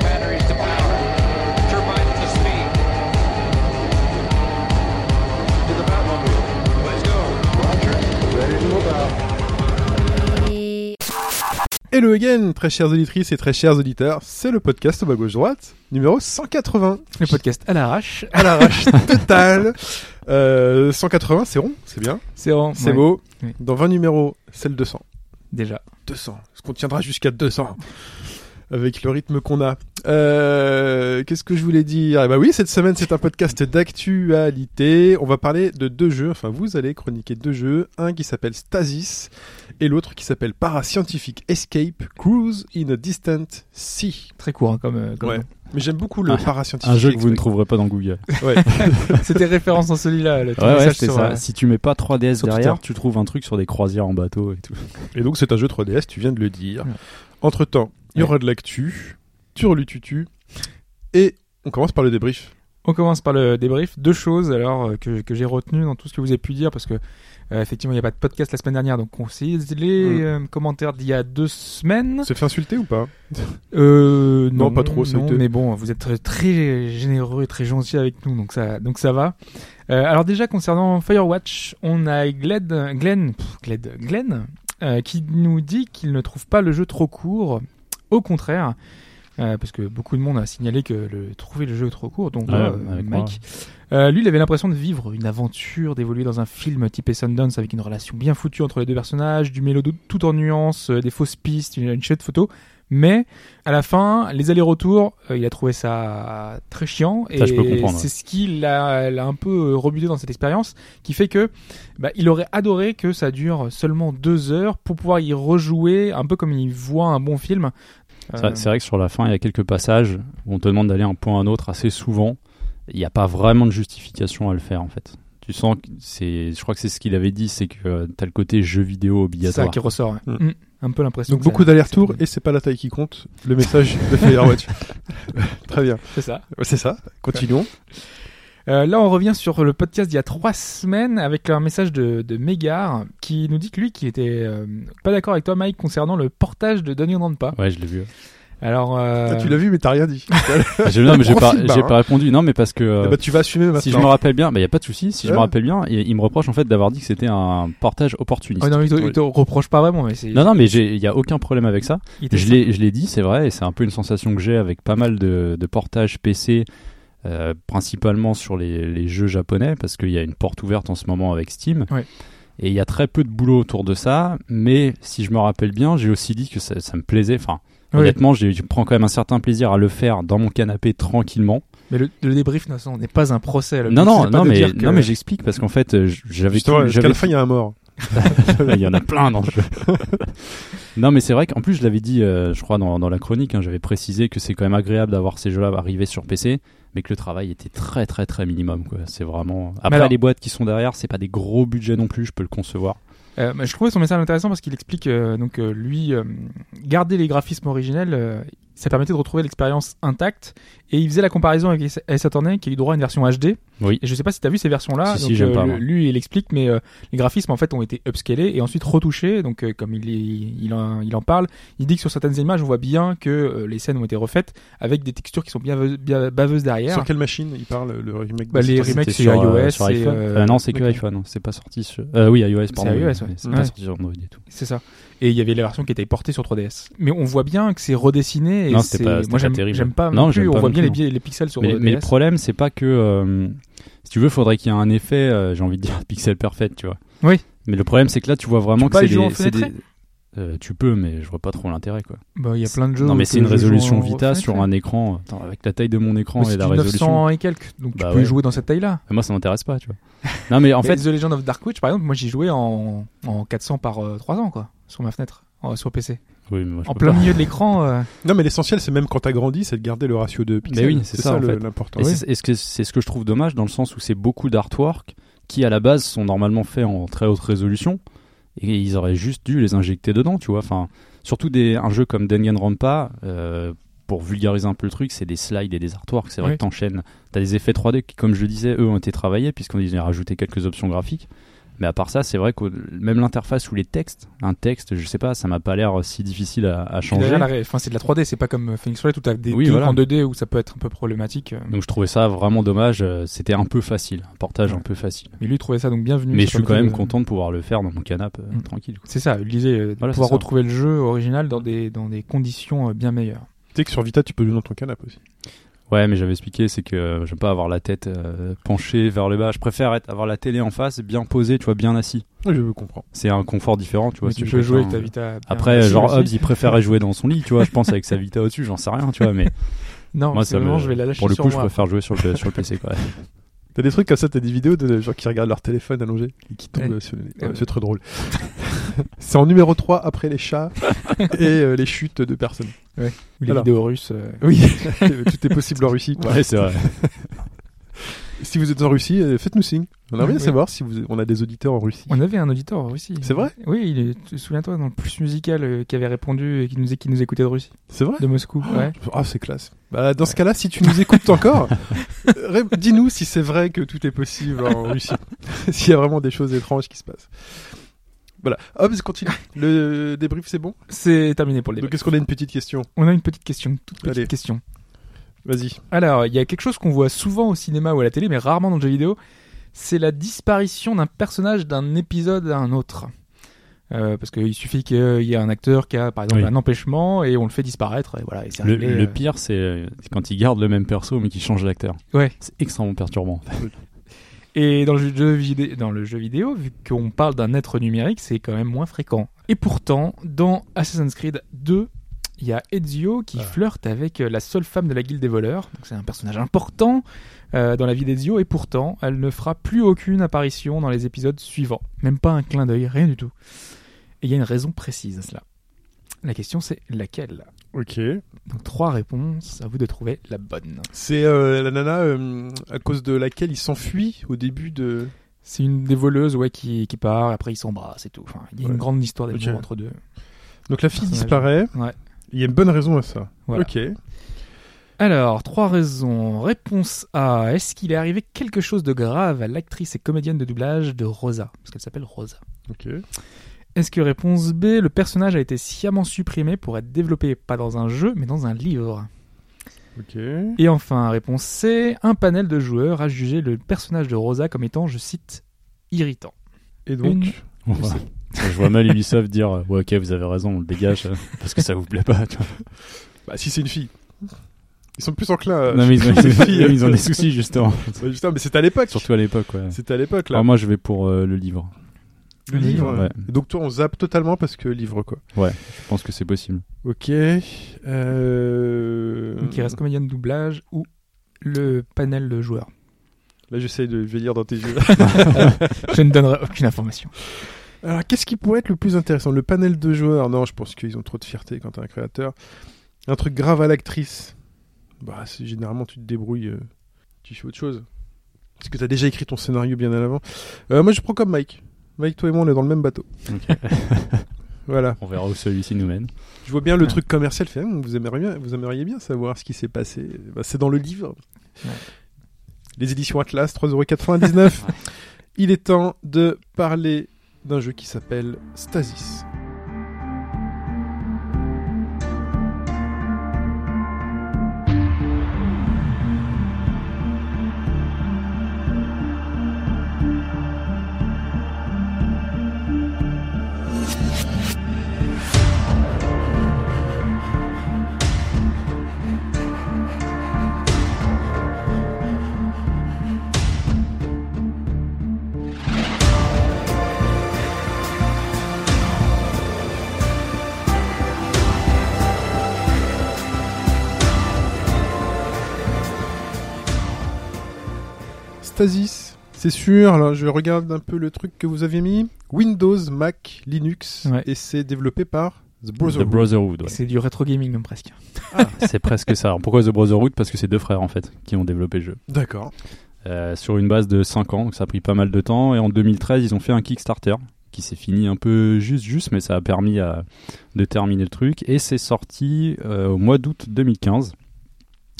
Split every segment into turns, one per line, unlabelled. batteries to power. Turbines to speed. To the Batmobile. Let's go.
Hello again, très chères auditrices et très chers auditeurs, c'est le podcast au bas gauche droite, numéro 180,
Le podcast à l'arrache.
à l'arrache totale. Euh, 180, c'est rond, c'est bien,
C'est bon.
c'est beau.
Oui.
Dans 20 numéros, c'est le 200.
Déjà.
200, ce qu'on tiendra jusqu'à 200, avec le rythme qu'on a. Euh, Qu'est-ce que je voulais dire Eh bah oui, cette semaine, c'est un podcast d'actualité. On va parler de deux jeux, enfin vous allez chroniquer deux jeux, un qui s'appelle Stasis et l'autre qui s'appelle Parascientific Escape Cruise in a Distant Sea.
Très court hein, comme. euh, comme
Ouais.
nom.
Mais j'aime beaucoup le
Un-
parascientifique.
Un jeu que vous ne
Escape.
trouverez pas dans Google.
Ouais.
C'était référence dans celui-là. Le ton
Ouais, ouais,
message
c'est
sur,
ça.
euh,
Si tu mets pas 3DS
sur
derrière,
Twitter.
tu trouves un truc sur des croisières en bateau et tout.
Et donc c'est un jeu 3DS, tu viens de le dire.
Ouais.
Entre temps, il y aura de l'actu, turlututu, et on commence par le débrief.
On commence par le débrief. Deux choses alors euh, que, que j'ai retenues dans tout ce que vous avez pu dire parce que euh, effectivement il n'y a pas de podcast la semaine dernière donc on sait les euh, commentaires d'il y a deux semaines.
On s'est fait insulter ou pas
Euh,
Non, pas trop, ça a
non,
été-
mais bon, vous êtes très, très généreux et très gentil avec nous, donc ça, donc ça va. Euh, alors déjà concernant Firewatch, on a Gled, Glenn, pff, Gled, Glenn, euh, qui nous dit qu'il ne trouve pas le jeu trop court. Au contraire, euh, parce que beaucoup de monde a signalé que le trouver le jeu trop court. Donc
Ouais,
euh,
avec moi.
Mike, Euh, lui, il avait l'impression de vivre une aventure, d'évoluer dans un film typé Sundance avec une relation bien foutue entre les deux personnages, du mélodie tout en nuances, euh, des fausses pistes, une, une chouette photo. Mais à la fin, les allers-retours, euh, il a trouvé ça très chiant et
Ça, je peux comprendre,
c'est ce qui l'a l'a un peu euh, rebuté dans cette expérience, qui fait que bah, il aurait adoré que ça dure seulement deux heures pour pouvoir y rejouer, un peu comme il voit un bon film.
Ça,
Euh,
C'est vrai que sur la fin, il y a quelques passages où on te demande d'aller un point à un autre assez souvent. Il n'y a pas vraiment de justification à le faire en fait. Tu sens que c'est, je crois que c'est ce qu'il avait dit, c'est que euh, t'as le côté jeu vidéo
C'est ça
obligatoire.
qui ressort. ouais.
Mm.
Mm. Un peu l'impression.
Donc
que
beaucoup
ça-
d'allers-retours
c'est
et c'est pas la taille qui compte. Le message de Firewatch. Très bien.
C'est ça.
C'est ça. Continuons.
Euh, là, on revient sur le podcast d'il y a trois semaines avec un message de, de Mégare qui nous dit que lui, qui était euh, pas d'accord avec toi, Mike, concernant le portage de Donnie Grande pas.
Ouais, je l'ai vu. Ah,
Alors, euh,
Ah, tu l'as vu mais t'as rien dit.
Je- non, mais j'ai pas,
Profite, bah,
j'ai
hein.
pas répondu. Non, mais parce que euh,
Eh ben, tu vas assumer maintenant.
si je me rappelle bien, il n'y a pas de souci. Si je me
Ouais.
rappelle bien, il, il me reproche en fait d'avoir dit que c'était un portage opportuniste.
oh, non, mais il te- il te reproche pas vraiment, mais c'est.
non, non, mais j'ai- il n'y a aucun problème avec ça.
il était-
Je l'ai, je l'ai dit, c'est vrai, et c'est un peu une sensation que j'ai avec pas mal de, de portages PC, euh, principalement sur les, les jeux japonais, parce qu'il y a une porte ouverte en ce moment avec Steam.
Ouais.
Et il y a très peu de boulot autour de ça, mais si je me rappelle bien, j'ai aussi dit que ça, ça me plaisait. Enfin,
Ouais.
honnêtement, j'ai- je prends quand même un certain plaisir à le faire dans mon canapé tranquillement.
Mais le, le débrief, de toute façon, n'est pas un procès. Bah, Le
non,
but,
non,
c'est pas
non,
de
mais,
dire que-
non, mais j'explique parce qu'en fait, euh, j- j'avais
Justement,
tout-
parce
j'avais
qu'à la fin il y a un mort.
il y en a plein dans le jeu. non, mais c'est vrai qu'en plus, je l'avais dit, euh, je crois, dans, dans la chronique, hein, j'avais précisé que c'est quand même agréable d'avoir ces jeux-là arrivés sur PC, mais que le travail était très, très, très minimum. quoi. C'est vraiment. Après,
alors-
les boîtes qui sont derrière, c'est pas des gros budgets non plus, je peux le concevoir.
Euh, mais je trouvais son message intéressant parce qu'il explique euh, donc euh, lui euh, garder les graphismes originels, euh, ça permettait de retrouver l'expérience intacte et il faisait la comparaison avec S Attorney qui a eu droit à une version HD.
Oui.
Et je sais pas si t'as vu ces versions là.
Si, si, j'aime pas, moi.
lui il explique mais euh, les graphismes en fait ont été upscalés et ensuite retouchés donc euh, comme il, il, il en, il en parle, il dit que sur certaines images on voit bien que euh, les scènes ont été refaites avec des textures qui sont bien, bave- bien baveuses derrière.
Sur quelle machine il parle le remake de
Bah, les
Star Citizen
remakes
C'était
c'est
sur,
iOS,
euh, sur
et,
iPhone.
euh,
Euh, non, c'est que
d'accord.
iPhone, hein, c'est pas sorti sur. euh, oui, iOS, pardon.
iOS,
oui,
ouais.
C'est
Ouais.
pas sorti sur Android et tout.
C'est ça. Et il y avait la version qui était portée sur 3DS. Mais on voit bien que c'est redessiné. Et
Non,
c'est
c'était pas- c'était
moi
pas
j'aime
terrible.
j'aime pas
Non,
non plus.
j'aime
on
pas
voit
non
bien les,
plus,
bi- les pixels sur
Mais,
3DS.
mais le problème, c'est pas que. euh, si tu veux, faudrait qu'il y ait un effet, euh, j'ai envie de dire, pixel perfect, tu vois.
Oui.
Mais le problème, c'est que là, tu vois
Tu
vraiment
peux pas
que
les
c'est
jouer
des.
en
c'est des-
fenêtré
Euh, tu peux, mais je vois pas trop l'intérêt, quoi.
Bah, il y a plein de jeux.
Non, mais
que
c'est une
je joue
résolution
en
Vita sur
refresh,
un écran. euh, Attends, avec la taille de mon écran
mais c'est
et la
du
résolution.
900 et quelques. Donc
Bah
tu peux
ouais.
jouer dans cette taille-là.
Moi, ça m'intéresse pas, tu vois. Non, mais en
En fait,
fait,
The Legend of Dark Witch, par exemple, moi j'y jouais en, en 400 par euh, 300 quoi, sur ma fenêtre, en- sur PC.
oui, mais moi, je
en
peux
plein
pas.
milieu de l'écran. euh,
Non mais l'essentiel c'est même quand t'as grandi c'est de garder le ratio de pixels.
oui, c'est ça, en
le-
fait.
l'important.
Et
Oui.
c'est- et ce que- c'est ce que je trouve dommage dans le sens où c'est beaucoup d'artwork qui à la base sont normalement faits en très haute résolution et ils auraient juste dû les injecter dedans, tu vois. Enfin, surtout des, un jeu comme Danganronpa, euh, pour vulgariser un peu le truc, c'est des slides et des artworks. C'est vrai
Oui.
que t'enchaînes. T'as des effets 3D qui, comme je le disais, eux ont été travaillés puisqu'on les a rajouté quelques options graphiques. Mais à part ça, c'est vrai que même l'interface ou les textes, un texte, je sais pas, ça m'a pas l'air si difficile à, à
Puis
changer.
derrière, la ré- Enfin, c'est de la 3D, c'est pas comme euh, Phoenix Wright où t'as des
Oui,
trucs
voilà.
en 2D où ça peut être un peu problématique. euh,
Donc je trouvais ça vraiment dommage. euh, C'était un peu facile, un portage un peu facile.
Mais lui, il trouvait ça donc bienvenu.
Mais
ça
je suis quand
permettait
même
de-
content de pouvoir le faire dans mon canapé euh,
Mm.
tranquille. quoi.
C'est ça, l'idée, euh, de
Voilà,
pouvoir
c'est ça.
retrouver le jeu original dans des, dans des conditions euh, bien meilleures.
Tu sais que sur Vita, tu peux jouer dans ton canapé aussi.
Ouais, mais j'avais expliqué, c'est que euh, j'aime pas avoir la tête euh, penchée vers le bas. Je préfère être, avoir la télé en face, bien posée, tu vois, bien assis.
Oui, Ah, je comprends.
C'est un confort différent, tu vois.
Mais
c'est
tu peux jouer avec ta
chacun, euh,
Vita. bien
Après,
assis
genre
aussi.
Hobbs, il préférait jouer dans son lit, tu vois. Je pense avec sa Vita au-dessus, j'en sais rien, tu vois. Mais
Non,
moi,
c'est
ça
vraiment,
me...
je vais la lâcher
pour le
sur
coup, je
moi.
préfère jouer sur le, sur le PC, quoi.
T'as des trucs comme ça, t'as des vidéos de gens qui regardent leur téléphone allongé et qui tombent
Ouais.
sur les-
Ouais.
Ouais, C'est trop drôle. c'est en numéro 3 après les chats et euh, les chutes de personnes.
Ou les
Alors.
vidéos russes. euh,
Oui, tout est possible en Russie. quoi.
Ouais, c'est vrai.
Si vous êtes en Russie, euh, faites-nous signe. On aimerait bien
Oui.
savoir si vous, on a des auditeurs en Russie.
On avait un auditeur aussi.
C'est vrai
Oui, il est, tu- souviens-toi, dans le plus musical euh, qui avait répondu et qui nous, qui nous écoutait de Russie,
C'est vrai
de Moscou. ouais.
Ah, c'est classe. Bah, dans ce cas-là, si tu nous écoutes encore, ré- dis-nous si c'est vrai que tout est possible en Russie. S'il y a vraiment des choses étranges qui se passent. Voilà. Hobbes, continue. Le débrief, c'est bon
C'est terminé pour le débat.
Donc, est-ce qu'on a une petite question
On a une petite question, toute petite
Allez.
question.
Vas-y.
Alors, il y a quelque chose qu'on voit souvent au cinéma ou à la télé, mais rarement dans le jeu vidéo, c'est la disparition d'un personnage d'un épisode à un autre. Euh, parce qu'il suffit qu'il y ait un acteur qui a par exemple
Oui.
un empêchement et on le fait disparaître et voilà et c'est
Le,
réglé,
le
euh.
pire, c'est euh, c'est quand ils gardent le même perso, mais qu'ils changent d'acteur.
Ouais.
C'est extrêmement perturbant.
Et dans le jeu vidéo, dans le jeu vidéo vu qu'on parle d'un être numérique, c'est quand même moins fréquent. Et pourtant, dans Assassin's Creed 2, il y a Ezio qui
Ah.
flirte avec euh, la seule femme de la guilde des voleurs. Donc c'est un personnage important euh, dans la vie d'Ezio et pourtant, elle ne fera plus aucune apparition dans les épisodes suivants. Même pas un clin d'œil, rien du tout. Et il y a une raison précise à cela. La question c'est laquelle
Ok.
Donc trois réponses, à vous de trouver la bonne.
C'est euh, la nana euh, à cause de laquelle il s'enfuit au début de.
C'est une des voleuses ouais, qui, qui part, après ils s'embrassent et tout. Enfin, il y a une
Ouais.
grande histoire d'amour
Ok.
entre deux.
Donc, la fille
Personnage.
disparaît.
Ouais.
Il y a une bonne raison à ça.
Voilà.
Ok.
Alors, trois raisons. Réponse A. Est-ce qu'il est arrivé quelque chose de grave à l'actrice et comédienne de doublage de Rosa Parce qu'elle s'appelle Rosa.
Ok.
Est-ce que réponse B. Le personnage a été sciemment supprimé pour être développé pas dans un jeu, mais dans un livre
Ok.
Et enfin, réponse C. Un panel de joueurs a jugé le personnage de Rosa comme étant, je cite, irritant.
Et donc.
Une-
On voit- je vois mal Ubisoft dire euh, Ouais, ok, vous avez raison, on le dégage euh, parce que ça vous plaît pas. tu vois.
Bah, si c'est une fille. Ils sont plus enclins.
Euh,
à-
Non, mais ils ont,
les filles,
ils ont
euh,
des soucis, justement.
Ouais, putain, mais c'était à l'époque.
Surtout à l'époque, ouais.
C'était à l'époque, là.
Alors, moi, je vais pour euh, le livre.
Le livre.
Ouais.
Et Donc toi, on zappe totalement parce que livre quoi.
Je pense que c'est possible.
Ok. Euh...
Donc, il reste comédienne de doublage ou le panel de joueurs.
Là, j'essaye de je vais lire dans tes yeux.
Je ne donnerai aucune information.
Alors, qu'est-ce qui pourrait être le plus intéressant Le panel de joueurs Non, je pense qu'ils ont trop de fierté quand t'es un créateur. Un truc grave à l'actrice. Bah, c'est généralement tu te débrouilles, euh, tu fais autre chose. Parce que t'as déjà écrit ton scénario bien à l'avant. Euh, moi, je prends comme Mike. Mike, toi et moi, on est dans le même bateau. Voilà.
On verra où celui-ci nous mène.
Je vois bien le
Ouais.
truc commercial. Fait, Hum, vous, aimeriez bien, vous aimeriez bien savoir ce qui s'est passé. Bah, c'est dans le livre.
Ouais.
Les éditions Atlas, 3,99€. Il est temps de parler d'un jeu qui s'appelle Stasis. Stasis, c'est sûr. Alors, je regarde un peu le truc que vous avez mis. Windows, Mac, Linux.
Ouais.
Et c'est développé par The
The
Brotherhood.
Brotherhood. ouais.
C'est du rétro gaming même presque.
C'est presque ça. Alors, pourquoi The Brotherhood Parce que c'est deux frères en fait qui ont développé le jeu.
D'accord.
Euh, sur une base de 5 ans, donc ça a pris pas mal de temps. Et en 2013, ils ont fait un Kickstarter qui s'est fini un peu juste, juste, mais ça a permis à- de terminer le truc. Et c'est sorti euh, au mois d'août 2015.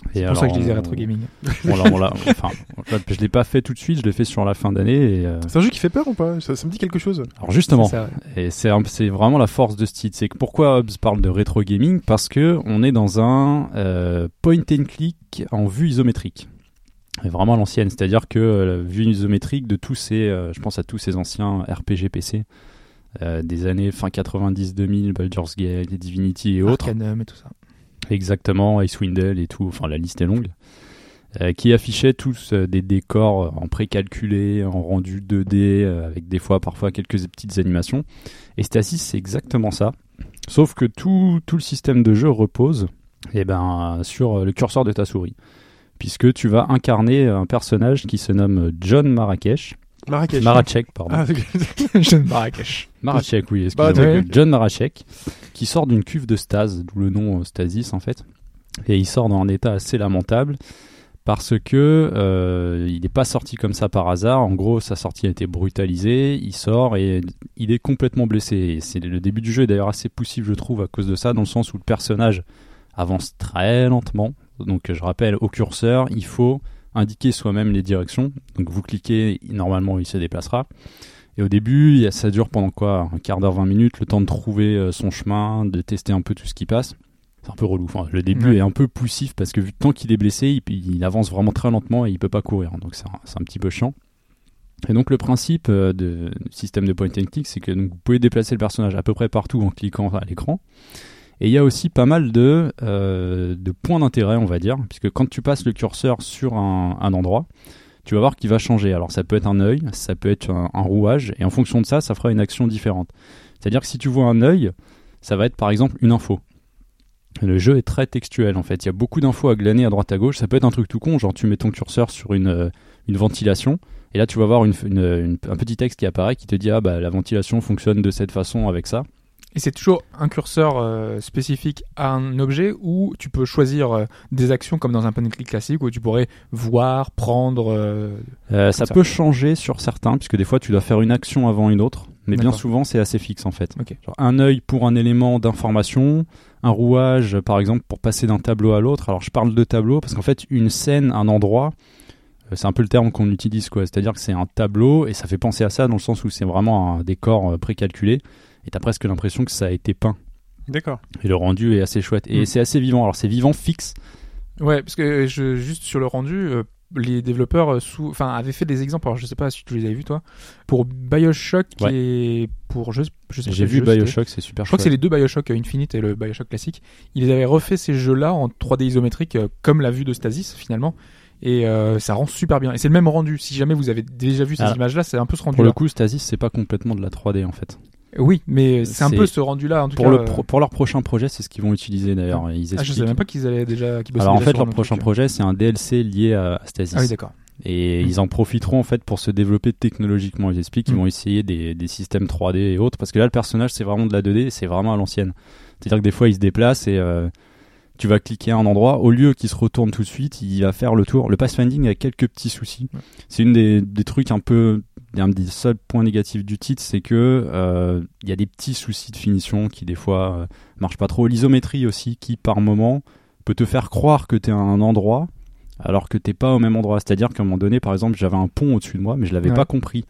Et
C'est pour ça que
alors,
je disais
on-
rétro gaming.
on l'a- on l'a- enfin, je l'ai pas fait tout de suite, je l'ai fait sur la fin d'année. Et, euh,
C'est un jeu qui fait peur ou pas ça, ça me dit quelque chose.
alors justement,
C'est ça, ouais.
et c'est un- c'est vraiment la force de ce titre. C'est que pourquoi Hobbs parle de rétro gaming Parce que on est dans un euh, point and click en vue isométrique. Et vraiment à l'ancienne, c'est-à-dire que euh, la vue isométrique de tous ces, euh, je pense à tous ces anciens RPG PC euh, des années fin 90, 2000, Baldur's Gate, Divinity
Ah,
et autres.
Arcanum et euh, tout ça.
Exactement, Icewindle et tout, enfin la liste est longue, Euh, qui affichaient tous euh, des décors en précalculé, en rendu 2D, euh, avec des fois parfois quelques petites animations. Et Stasis, c'est exactement ça, sauf que tout, tout le système de jeu repose eh ben, sur euh, le curseur de ta souris, puisque tu vas incarner un personnage qui se nomme John Marrakech,
Marrakech.
Marachek, pardon.
Ah, c'est-
Jeune Marrakech.
Marachek, oui, excusez-moi.
Marachek.
John Marachek, qui sort d'une cuve de stase, d'où le nom euh, Stasis en fait. Et il sort dans un état assez lamentable parce que euh, il n'est pas sorti comme ça par hasard. En gros, sa sortie a été brutalisée. Il sort et il est complètement blessé. Et c'est le début du jeu est d'ailleurs assez poussif, je trouve, à cause de ça, dans le sens où le personnage avance très lentement. Donc, je rappelle, au curseur, il faut indiquer soi-même les directions. Donc, vous cliquez, normalement, il se déplacera. Et au début, il y a- ça dure pendant quoi Un quart d'heure, 20 minutes, le temps de trouver euh, son chemin, de tester un peu tout ce qui passe. C'est un peu relou. Enfin, le début
Ouais.
est un peu poussif parce que vu tant qu'il est blessé, il, il avance vraiment très lentement et il peut pas courir. Donc c'est un, c'est un petit peu chiant. Et donc le principe euh, de- du système de point and click, c'est que donc, vous pouvez déplacer le personnage à peu près partout en cliquant à l'écran. Et il y a aussi pas mal de, euh, de points d'intérêt, on va dire, puisque quand tu passes le curseur sur un, un endroit, tu vas voir qu'il va changer. Alors ça peut être un œil, ça peut être un, un rouage, et en fonction de ça, ça fera une action différente. C'est-à-dire que si tu vois un œil, ça va être par exemple une info. Le jeu est très textuel en fait. Il y a beaucoup d'infos à glaner à droite à gauche. Ça peut être un truc tout con, genre tu mets ton curseur sur une, euh, une ventilation et là tu vas voir une, une- une- un petit texte qui apparaît qui te dit ah bah la ventilation fonctionne de cette façon avec ça.
Et c'est toujours un curseur euh, spécifique à un objet où tu peux choisir euh, des actions comme dans un pan click classique où tu pourrais voir, prendre. euh,
Euh, ça,
ça.
peut changer sur certains, puisque des fois tu dois faire une action avant une autre, mais bien
D'accord.
souvent c'est assez fixe en fait.
Ok.
Genre, un œil pour un élément d'information, un rouage par exemple pour passer d'un tableau à l'autre. Alors je parle de tableau parce qu'en fait une scène, un endroit, euh, c'est un peu le terme qu'on utilise quoi, c'est-à-dire que c'est un tableau et ça fait penser à ça dans le sens où c'est vraiment un décor euh, précalculé et t'as presque l'impression que ça a été peint.
D'accord.
Et le rendu est assez chouette et
Mm.
c'est assez vivant. Alors c'est vivant fixe.
Ouais, parce que euh, je, juste sur le rendu, euh, les développeurs euh, sous, enfin, avaient fait des exemples. Alors, je sais pas si tu les avais vus, toi. Pour Bioshock
Ouais.
et pour. Je, je sais pas
J'ai
quel
vu
jeu c'était.
Bioshock, c'est super
Je crois que c'est
chouette.
les deux Bioshock euh, Infinite et le Bioshock classique. Ils avaient refait ces jeux-là en 3D isométrique, euh, comme la vue de Stasis finalement. Et euh, ça rend super bien. Et c'est le même rendu. Si jamais vous avez déjà vu ces
Ah.
images-là, c'est un peu ce
Pour le
rendu-là.
coup, Stasis, c'est pas complètement de la 3D en fait.
Oui, mais c'est un
C'est-
peu ce rendu-là en tout
pour,
cas.
le
euh,
pro- pour leur prochain projet, c'est ce qu'ils vont utiliser d'ailleurs.
ah,
Ils
je
expliquent.
savais même pas qu'ils allaient déjà. qu'ils bossaient
Alors en
déjà
fait,
sur
leur
un autre
prochain
truc.
projet, c'est un DLC lié à à Stasis.
Ah oui, d'accord.
et
Mm.
ils en profiteront en fait pour se développer technologiquement. Ils expliquent qu'ils
Mm.
vont essayer des, des systèmes 3D et autres parce que là, le personnage, c'est vraiment de la 2D, c'est vraiment à l'ancienne. C'est-à-dire que des fois, il se déplace et euh, tu vas cliquer à un endroit, au lieu qu'il se retourne tout de suite, il va faire le tour. Le pathfinding a quelques petits soucis.
Ouais.
C'est une des, des trucs un peu un des seuls points négatifs du titre, c'est que euh, il y a des petits soucis de finition qui des fois euh, marchent pas trop. L'isométrie aussi, qui par moment peut te faire croire que t'es à un endroit alors que t'es pas au même endroit. C'est-à-dire qu'à un moment donné, par exemple, j'avais un pont au-dessus de moi, mais je l'avais
Ouais.
pas compris.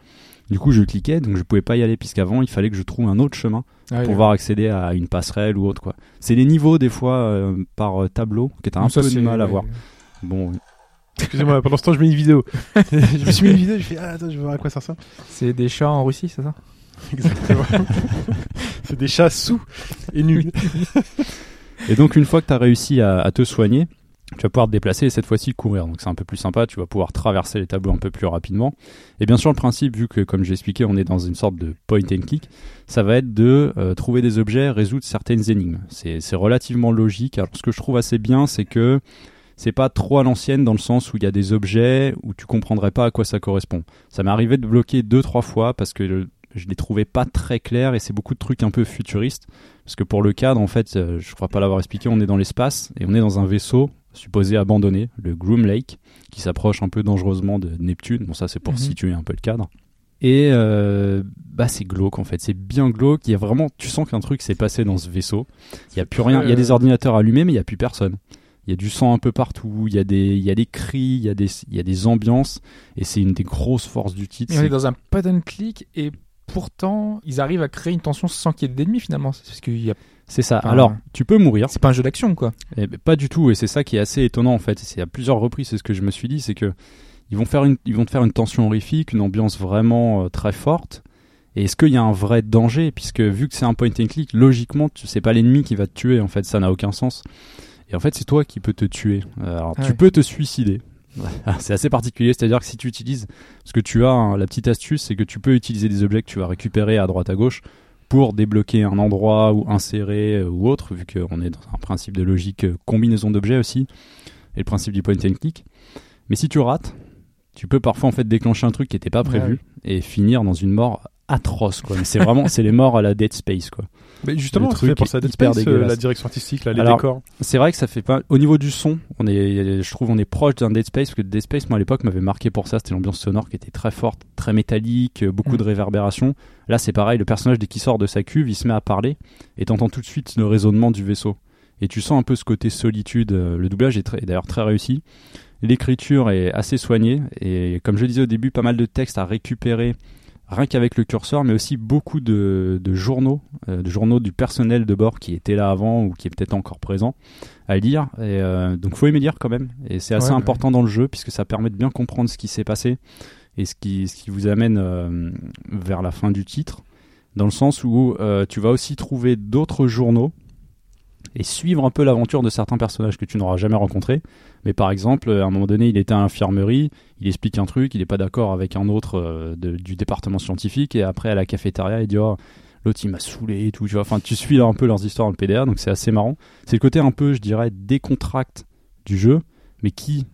Du coup, je cliquais, donc je pouvais pas y aller, puisqu'avant, il fallait que je trouve un autre chemin
Ah oui,
pour pouvoir accéder à une passerelle ou autre. quoi. C'est les niveaux, des fois, euh, par euh, tableau, que t'as un
Ça,
peu de
c'est-
mal à
ouais.
voir. Bon,
Excusez-moi, pendant ce temps, je mets une vidéo. je me suis mis une vidéo, je fais Ah, attends, je vais voir à quoi ça ressemble.
C'est des chats en Russie, c'est ça
Exactement. c'est des chats sous et nus.
Et donc, une fois que tu as réussi à, à te soigner, tu vas pouvoir te déplacer et cette fois-ci courir. Donc, c'est un peu plus sympa. Tu vas pouvoir traverser les tableaux un peu plus rapidement. Et bien sûr, le principe, vu que, comme j'ai expliqué, on est dans une sorte de point and click, ça va être de euh, trouver des objets, résoudre certaines énigmes. C'est c'est relativement logique. Alors, ce que je trouve assez bien, c'est que c'est pas trop à l'ancienne dans le sens où il y a des objets où tu comprendrais pas à quoi ça correspond. Ça m'est arrivé de bloquer deux, trois fois parce que le- je les trouvais pas très clairs et c'est beaucoup de trucs un peu futuristes. Parce que pour le cadre, en fait, euh, je crois pas l'avoir expliqué, on est dans l'espace et on est dans un vaisseau supposé abandonné, le Groom Lake, qui s'approche un peu dangereusement de Neptune. Bon, ça, c'est pour
Mhm.
situer un peu le cadre. Et euh, bah c'est glauque en fait, c'est bien glauque. Il y a vraiment, tu sens qu'un truc s'est passé dans ce vaisseau. Il y a plus
Euh,
rien. Il y a des ordinateurs allumés, mais il y a plus personne. Il y a du sang un peu partout. Il y a des, il y a des cris, il y a des, il y a des ambiances. Et c'est une des grosses forces du titre.
Et on
c'est-
est dans un pas and click et pourtant ils arrivent à créer une tension sans qu'il y ait d'ennemis finalement. C'est parce qu'il y a-
C'est ça.
Enfin,
Alors, tu peux mourir.
c'est pas un jeu d'action quoi.
Eh ben, pas du tout, et c'est ça qui est assez étonnant en fait. C'est à plusieurs reprises, c'est ce que je me suis dit, c'est que ils vont faire une, ils vont te faire une tension horrifique, une ambiance vraiment euh, très forte. Et est-ce qu'il y a un vrai danger Puisque vu que c'est un point and click, logiquement, tu sais pas l'ennemi qui va te tuer. En fait, ça n'a aucun sens. Et en fait, c'est toi qui peux te tuer. Euh, Alors,
Ah
tu
ouais.
peux te suicider. Ah, c'est assez particulier, c'est-à-dire que si tu utilises ce que tu as, hein, la petite astuce, c'est que tu peux utiliser des objets que tu vas récupérer à droite à gauche pour débloquer un endroit ou insérer euh, ou autre, vu qu'on est dans un principe de logique euh, combinaison d'objets aussi, et le principe du point and click. Mais si tu rates, tu peux parfois en fait déclencher un truc qui n'était pas prévu et finir dans une mort atroce. Quoi. Mais c'est vraiment, c'est les morts à la Dead Space. Quoi.
Mais justement,
Le
ça fait
truc
penser à
est
Dead
hyper
Space, euh,
dégueulasse.
la direction artistique, là, les
Alors,
décors.
C'est vrai que ça fait pas. Au niveau du son, on est, je trouve, on est proche d'un Dead Space parce que Dead Space, moi à l'époque, m'avait marqué pour ça. C'était l'ambiance sonore qui était très forte, très métallique, euh, beaucoup de réverbération. Là, c'est pareil. Le personnage dès qu'il sort de sa cuve, il se met à parler et t'entends tout de suite le raisonnement du vaisseau. Et tu sens un peu ce côté solitude. Euh, Le doublage est, très- est d'ailleurs très réussi. L'écriture est assez soignée et, comme je le disais au début, pas mal de textes à récupérer. Rien qu'avec le curseur, mais aussi beaucoup de, de journaux, euh, de journaux du personnel de bord qui était là avant ou qui est peut-être encore présent à lire. Et, euh, donc faut aimer lire quand même. Et c'est assez
Ouais, ouais.
important dans le jeu puisque ça permet de bien comprendre ce qui s'est passé et ce qui, ce qui vous amène euh, vers la fin du titre. Dans le sens où euh, tu vas aussi trouver d'autres journaux et suivre un peu l'aventure de certains personnages que tu n'auras jamais rencontrés. Mais par exemple, à un moment donné, il était à l'infirmerie, il explique un truc, il n'est pas d'accord avec un autre euh, de- du département scientifique, et après à la cafétéria, il dit oh, l'autre il m'a saoulé et tout. Tu vois, enfin, tu suis là un peu leurs histoires dans le PDA, donc c'est assez marrant. C'est le côté un peu, je dirais, décontract du jeu, mais qui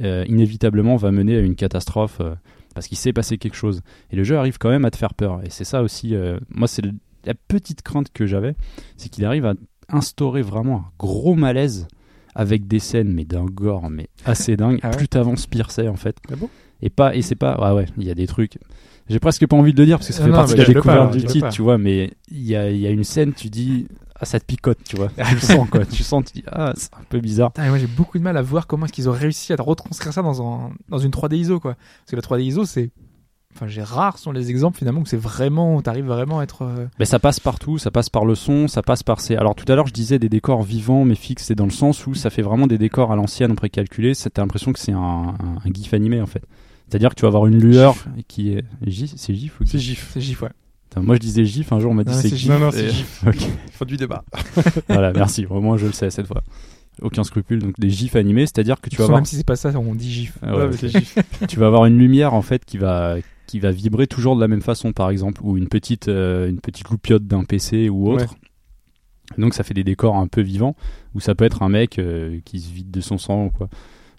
euh, inévitablement va mener à une catastrophe euh, parce qu'il s'est passé quelque chose. Et le jeu arrive quand même à te faire peur. Et c'est ça aussi, euh, moi, c'est le- la petite crainte que j'avais, c'est qu'il arrive à instaurer vraiment un gros malaise avec des scènes, mais d'un gore, mais assez dingue.
Ah ouais
Plus t'avances, pire c'est en fait.
Ah bon
et pas, et c'est pas, ah ouais, ouais, il y a des trucs. J'ai presque pas envie de le dire parce que ça
Ah Non, non,
fait partie
mais
de la
dis-le pas,
découverte du
dis-le
titre,
pas.
tu vois, mais il y a, il y a une scène, tu dis, ah, ça te picote, tu vois. tu le sens, quoi. Tu sens, tu dis, ah, c'est un peu bizarre.
Putain, et moi j'ai beaucoup de mal à voir comment est-ce qu'ils ont réussi à retranscrire ça dans, un, dans une 3D ISO quoi. Parce que la 3D ISO c'est. Enfin, j'ai rares sont les exemples finalement où c'est vraiment. où T'arrives vraiment à être. euh,
Mais ça passe partout, ça passe par le son, ça passe par ces. Alors tout à l'heure, je disais des décors vivants mais fixes, c'est dans le sens où ça fait vraiment des décors à l'ancienne précalculés. Ça- T'as l'impression que c'est un, un, un gif animé en fait. C'est-à-dire que tu vas avoir une lueur qui est. GIF, c'est gif ou gif
C'est gif.
C'est gif, ouais.
Putain, Moi je disais gif, un jour on m'a dit
Non, mais
c'est
c'est
gif.
gif.
Non, non, c'est
Et-
gif.
Ok.
Fin du débat.
voilà, merci. Au moins je le sais cette fois. Aucun scrupule. Donc des gifs animés, c'est-à-dire que tu vas
Sans
avoir.
Même si c'est pas ça, on dit gif.
Ah ouais,
Ouais, mais
ok.
c'est gif.
tu vas avoir une lumière en fait qui va qui va vibrer toujours de la même façon par exemple ou une petite euh, une petite loupiote d'un PC ou autre. Donc ça fait des décors un peu vivants ou ça peut être un mec euh, qui se vide de son sang ou quoi.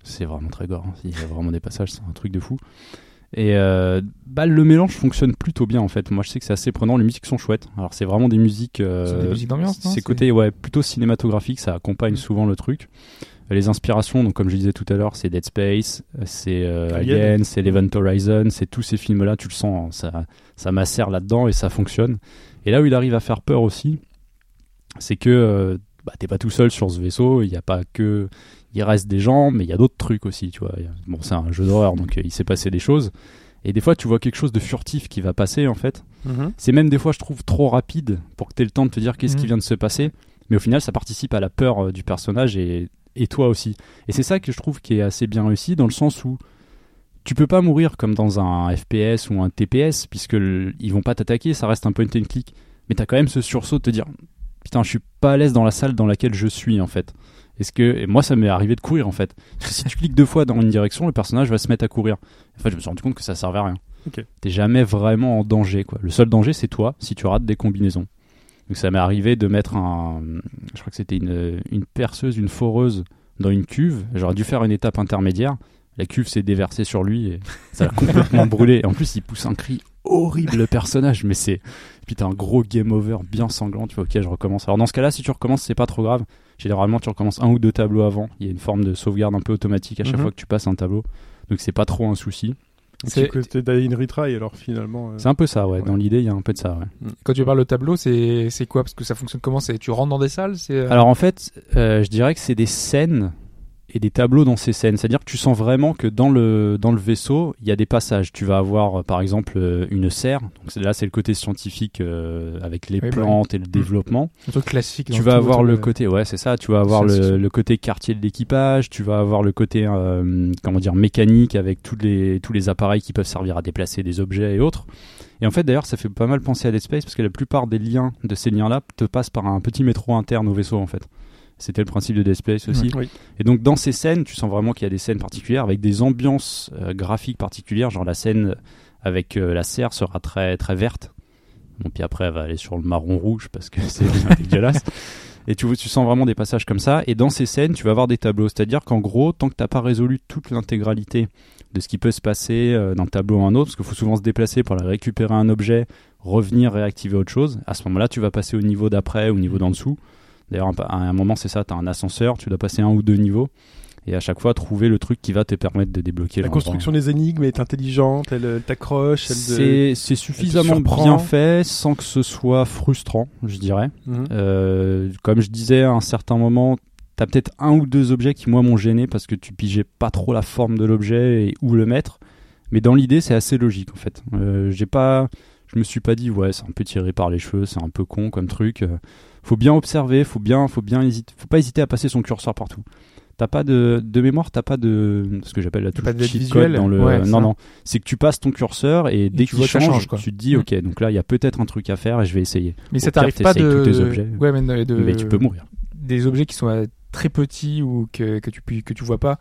C'est vraiment très gore. hein. Il y a vraiment des passages, c'est un truc de fou. Et euh, bah, le mélange fonctionne plutôt bien en fait. Moi je sais que c'est assez prenant. Les musiques sont chouettes. Alors c'est vraiment des musiques. euh,
C'est des musiques d'ambiance, non
c'est
C'est-
côté ouais plutôt cinématographique. Ça accompagne
Mm.
souvent le truc. Les inspirations, donc comme je disais tout à l'heure, c'est Dead Space, c'est euh,
Alien.
Alien, c'est Event Horizon, c'est tous ces films-là, tu le sens, hein, ça, ça macère là-dedans et ça fonctionne. Et là où il arrive à faire peur aussi, c'est que euh, bah, t'es pas tout seul sur ce vaisseau, il n'y a pas que. Il reste des gens, mais il y a d'autres trucs aussi, tu vois. Il y a- Bon, c'est un jeu d'horreur, donc euh, il s'est passé des choses. Et des fois, tu vois quelque chose de furtif qui va passer, en fait.
Mhm.
C'est même des fois, je trouve, trop rapide pour que tu aies le temps de te dire qu'est-ce qui
Mhm.
vient de se passer. Mais au final, ça participe à la peur euh, du personnage et, et toi aussi. Et c'est ça que je trouve qui est assez bien réussi, dans le sens où tu peux pas mourir comme dans un FPS ou un TPS, puisque le- ils vont pas t'attaquer, ça reste un point and click. Mais t'as quand même ce sursaut de te dire Putain, je suis pas à l'aise dans la salle dans laquelle je suis, en fait. Est-ce que. Et moi, ça m'est arrivé de courir, en fait. Parce que si tu cliques deux fois dans une direction, le personnage va se mettre à courir. En fait, je me suis rendu compte que ça servait à rien t'es jamais vraiment en danger quoi. Le seul danger c'est toi si tu rates des combinaisons. Donc ça m'est arrivé de mettre un je crois que c'était une, une perceuse, une foreuse dans une cuve, j'aurais dû faire une étape intermédiaire. La cuve s'est déversée sur lui et ça l'a complètement brûlé. Et en plus, il pousse un cri horrible, le personnage. Mais c'est. Putain, un gros game over bien sanglant. Tu vois, ok, je recommence. Alors, dans ce cas-là, si tu recommences, c'est pas trop grave. Généralement, tu recommences un ou deux tableaux avant. Il y a une forme de sauvegarde un peu automatique à chaque
Mhm.
fois que tu passes un tableau. Donc, c'est pas trop un souci.
C'est-
C'était une retry, alors finalement. euh,
C'est un peu ça, ouais.
Ouais.
Dans l'idée, il y a un peu de ça, ouais.
Quand tu parles de tableau, c'est c'est quoi Parce que ça fonctionne comment C'est tu rentres dans des salles C'est euh,
Alors en fait, euh, je dirais que c'est des scènes et des tableaux dans ces scènes. C'est-à-dire que tu sens vraiment que dans le, dans le vaisseau, il y a des passages. Tu vas avoir euh, par exemple euh, une serre. Donc c'est- là, c'est le côté scientifique euh, avec les
Oui, bah
plantes et le développement.
un truc classique. dans
Tu vas
tout-
avoir
tout
le côté, ouais, c'est ça. Tu vas avoir
Ça,
le,
c'est-
le côté quartier de l'équipage. Tu vas avoir le côté, euh, comment dire, mécanique avec tous les, tous les appareils qui peuvent servir à déplacer des objets et autres. Et en fait, d'ailleurs, ça fait pas mal penser à Dead Space parce que la plupart des liens de ces liens-là te passent par un petit métro interne au vaisseau, en fait. C'était le principe de Dead Space aussi.
Oui.
Et donc, dans ces scènes, tu sens vraiment qu'il y a des scènes particulières avec des ambiances euh, graphiques particulières. Genre, la scène avec euh, la serre sera très, très verte. Bon, puis après, elle va aller sur le marron-rouge parce que c'est dégueulasse. Et tu, tu sens vraiment des passages comme ça. Et dans ces scènes, tu vas avoir des tableaux. C'est-à-dire qu'en gros, tant que t'as pas résolu toute l'intégralité de ce qui peut se passer euh, d'un tableau à un autre, parce qu'il faut souvent se déplacer pour aller récupérer un objet, revenir, réactiver autre chose, à ce moment-là, tu vas passer au niveau d'après, au niveau d'en dessous. D'ailleurs, un pa- à un moment, c'est ça, tu as un ascenseur, tu dois passer un ou deux niveaux, et à chaque fois, trouver le truc qui va te permettre de débloquer
La
l'endroit.
construction des énigmes est intelligente, elle, euh, t'accroche, elle. de-
C'est c'est suffisamment
surprend.
bien fait sans que ce soit frustrant, je dirais.
Mhm.
Euh, comme je disais à un certain moment, t'as peut-être un ou deux objets qui moi m'ont gêné parce que tu pigeais pas trop la forme de l'objet et où le mettre. Mais dans l'idée, c'est assez logique en fait. Euh, j'ai pas, je me suis pas dit ouais, c'est un peu tiré par les cheveux, c'est un peu con comme truc. Euh, faut bien observer, faut bien, faut bien hésiter, faut pas hésiter à passer son curseur partout. T'as pas de, de mémoore, t'as pas de ce que j'appelle la touche
pas de
cheat
visuel,
code dans le.
ouais,
non
ça.
non, c'est que tu passes ton curseur et dès
tu
qu'il
vois que ça
change,
change, quoi.
tu te dis
Mm.
ok, donc là il y a peut-être un truc à faire et je vais essayer.
Mais ça
pire,
t'arrive pas
t'essayes
de.
tous tes objets.
Ouais, mais de, de-
Mais tu peux mourir.
Des objets qui sont euh, très petits ou que, que tu puis- que tu vois pas.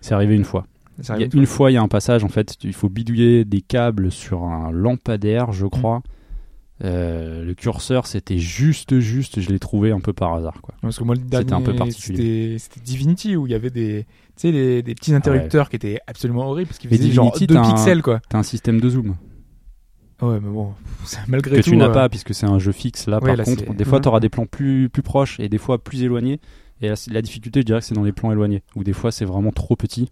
C'est arrivé une fois.
Ça
Il y a
arrive
une fois, il y a un passage, en fait, tu- il faut bidouiller des câbles sur un lampadaire,
Mm.
je crois. Euh, le curseur, c'était juste, juste, je l'ai trouvé un peu par hasard. Quoi.
Parce que moi, le dernier,
un peu
c'était-
particulier.
C'était Divinity où il y avait des, tu sais, les- des petits interrupteurs qui étaient absolument horribles parce qu'ils
Mais
faisaient genre
Divinity,
2
t'as un-
pixels quoi.
T'as un système de zoom
Ouais, mais bon, ça, malgré
que
tout.
tu n'as
euh,
pas, puisque c'est un jeu fixe. Là,
ouais,
par
là,
contre,
c'est-
des fois,
Mhm.
tu auras des plans plus, plus proches et des fois plus éloignés. Et la, la difficulté, je dirais que c'est dans les plans éloignés, ou des fois, c'est vraiment trop petit.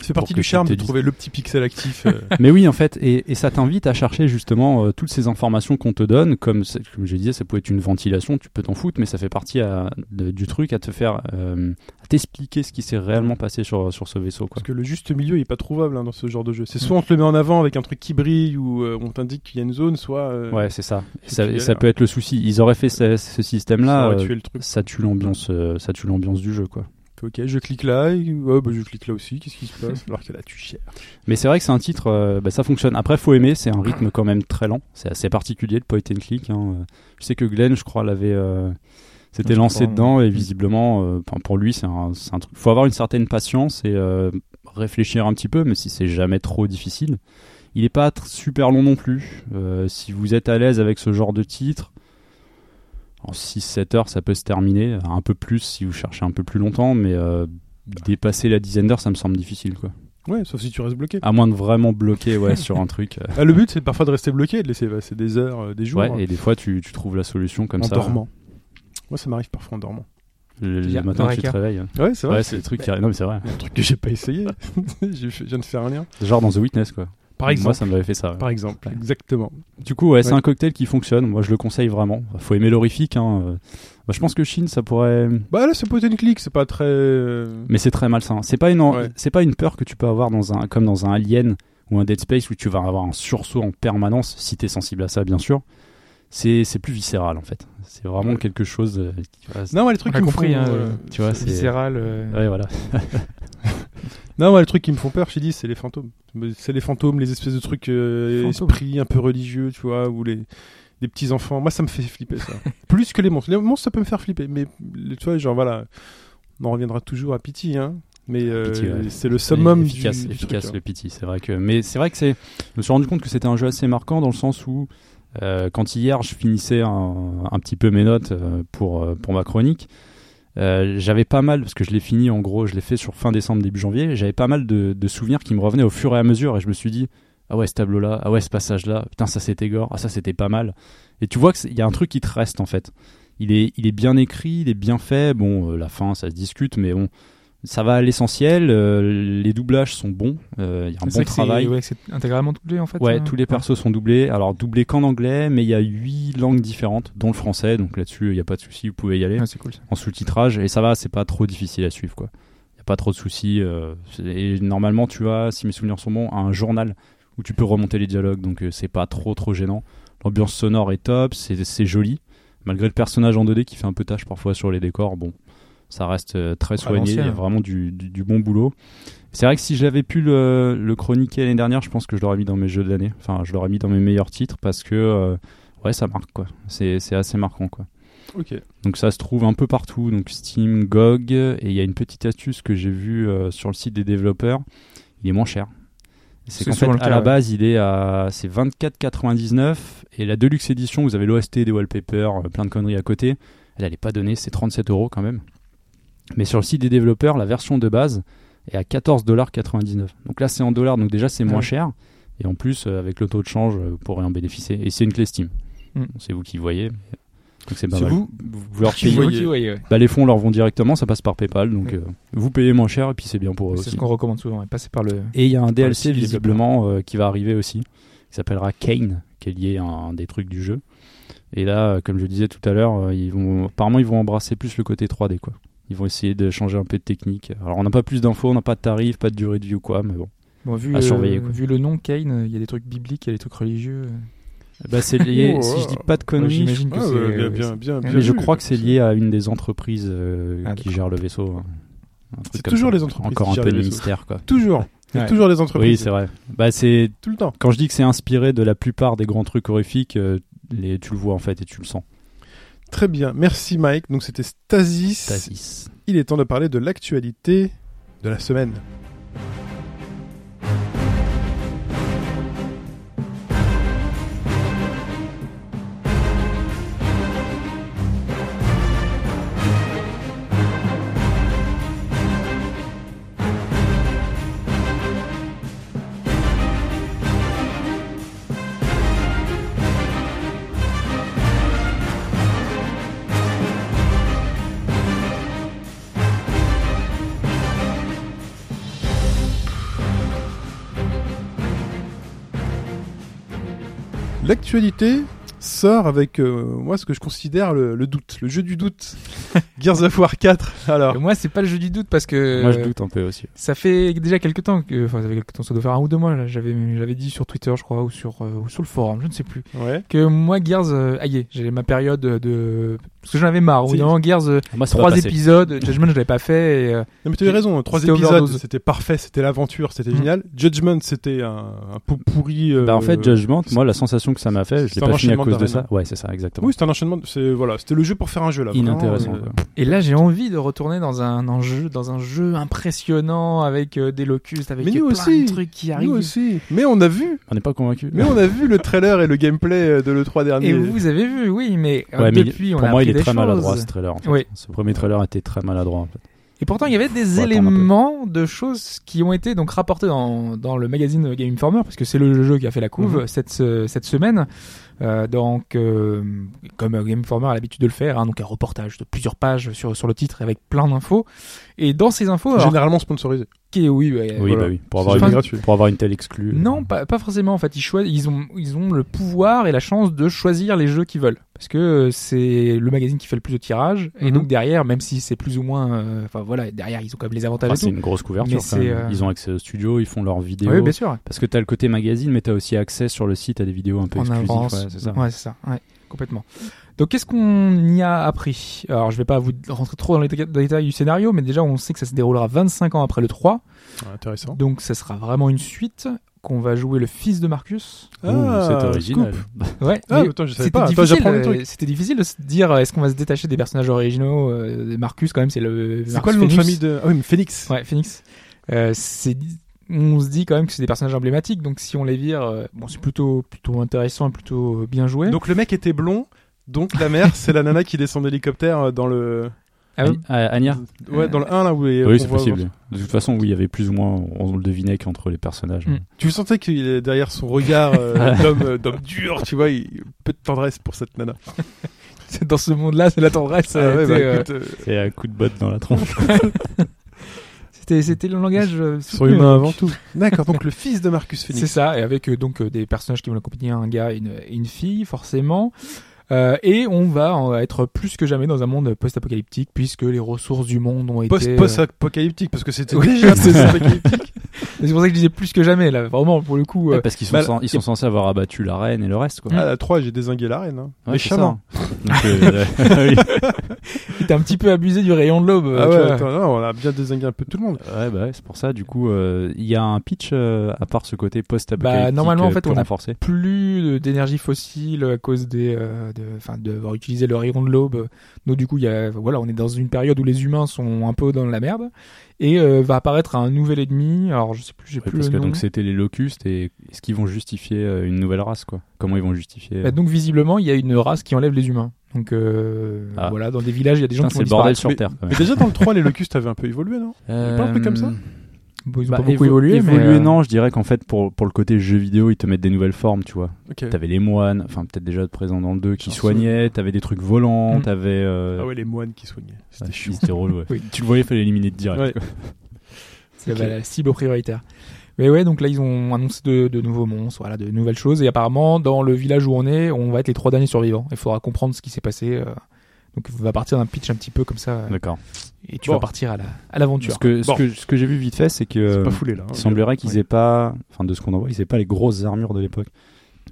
C'est partie
pour
du
que tu
charme
te
de
dises-
trouver le petit pixel actif. euh,
Mais oui, en fait, et, et ça t'invite à chercher justement euh, toutes ces informations qu'on te donne, comme, c'est- comme je disais, ça peut être une ventilation, tu peux t'en foutre, mais ça fait partie à- de- du truc à te faire, euh, à t'expliquer ce qui s'est réellement passé sur, sur ce vaisseau. Quoi.
Parce que le juste milieu est pas trouvable hein, dans ce genre de jeu. C'est soit on te le met en avant avec un truc qui brille ou euh, on t'indique qu'il y a une zone, soit euh,
Ouais, c'est ça. Et
c'est
ça,
qu'il y
et
a
ça
là.
peut être le souci. Ils auraient fait ce,
ça
ce système-là,
aurait
euh,
tué le truc.
ça tue l'ambiance, euh, ça tue l'ambiance du jeu, quoi.
Ok, je clique là, et- ouais, bah, je clique là aussi, qu'est-ce qui se passe Alors que là, tu cherches.
Mais c'est vrai que c'est un titre, euh, bah, ça fonctionne. Après, faut aimer, c'est un rythme quand même très lent. C'est assez particulier le point and click. hein. Euh, Je sais que Glenn, je crois, l'avait. euh, s'était
Je
lancé
crois,
dedans et visiblement, euh, enfin, pour lui, c'est un, c'est un truc. faut avoir une certaine patience et euh, réfléchir un petit peu, mais si c'est jamais trop difficile. Il n'est pas tr- super long non plus. Euh, si vous êtes à l'aise avec ce genre de titre, en 6-7 heures, ça peut se terminer. Un peu plus si vous cherchez un peu plus longtemps, mais euh, dépasser la dizaine d'heures, ça me semble difficile. quoi.
Ouais, sauf si tu restes bloqué.
À moins de vraiment bloquer ouais, sur un truc. euh,
Ah, le but, c'est parfois de rester bloqué, et de laisser passer des heures, euh, des jours,
ouais,
hein,
et des fois, tu, tu trouves la solution comme
en
ça.
dormant. Moi, ça m'arrive parfois en dormant.
Le, le
Il y a
matin,
un
tu te
hacker.
réveilles. hein.
Ouais, c'est vrai.
Ouais, c'est le truc qui arrive. Non, mais c'est vrai.
Un truc que j'ai pas essayé. J'ai fait- je viens de faire un lien.
Genre dans The Witness, quoi.
Par
Moi,
exemple.
ça m'avait fait ça. ouais.
Par exemple, exactement.
Du coup, ouais, c'est
Ouais.
un cocktail qui fonctionne. Moi, je le conseille vraiment. Faut aimer l'horrifique. Hein. Euh, bah, je pense que Shin, ça pourrait.
Bah là, c'est pot and click, c'est pas très. euh,
Mais c'est très malsain. C'est pas une, en-
Ouais.
c'est pas une peur que tu peux avoir dans un, comme dans un Alien ou un Dead Space où tu vas avoir un sursaut en permanence si t'es sensible à ça, bien sûr. C'est, c'est plus viscéral en fait. C'est vraiment
Ouais.
quelque chose. euh, qui va-
Non, ouais, les trucs
On a
qui me
compris,
font.
hein,
euh,
tu vois, c'est.
viscéral. euh,
Ouais, voilà.
Non, ouais, les trucs qui me font peur, je te dis, c'est les fantômes. C'est les fantômes, les espèces de trucs euh,
Fantômes.
esprits un peu religieux, tu vois, ou les des petits enfants. Moi, ça me fait flipper ça. Plus que les monstres. Les monstres, ça peut me faire flipper, mais les- tu vois, genre voilà, on en reviendra toujours à Pity, hein. Mais euh,
Pity, ouais.
c'est le summum
efficace,
du, du
efficace
truc,
le
hein.
pity. C'est vrai que, mais c'est vrai que c'est. Je me suis rendu compte que c'était un jeu assez marquant dans le sens où euh, quand hier je finissais un, un petit peu mes notes euh, pour euh, pour ma chronique, euh, j'avais pas mal parce que je l'ai fini en gros, je l'ai fait sur fin décembre début janvier. J'avais pas mal de, de souvenirs qui me revenaient au fur et à mesure et je me suis dit ah ouais ce tableau là, ah ouais ce passage là, putain ça c'était gore, ah ça c'était pas mal. Et tu vois qu'il y a un truc qui te reste en fait. Il est, il est bien écrit, il est bien fait. Bon, euh, la fin, ça se discute, mais bon, Ça va à l'essentiel, euh, les doublages sont bons, euh, il y a
C'est vrai
un bon
que c'est-
travail.
ouais, c'est intégralement doublé en fait.
Ouais,
euh,
tous les persos sont doublés. Alors doublés qu'en anglais, mais il y a huit langues différentes, dont le français. Donc là-dessus, il n'y a pas de souci, vous pouvez y aller
Ouais, c'est cool. ça.
en sous-titrage. Et ça va, c'est pas trop difficile à suivre, quoi. Il n'y a pas trop de soucis. euh, c'est- et normalement, tu as, si mes souvenirs sont bons, un journal où tu peux remonter les dialogues. Donc euh, c'est pas trop trop gênant. L'ambiance sonore est top, c'est c'est joli. Malgré le personnage en 2D qui fait un peu tâche parfois sur les décors, bon, ça reste euh, très soigné. Il y a
l'ancienne.
vraiment du, du- du bon boulot. C'est vrai que si j'avais pu le, le chroniquer l'année dernière, je pense que je l'aurais mis dans mes jeux de l'année. Enfin, je l'aurais mis dans mes meilleurs titres parce que, euh, ouais, ça marque quoi. C'est c'est assez marquant quoi.
Ok.
Donc ça se trouve un peu partout, donc Steam, GOG, et il y a une petite astuce que j'ai vue euh, sur le site des développeurs, il est moins cher. C'est
C'est
qu'en fait,
souvent le
à
cas,
la
ouais.
base, il est à c'est 24,99 et la Deluxe Edition, vous avez l'OST, des wallpapers, euh, plein de conneries à côté. Elle n'est pas donnée, c'est 37 euros quand même. Mais sur le site des développeurs, la version de base est à 14,99 Donc là, c'est en dollars, donc déjà c'est
Ah
moins
oui.
cher. Et en plus, euh, avec le taux de change, euh, vous pourrez en bénéficier. Et c'est une clé Steam.
Mm.
C'est vous qui voyez. Donc c'est pas
C'est
mal.
vous
vous leur
qui
payez-
voyez.
Oui, oui, oui.
bah, les fonds leur vont directement, ça passe par PayPal, donc
Oui.
euh, vous payez moins cher et puis c'est bien pour eux
C'est ce
aussi.
qu'on recommande souvent, ouais, passer par le.
Et il y a un DLC
site des
visiblement euh, qui va arriver aussi, qui s'appellera Kane, qui est lié à un des trucs du jeu. Et là, euh, comme je le disais tout à l'heure, euh, ils vont, apparemment ils vont embrasser plus le côté 3D quoi. Ils vont essayer de changer un peu de technique. Alors on n'a pas plus d'infos, on n'a pas de tarif, pas de durée de vie ou quoi, mais bon.
Bon, vu, euh,
À surveiller, quoi.
vu le nom Kane, il y a des trucs bibliques, il y a des trucs religieux.
Bah, c'est lié,
Oh,
si je dis pas de
Ouais,
conneries,
J'imagine que
Ah,
c'est.
ouais, bien,
ouais,
bien,
c'est-
bien, bien
mais je
vu.
crois que c'est lié à une des entreprises euh,
Ah,
qui
d'accord.
gère le vaisseau. hein. Un truc
C'est
comme
toujours
ça.
les entreprises
Encore
qui
un
gèrent
peu
les
de
vaisseaux.
mystère quoi.
Toujours. Il y a
Ouais.
toujours les
Oui,
entreprises.
c'est vrai. Bah, c'est
Tout le temps.
quand je dis que c'est inspiré de la plupart des grands trucs horrifiques, euh, les, tu le vois en fait et tu le sens.
Très bien. Merci Mike. Donc c'était Stasis.
Stasis.
Il est temps de parler de l'actualité de la semaine. L'actualité sort avec euh, moi ce que je considère le, le doute, le jeu du doute. Gears of War 4. Alors,
Et Moi, c'est pas le jeu du doute parce que.
Moi je
Euh,
doute un peu aussi.
Ça fait déjà quelques temps que, enfin, ça fait quelques temps, ça doit faire un ou deux mois, là. J'avais, j'avais dit sur Twitter, je crois, ou sur, euh, ou sur le forum, je ne sais plus,
ouais.
que moi, Gears, euh, aïe, j'avais ma période de, parce que j'en avais marre. Au bout
Si.
d'un moment, Gears, euh,
Moi c'est
trois épisodes, Judgment, je l'avais pas fait, et, euh,
Non mais tu as eu raison, hein, trois
C'était
épisodes,
overdose.
c'était parfait, c'était l'aventure, c'était
Mm.
génial. Judgment, c'était un, un pot pourri. euh,
bah, en fait, Judgment, moi la sensation que ça m'a fait, je
c'est
l'ai
un
pas fini à
enchaînement
cause de
d'arènes.
ça. Ouais, c'est ça, exactement.
Oui, c'était un enchaînement. de- C'est voilà, c'était le jeu pour faire un jeu là. vraiment,
Inintéressant.
euh,
quoi.
et là, j'ai envie de retourner dans un enjeu, dans un jeu impressionnant avec euh, des locustes, avec
Mais nous
plein
aussi.
de trucs qui
Nous
arrivent.
aussi. Mais on a vu,
On n'est pas convaincu.
mais on a vu le trailer et le gameplay euh, de le 3 dernier.
Et vous avez vu, oui, mais, euh,
Ouais, mais
depuis, on
pour
a
moi,
appris
il est
des
très maladroit
choses.
ce trailer. en fait.
Oui.
Ce premier trailer était très maladroit. En fait.
Et pourtant, il y avait des
Faut attendre un peu.
éléments de choses qui ont été donc rapportés dans, dans le magazine Game Informer, parce que c'est le jeu qui a fait la couve
Mhm.
cette, euh, cette semaine. Euh, donc, euh, comme Game Informer a l'habitude de le faire, hein, donc un reportage de plusieurs pages sur, sur le titre avec plein d'infos. Et dans ces infos, alors,
Généralement sponsorisé.
qui est- oui, ouais,
Oui,
voilà.
bah oui. Pour
C'est
avoir,
jamais
une,
gratuit.
pour avoir une telle exclue.
Non, pas, pas forcément. En fait, ils, choi- ils, ont, ils ont le pouvoir et la chance de choisir les jeux qu'ils veulent. Parce que euh, c'est le magazine qui fait le plus de tirages. Et
Mhm.
donc, derrière, même si c'est plus ou moins. euh, Enfin, voilà, derrière, ils ont quand même les avantages.
Enfin,
et tout.
c'est une grosse couverture.
Mais
quand
c'est,
même.
euh, Ah
Ils ont accès au studio, ils font leurs vidéos.
Oui, bien sûr.
Parce que t'as le côté magazine, mais t'as aussi accès sur le site à des vidéos un peu
en
exclusives.
avance.
ouais, c'est ça.
Ouais, c'est ça. Ouais, complètement. Donc, qu'est-ce qu'on y a appris Alors, je vais pas vous rentrer trop dans les déca- détails du scénario, mais déjà, on sait que ça se déroulera 25 ans après le 3.
intéressant.
Donc, ça sera vraiment une suite qu'on va jouer le fils de Marcus.
Oh,
Ah,
c'est original.
scoop.
Ouais.
Ah,
mais
attends, je savais
C'était
pas. Attends,
difficile,
j'apprends des
euh,
trucs.
c'était difficile de se dire euh, est-ce qu'on va se détacher des personnages originaux euh, Marcus quand même c'est le
C'est
Marcus
quoi le nom de famille
Phoenix.
de Ah oui, mais Phoenix.
Ouais, Phoenix. Euh, c'est on se dit quand même que c'est des personnages emblématiques donc si on les vire euh, bon c'est plutôt plutôt intéressant et plutôt euh, bien joué.
Donc le mec était blond. Donc la mère, c'est la nana qui descend d'hélicoptère euh, dans le
Ah oui.
Ah, Anya
ouais dans le 1 là où il- on
Oui, c'est
voit-
possible. De toute façon, oui, il y avait plus ou moins, on le devinait qu'entre les personnages.
Mm.
Tu sentais qu'il est derrière son regard euh, d'homme euh, d'homme dur, tu vois, il peu de tendresse pour cette nana.
C'est dans ce monde-là, c'est la tendresse. ça a
Ah ouais,
été,
bah,
euh,
écoute, euh,
C'est un coup de botte dans la tronche.
C'était c'était le langage euh, soutenu,
humain
donc.
avant tout. D'accord, donc le fils de Marcus
C'est
Phoenix.
ça, et avec euh, donc euh, des personnages qui vont l'accompagner, un gars et une, et une fille, forcément. Euh, et on va en être plus que jamais dans un monde post-apocalyptique, puisque les ressources du monde ont été...
Post-
euh,
Post-apocalyptique, parce que c'était
Oui,
déjà
c'est ça.
post-apocalyptique.
C'est pour ça que je disais plus que jamais, là, vraiment, pour le coup. euh,
Ouais, parce qu'ils sont,
bah,
cen- ils sont censés avoir abattu la reine et le reste,
Mm.
quoi.
Ah, la 3, j'ai désingué la reine. Hein.
Ouais,
Les
c'est
chamans.
ça. Donc, euh, euh, oui.
T'es un petit peu abusé du rayon de l'aube. euh,
Ah
tu
ouais,
vois.
attends, non, on a bien désingué un peu tout le monde.
Ouais, bah ouais, c'est pour ça. Du coup, euh, il y a un pitch euh, à part ce côté post-apocalyptique.
Bah, normalement, en
euh,
fait,
peu
on a-
renforcé.
plus de- d'énergie fossile à cause des, euh, de, enfin, d'avoir utilisé le rayon de l'aube. Donc du coup, il y a, voilà, on est dans une période où les humains sont un peu dans la merde et euh, va apparaître un nouvel ennemi. Alors je sais plus, j'ai
Ouais,
plus
parce
le
que
nom.
donc c'était les locustes et est-ce qu'ils vont justifier euh, une nouvelle race quoi Comment ils vont justifier euh,
Bah, donc visiblement, il y a une race qui enlève les humains. Donc euh,
Ah.
voilà, dans des villages, il y a des gens
putain,
qui
c'est
vont
le bordel
disparaître.
sur
mais-
terre quand
Mais
même.
déjà dans le 3, les locustes avaient un peu évolué, non y a pas un truc comme ça
Bon, ils ont
Bah,
pas beaucoup
évo-
évolué, mais,
évolué,
euh,
non, je dirais qu'en fait pour pour le côté jeu vidéo, ils te mettent des nouvelles formes, tu vois.
Ok.
T'avais les moines, enfin peut-être déjà présents dans le 2 qui
Genre,
soignaient, t'avais des trucs volants,
Mm.
t'avais euh,
Ah ouais, les moines qui soignaient. C'était
ouais,
chiant.
c'était relou, ouais.
Oui.
Tu le voyais, fallait l'éliminer direct.
Ouais.
C'est la- la cible prioritaire. Mais ouais, donc là, ils ont annoncé de, de nouveaux monstres, voilà, de nouvelles choses. Et apparemment, dans le village où on est, on va être les trois derniers survivants. Il faudra comprendre ce qui s'est passé. euh. Donc, on va partir d'un pitch un petit peu comme ça. euh,
D'accord.
Et tu
Bon.
vas partir à la- à
Ce
l'aventure.
que, ce
Bon.
que ce que j'ai vu vite fait, c'est que
C'est
euh,
pas foulé là. hein.
Il semblerait qu'ils
ouais.
aient pas, enfin de ce qu'on en voit, ils aient pas les grosses armures de l'époque.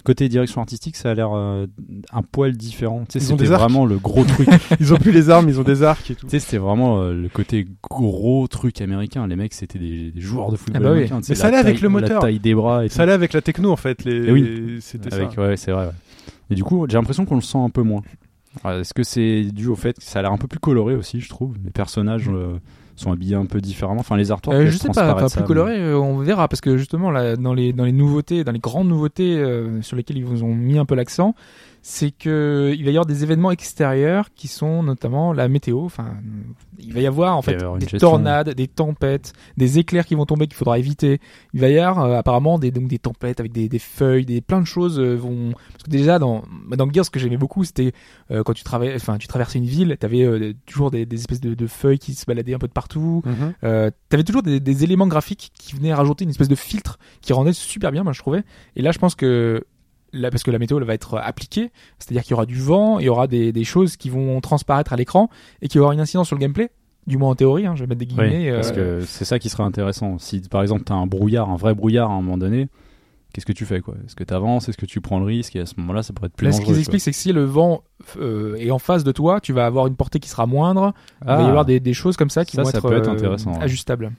Côté direction artistique, ça a l'air euh, un poil différent. Tu sais,
Ils ont
c'était
des arcs.
vraiment le gros truc.
Ils ont plus les armes, ils ont des arcs et tout.
tu sais, c'était vraiment euh, le côté gros truc américain. Les mecs, c'était des, des joueurs de football
Ah bah oui.
américain. tu sais,
Mais ça
la
allait avec
taille-
le moteur.
La taille des bras et
Ça allait avec la techno en fait. Les...
Eh oui.
C'était
tout. Avec-
ça.
ouais, c'est vrai. ouais. Et du coup, j'ai l'impression qu'on le sent un peu moins. Alors, Est-ce que c'est dû au fait que ça a l'air un peu plus coloré aussi, je trouve. Les personnages
Mm.
euh, sont habillés un peu différemment. Enfin, les artworks.
Euh,
laissent
je sais pas,
transparaître
enfin,
ça,
plus
mais-
coloré, euh, on verra, parce que justement, là, dans les, dans les nouveautés, dans les grandes nouveautés euh, sur lesquelles ils vous ont mis un peu l'accent, c'est que il va y avoir des événements extérieurs qui sont notamment la météo. Enfin, il va y avoir en
Il va y
fait
avoir une
des
gestion.
tornades, des tempêtes, des éclairs qui vont tomber qu'il faudra éviter. Il va y avoir euh, apparemment des, donc des tempêtes avec des, des feuilles, des plein de choses euh, vont. Parce que déjà dans bah, dans Gears, ce que j'aimais beaucoup, c'était euh, quand tu traversais, enfin, tu traversais une ville, t'avais euh, des- toujours des, des espèces de, de feuilles qui se baladaient un peu de partout.
Mhm.
Euh, t'avais toujours des, des éléments graphiques qui venaient rajouter une espèce de filtre qui rendait super bien, moi je trouvais. Et là, je pense que là, parce que la météo elle va être euh, appliquée, c'est-à-dire qu'il y aura du vent, il y aura des, des choses qui vont transparaître à l'écran et qui aura une incidence sur le gameplay. Du moins en théorie, hein, je vais mettre des
Oui,
guillemets. euh,
parce que c'est ça qui serait intéressant. Si par exemple tu as un brouillard, un vrai brouillard à un moment donné, qu'est-ce que tu fais quoi Est-ce que tu avances Est-ce que tu prends le risque Et à ce moment-là, ça pourrait être plus
Là, ce
dangereux.
qu'ils
quoi.
expliquent, c'est que si le vent euh, est en face de toi, tu vas avoir une portée qui sera moindre. Il va y
Ah.
avoir des, des choses comme ça qui
Ça,
vont
ça
être,
peut être
euh,
intéressant, ouais.
ajustables.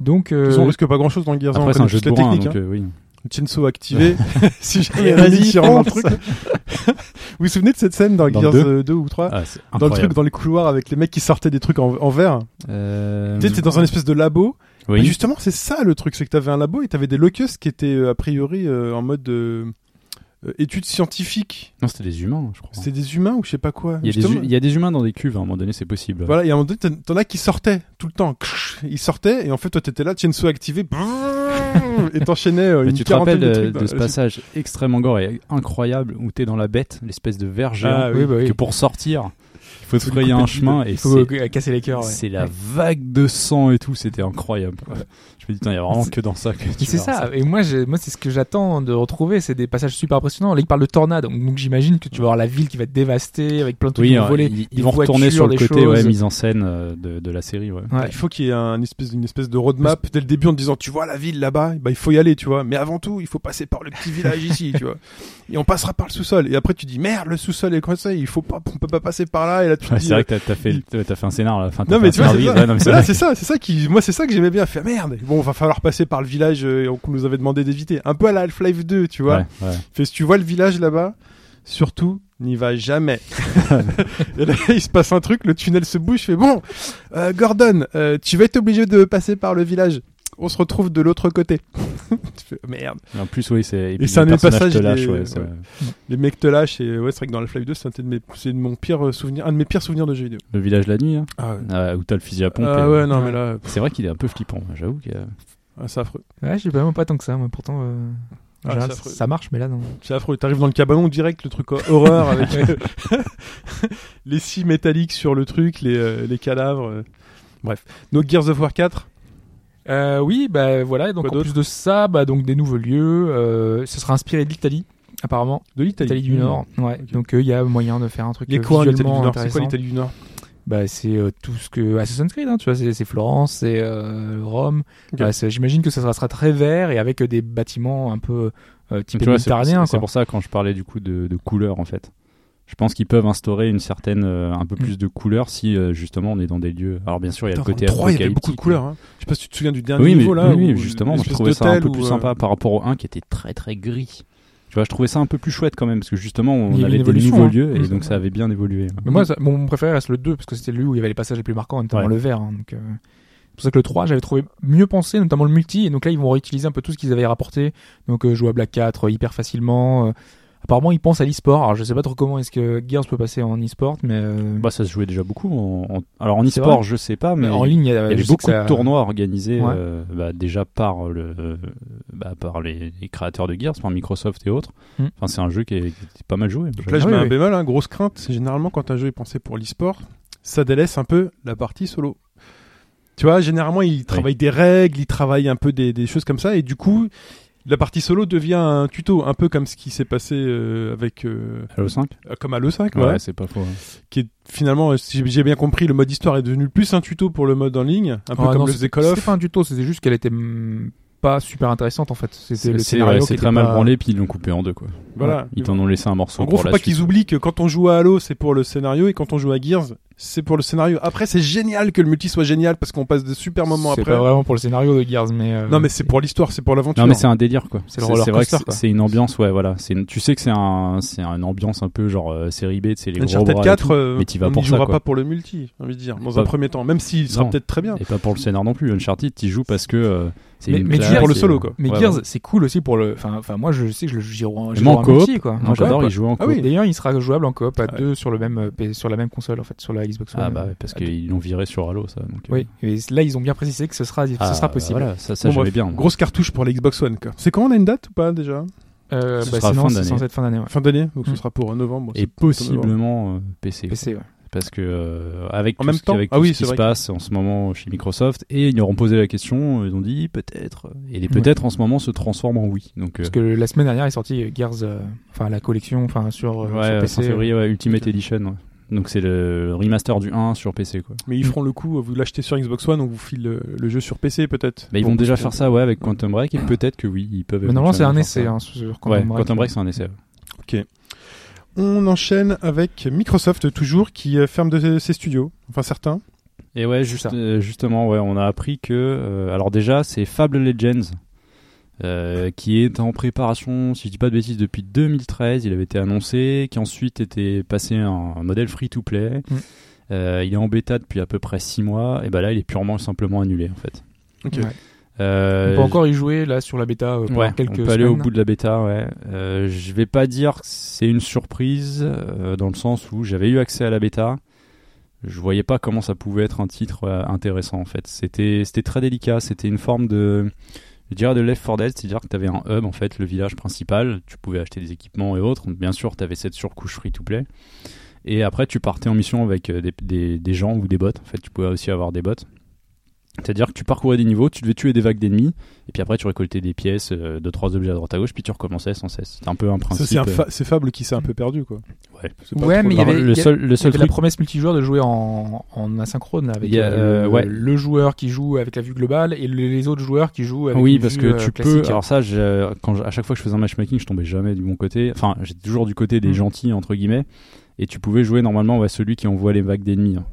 Donc,
De toute
euh,
façon, on risque pas grand chose dans le Gears.
Après,
on
c'est un
connaît
jeu
juste
de
la
bourrin,
technique.
donc
hein.
euh, oui.
Le Chainsaw activé. si jamais
vas-y,
vas-y, tire dans le
fonce.
truc. vous vous souvenez de cette scène dans,
Dans
Gears
deux
2 ou 3
Ah, c'est
hein. Dans le
incroyable.
truc, dans les couloirs avec les mecs qui sortaient des trucs en, en verre.
Euh,
Tu sais, t'es dans un espèce de labo.
oui.
Et Bah, justement, c'est ça le truc, c'est que t'avais un labo et t'avais des locustes qui étaient euh, a priori euh, en mode euh, euh, études scientifiques.
Non, c'était des humains, je crois.
C'était des humains ou je sais pas quoi.
Il y, a des,
Justement.
hu- il y a des humains dans des cuves, à un moment donné, c'est possible.
Voilà, et à un moment donné, t'en- t'en as qui sortaient tout le temps. Ils sortaient, et en fait, toi, t'étais là, Chainsaw activé, et t'enchaînais euh,
Mais
une
tu te rappelles
quarantaine de
euh,
trucs. bah,
de,
dans-
ce passage extrêmement gore et incroyable où t'es dans la bête, l'espèce de verre géant,
Ah,
oui, bah oui.
que pour sortir, il faut se
lui
frayer
couper
un
le
chemin et
il faut
c'est
euh, casser les cœurs. ouais.
C'est la vague de sang et tout, c'était incroyable. quoi. Je me dis, putain, il y a vraiment
C'est-
que dans ça que tu
Mais c'est
verras
ça. Et moi, j'ai- moi, c'est ce que j'attends de retrouver. C'est des passages super impressionnants. Là, il parle de tornade. Donc, donc j'imagine que tu vas avoir la ville qui va être dévastée avec plein de trucs
Oui,
qui vont
euh,
voler.
ils, ils
des
vont retourner
voitures,
sur le
des
côté ouais,
choses.
mise en scène euh, de, de la série. Ouais.
Ouais.
Il faut qu'il y ait un espèce, une espèce de roadmap dès le début en te disant, tu vois la ville là-bas, bah, il faut y aller, tu vois. Mais avant tout, il faut passer par le petit village ici, tu vois. Et on passera par le sous-sol. Et après, tu dis, merde, le sous-sol est coincé, il faut pas, on peut pas passer par là. Et là, tu te
Ouais,
dis, euh,
c'est vrai que t'as, t'as fait, t'as t'as fait un scénar là. Enfin,
Non
t'as fait
mais
un
tu vois,
scénar
c'est
vide.
ça.
Ouais, non, mais c'est
Voilà,
vrai.
c'est ça, c'est ça qui, moi c'est ça que j'aimais bien. Faire merde. Bon, va falloir passer par le village euh, qu'on nous avait demandé d'éviter. Un peu à la Half-Life 2, tu vois.
Ouais, ouais.
Fait, si tu vois le village là-bas, surtout, n'y va jamais. et là, il se passe un truc, le tunnel se bouge, fait bon, euh, Gordon, euh, tu vas être obligé de passer par le village. On se retrouve de l'autre côté. tu fais, merde.
Mais En plus, oui, c'est.
c'est un des passages
te
des-
lâche, ouais, c'est-
ouais. Les mecs te lâchent et ouais, c'est vrai que dans Half-Life 2, c'est un de mes, c'est mon pire euh, souvenir, un de mes pires souvenirs de jeux vidéo.
Le village la nuit, hein,
Ah ouais.
euh, où t'as le fusil à pompe. et-
Ah ouais, non, mais là, pff,
C'est vrai qu'il est un peu flippant, hein, j'avoue. Que...
ah, c'est affreux.
Ouais, j'ai vraiment pas tant que ça. Moi, pourtant, euh, en
Ah,
général,
c'est affreux.
ça marche, mais là, non.
C'est affreux. T'arrives dans le cabanon direct, le truc hor- horreur avec euh, les scies métalliques sur le truc, les, euh, les cadavres. euh. Bref. Donc Gears of War 4,
Euh, oui, bah voilà. Donc
Quoi
en
d'autre
plus de ça, bah donc des nouveaux lieux. euh, ce sera inspiré de l'Italie, apparemment.
De l'Italie.
L'Italie
Mmh.
du Nord. Ouais.
Ok.
Donc euh, il y a moyen de faire un truc.
Il y a
euh,
quoi l'Italie du
visuellement
Nord C'est quoi
intéressant.
l'Italie du Nord
Bah c'est euh, tout ce que Assassin's Creed. hein, tu vois, c'est c'est Florence, c'est euh, Rome.
Ok.
Bah, c'est- J'imagine que ça sera, sera très vert et avec des bâtiments un peu euh, type
Tu vois, c'est-
méditerranéen.
c'est- C'est
quoi.
pour ça quand je parlais du coup de, de couleurs en fait. Je pense qu'ils peuvent instaurer une certaine, euh, un peu plus de couleurs si euh, justement on est dans des lieux. Alors bien sûr, il y a le
Putain,
côté
3, il y avait beaucoup de
apocalyptique,
couleurs. hein. Je sais pas si tu te souviens du
mais-
dernier
Oui, mais
niveau là.
oui, oui,
où
justement, je
l'espèce
trouvais ça un
d'hôtel
peu
où,
plus
euh,
sympa par rapport au 1 qui était très très gris. Tu vois, je trouvais ça un peu plus chouette quand même parce que justement
Il y a eu
on
une
avait des
évolution,
nouveaux
hein.
lieux
Mmh.
et donc ça avait bien évolué.
Mais moi, ça- mon préféré reste le 2 parce que c'était lui où il y avait les passages les plus marquants, notamment
Ouais.
le vert. hein, donc, euh, c'est pour ça que le 3, j'avais trouvé mieux pensé, notamment le multi. Et donc là, ils vont réutiliser un peu tout ce qu'ils avaient rapporté. Donc, euh, jouable à 4, euh, hyper facilement. euh. apparemment, ils pensent à l'e-sport. Alors, je sais pas trop comment est-ce que Gears peut passer en e-sport, mais euh,
Bah, ça se jouait déjà beaucoup. En, en- Alors en
C'est
e-sport,
vrai
je sais pas, mais
en ligne, il y, a,
il y avait
je sais que
beaucoup
ça-
de tournois organisés
Ouais.
euh, bah, déjà par le euh, bah, par les, les créateurs de Gears, par Microsoft et autres.
Mm.
Enfin, c'est un jeu qui est, qui est pas mal joué.
Donc là, je
Ah
mets
oui,
un
oui.
bémol, hein, grosse crainte. C'est généralement quand un jeu est pensé pour l'e-sport, ça délaisse un peu la partie solo. Tu vois, généralement, ils travaillent des règles, ils travaillent un peu des, des choses comme ça, et du coup, la partie solo devient un tuto, un peu comme ce qui s'est passé euh, avec, euh,
Halo 5
comme à l'E5,
Ouais,
ouais,
c'est pas faux. hein. ouais.
qui est finalement, euh, si j'ai bien compris, le mode histoire est devenu plus un tuto pour le mode en ligne, un peu comme
Ah non,
le
c'était
faisait Call of.
c'était pas un tuto, c'était juste qu'elle était hum, pas super intéressante en fait. C'était
C'est
le
c'est-
scénario
ouais,
qui
c'est
était
très mal
pas-
branlé, puis ils l'ont coupé en deux. Quoi.
Voilà.
Ils t'en ont laissé un morceau.
En gros,
pour
faut
la
pas
suite.
qu'ils oublient que quand on joue à Halo, c'est pour le scénario, et quand on joue à Gears, c'est pour le scénario. Après, c'est génial que le multi soit génial parce qu'on passe de super moments
C'est
après.
pas vraiment pour le scénario de Gears, mais. euh,
Non, mais c'est pour l'histoire, c'est pour l'aventure.
Non, mais c'est un délire quoi.
C'est le roller
vrai que
coaster,
c'est-
quoi.
c'est une ambiance, ouais, voilà. C'est une- Tu sais que c'est un, c'est une ambiance un peu genre euh, série B, c'est les gros
Uncharted
bras et
4,
tout,
euh,
mais t'y vas
on n'y
pour ça.
jouera
quoi.
pas pour le multi, j'ai envie de dire, dans un
Pas-
premier temps, même s'il sera
Non.
peut-être très bien.
Et pas pour le scénar non plus. Uncharted, t'y joues parce que euh, c'est
Mais-
une
mais
classe, euh,
Gears,
pour le
c'est-
solo, quoi.
Mais
Ouais,
Gears,
ouais.
c'est cool aussi pour le. Enfin, enfin, moi, je sais que je le joue en, je
Même
joue
en
en
coop.
multi, quoi.
Moi, j'adore
coop.
y jouer en
Ah
coop.
oui.
D'ailleurs, il sera jouable en coop à
Ouais.
deux sur le même euh, P- sur la même console en fait, sur la Xbox One.
Ah bah ouais, parce
Ah,
qu'ils l'ont viré sur Halo ça. donc, euh,
Oui. Et là, ils ont bien précisé que ce sera
ah,
ce sera
bah
possible.
voilà, ça, ça
Bon,
j'aimais
bref,
bien.
Grosse cartouche pour la Xbox One. quoi. C'est quand on a une date ou pas déjà
Euh,
Ce
bah,
sera
c'est
fin
non, c'est
d'année.
censé être fin d'année. ouais.
Fin d'année, donc ce
Mm.
sera pour euh, novembre.
Hmm. Et
c'est-
hein.
possiblement euh, PC. quoi.
PC, ouais.
Parce que euh, avec
En
tout
même
ce qui,
temps
avec
Ah
tout
oui,
ce
c'est
qui se
vrai.
passe en ce moment chez Microsoft, et ils leur ont posé la question, ils ont dit peut-être. Et les peut-être en ce moment se transforment en oui. Donc euh,
Parce que la semaine dernière est sorti Gears, euh, enfin la collection, enfin sur, euh,
ouais,
sur
euh,
PC.
fin février, ouais, Ultimate
Ok.
Edition. ouais. Donc c'est le remaster du 1 sur PC quoi.
Mais ils feront le coup, euh, vous l'achetez sur Xbox One, on vous file le, le jeu sur PC peut-être.
Mais ils
Bon,
vont déjà
parce que-
faire ça ouais avec Quantum Break et peut-être que oui ils peuvent.
Ah. Mais normalement, c'est un
éventuellement
essai.
faire ça.
hein, sur Quantum
Ouais,
Break.
Quantum Break c'est un essai. ouais.
On enchaîne avec Microsoft toujours qui euh, ferme de ses studios, enfin certains.
Et ouais,
C'est
juste,
ça.
euh, justement, ouais, on a appris que. euh, alors, déjà, c'est Fable Legends, euh, qui est en préparation, si je dis pas de bêtises, depuis 2013. Il avait été annoncé, qui ensuite était passé en un modèle free-to-play.
Mm.
Euh, il est en bêta depuis à peu près 6 mois. Et bah là, il est purement et simplement annulé, en fait.
Ok.
Ouais.
Euh,
On peut encore y jouer là sur la bêta euh, pendant
Ouais,
quelques
on peut aller au
semaines.
bout de la bêta, ouais. Euh, je vais pas dire que c'est une surprise, euh, dans le sens où j'avais eu accès à la bêta. Je voyais pas comment ça pouvait être un titre euh, intéressant, en fait. C'était c'était très délicat, c'était une forme de... Je dirais de Left 4 Dead, c'est-à-dire que tu avais un hub, en fait, le village principal, tu pouvais acheter des équipements et autres, bien sûr, tu avais cette surcouche free-to-play, et après tu partais en mission avec euh, des, des- des gens ou des bots, en fait, tu pouvais aussi avoir des bots. C'est-à-dire que tu parcourais des niveaux, tu devais tuer des vagues d'ennemis, et puis après, tu récoltais des pièces, euh, deux, trois objets à droite à gauche, puis tu recommençais sans cesse. C'était un peu
Ça,
un principe.
c'est un
euh,
fa- c'est Fable qui s'est un peu perdu quoi.
ouais.
C'est pas
Ouais,
trop
mais il y
grave.
Alors,
avait-
le seul, le
C'est
seul
la
truc.
promesse multijoueur de jouer en, en asynchrone là, avec
Il y a,
euh,
euh, ouais.
le joueur qui joue avec la vue globale et le- les autres joueurs qui jouent avec
Oui,
une
parce
vue,
que
euh,
tu
classique.
peux. Alors, ça, je- quand je- à chaque fois que je faisais un matchmaking, je tombais jamais du bon côté. Enfin, j'étais toujours du côté des
Mm.
gentils, entre guillemets. Et tu pouvais jouer normalement ouais, celui qui envoie les vagues d'ennemis. hein.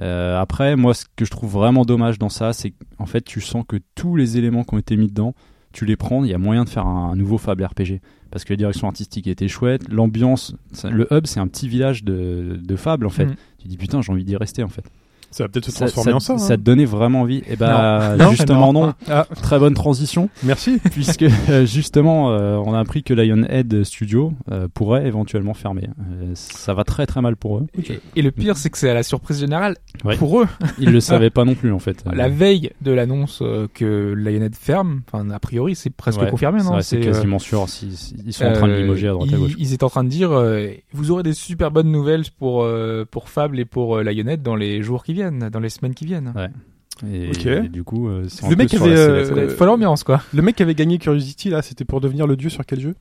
Euh, après, moi, ce que je trouve vraiment dommage dans ça, c'est qu'en fait, tu sens que tous les éléments qui ont été mis dedans, tu les prends, il y a moyen de faire un, un nouveau Fable RPG. Parce que la direction artistique était chouette, l'ambiance, ça- le hub, c'est un petit village de, de Fable, en fait.
Mm.
Tu dis, putain, j'ai envie d'y rester, en fait.
Ça va peut-être se transformer en ça. hein.
te donnait vraiment envie. Et bah,
Non.
justement, non.
Ah,
Très bonne transition,
merci.
puisque euh, justement, euh, on a appris que Lionhead Studio euh, pourrait éventuellement fermer. Euh, ça va très très mal pour eux.
Et, et le pire, c'est que c'est à la surprise générale
Ouais.
pour eux.
Ils le savaient pas non plus, en fait.
Ah. La veille de l'annonce euh, que Lionhead ferme, enfin a priori, c'est presque
Ouais,
confirmé,
c'est
non
vrai, C'est
euh,
quasiment sûr. si- si- ils sont en train de
euh,
limoger à droite à
ils-
gauche.
Ils, étaient en train de dire, euh, vous aurez des super bonnes nouvelles pour euh, pour Fable et pour euh, Lionhead dans les jours qui viennent, dans les semaines qui viennent.
Ouais. Et,
Ok.
et du coup, euh, c'est un
Le
peu
mec
sur
avait,
la
euh,
sellette.
Faut l'ambiance quoi.
Le mec qui avait gagné Curiosity, là, c'était pour devenir le dieu sur quel jeu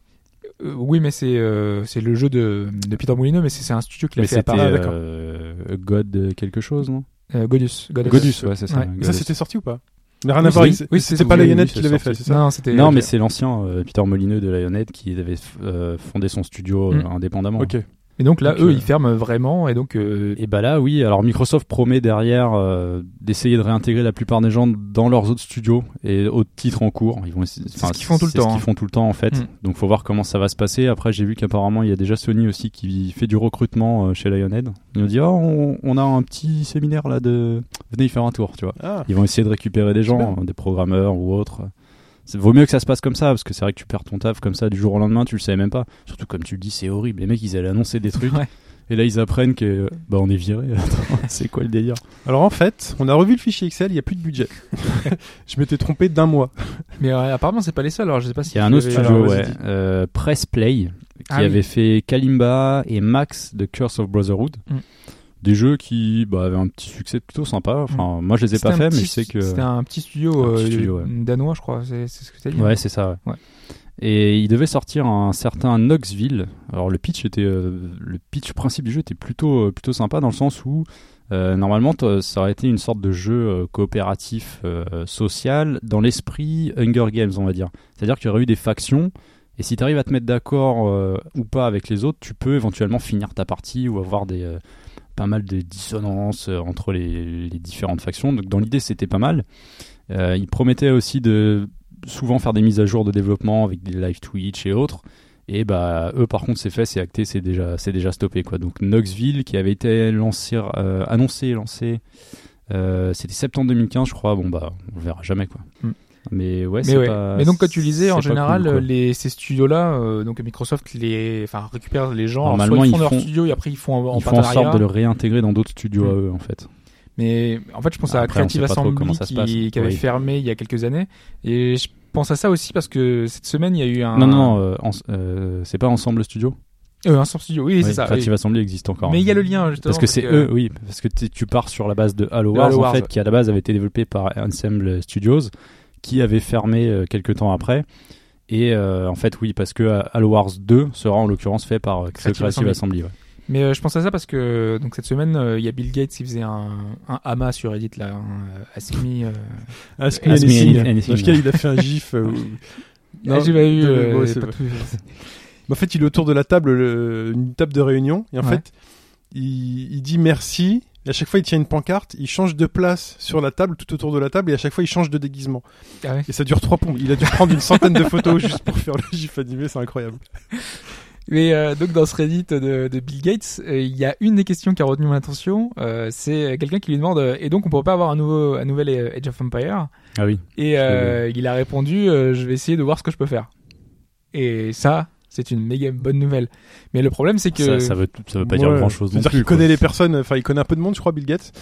Euh, oui, mais c'est euh, c'est le jeu de, de Peter Molyneux, mais c'est c'est un studio qui l'a
Mais
fait à
c'était
Paris. d'accord.
euh, God quelque chose, non
Euh, Godus. Godus.
Godus, ouais, c'est ça.
Ouais.
Et Ça,
Godus.
c'était sorti ou pas Mais rien
Oui,
à voir,
oui,
il-
oui,
c'était
c'est-
pas
oui,
Lionhead
oui,
qui
c'est
l'avait fait,
sorti.
c'est ça
Non, c'était.
Non, mais c'est l'ancien euh, Peter Molineux de Lionhead qui avait euh, fondé son studio euh,
Mm.
indépendamment.
Ok.
Et donc là,
Donc,
eux,
euh,
ils ferment vraiment, et donc euh,
Et bah là, oui, alors Microsoft promet derrière euh, d'essayer de réintégrer la plupart des gens dans leurs autres studios et aux titres en cours. Ils vont essayer-
C'est
enfin,
ce qu'ils font tout le
c'est ce
temps,
qu'ils
hein.
font tout le temps en fait.
Mm.
Donc faut voir comment ça va se passer. Après, j'ai vu qu'apparemment il y a déjà Sony aussi qui fait du recrutement euh, chez Lionhead. Ils nous dit oh, on, on a un petit séminaire là de venez y faire un tour, tu vois.
Ah,
Ils vont essayer de récupérer des gens,
Super.
euh, des programmeurs ou autres. C'est- Vaut mieux que ça se passe comme ça, parce que c'est vrai que tu perds ton taf comme ça du jour au lendemain, tu le savais même pas. Surtout comme tu le dis, c'est horrible. Les mecs, ils allaient annoncer des trucs,
Ouais.
et là ils apprennent que euh, bah on est viré. Attends, c'est quoi le délire
Alors en fait, on a revu le fichier Excel, il n'y a plus de budget. je m'étais trompé d'un mois.
Mais euh, apparemment, c'est pas les seuls. Alors, je sais pas si
Il y a un
tu
autre
l'avais-
studio,
Alors, vas-y,
ouais,
dis.
euh, Press Play, qui
Ah oui.
avait fait Kalimba et Max de Curse of Brotherhood.
Mm.
Des jeux qui bah, avaient un petit succès plutôt sympa. Enfin, moi je les ai
Mm. C'était
pas
un
faits,
petit-
mais je sais que.
C'était un petit studio,
Un petit
euh,
studio, ouais.
danois, je crois. C'est c'est ce que t'as dit. hein.
Ouais, c'est ça. ouais.
Ouais.
Et il devait sortir un certain Knoxville. Alors le pitch était, euh, le pitch principe du jeu était plutôt euh, plutôt sympa dans le sens où euh, normalement t- ça aurait été une sorte de jeu euh, coopératif euh, social dans l'esprit Hunger Games, on va dire. C'est-à-dire qu'il y aurait eu des factions. Et si tu arrives à te mettre d'accord euh, ou pas avec les autres, tu peux éventuellement finir ta partie ou avoir des euh, pas mal de dissonances euh, entre les, les différentes factions. Donc dans l'idée, c'était pas mal. Euh, il promettait aussi de souvent faire des mises à jour de développement avec des live Twitch et autres. Et bah eux par contre c'est fait, c'est acté, c'est déjà c'est déjà stoppé quoi. Donc Knoxville qui avait été lancé euh, annoncé et lancé euh, c'était septembre 2015 je crois. Bon bah on verra jamais quoi.
Hmm.
Mais ouais,
Mais,
c'est
ouais.
pas
mais donc, quand tu
c'est
lisais, en
pas
général,
cool, quoi.
les, ces studios-là, euh, donc Microsoft les, enfin, récupère les gens. Alors,
Normalement,
soit ils
ils
font leur
font-
studio et après ils font en, en
ils font en
partenariat.
sorte de le réintégrer dans d'autres studios à
Hmm.
eux en fait.
Mais en fait, je pense à
Bah, Après, on
Creative
sait pas trop
Assembly
comment ça se passe.
qui, qui avait
Oui.
fermé il y a quelques années. Et je pense à ça aussi parce que cette semaine, il y a eu un.
Non non, euh, en- euh, c'est pas Ensemble Studio.
Euh, un Source studio. Oui,
Oui,
c'est ça.
Creative
oui.
Assembly existe encore. hein.
Mais il y a le lien justement.
Parce que c'est eux, oui, parce que tu tu pars sur la base de Halo
De
Wars,
Halo
en
Wars,
fait,
ouais.
qui à la base avait été développé par Ensemble Studios, qui avait fermé euh, quelques temps après. Et euh, en fait, oui, parce que euh, Halo Wars 2 sera en l'occurrence fait par euh, Creative,
Creative
Assembly. ouais.
Mais euh, je pense à ça parce que euh, donc cette semaine, euh, il y a Bill Gates qui faisait un, un AMA sur Reddit là, un, euh, Ask Me. euh,
Ask
me
me
anything.
anything. Dans lequel il a fait un gif. euh, où- Non,
ah, j'ai pas eu.
de-
euh,
ouais, c'est
pas
vrai.
tout-
Mais en fait, il est autour de la table, le- une table de réunion, et en
Ouais.
fait, il, il dit merci. Et à chaque fois, il tient une pancarte, il change de place sur la table, tout autour de la table, et à chaque fois, il change de déguisement.
Ah ouais.
Et ça dure trois pompes. Il a dû prendre une centaine de photos juste pour faire le gif animé, c'est incroyable.
Mais euh, donc dans ce Reddit de, de Bill Gates, euh, il y a une des questions qui a retenu mon attention. euh, c'est quelqu'un qui lui demande euh, et donc on pourrait pas avoir un nouveau, un nouvel euh, Age of Empire.
Ah oui.
Et euh, il a répondu euh, je vais essayer de voir ce que je peux faire. Et ça, c'est une méga bonne nouvelle. Mais le problème c'est que
Ça, ça veut, ça veut pas dire
Ouais.
grand chose non
C'est-à-dire
plus.
qu'il
quoi.
connaît les personnes, enfin, il connaît un peu de monde, je crois, Bill Gates.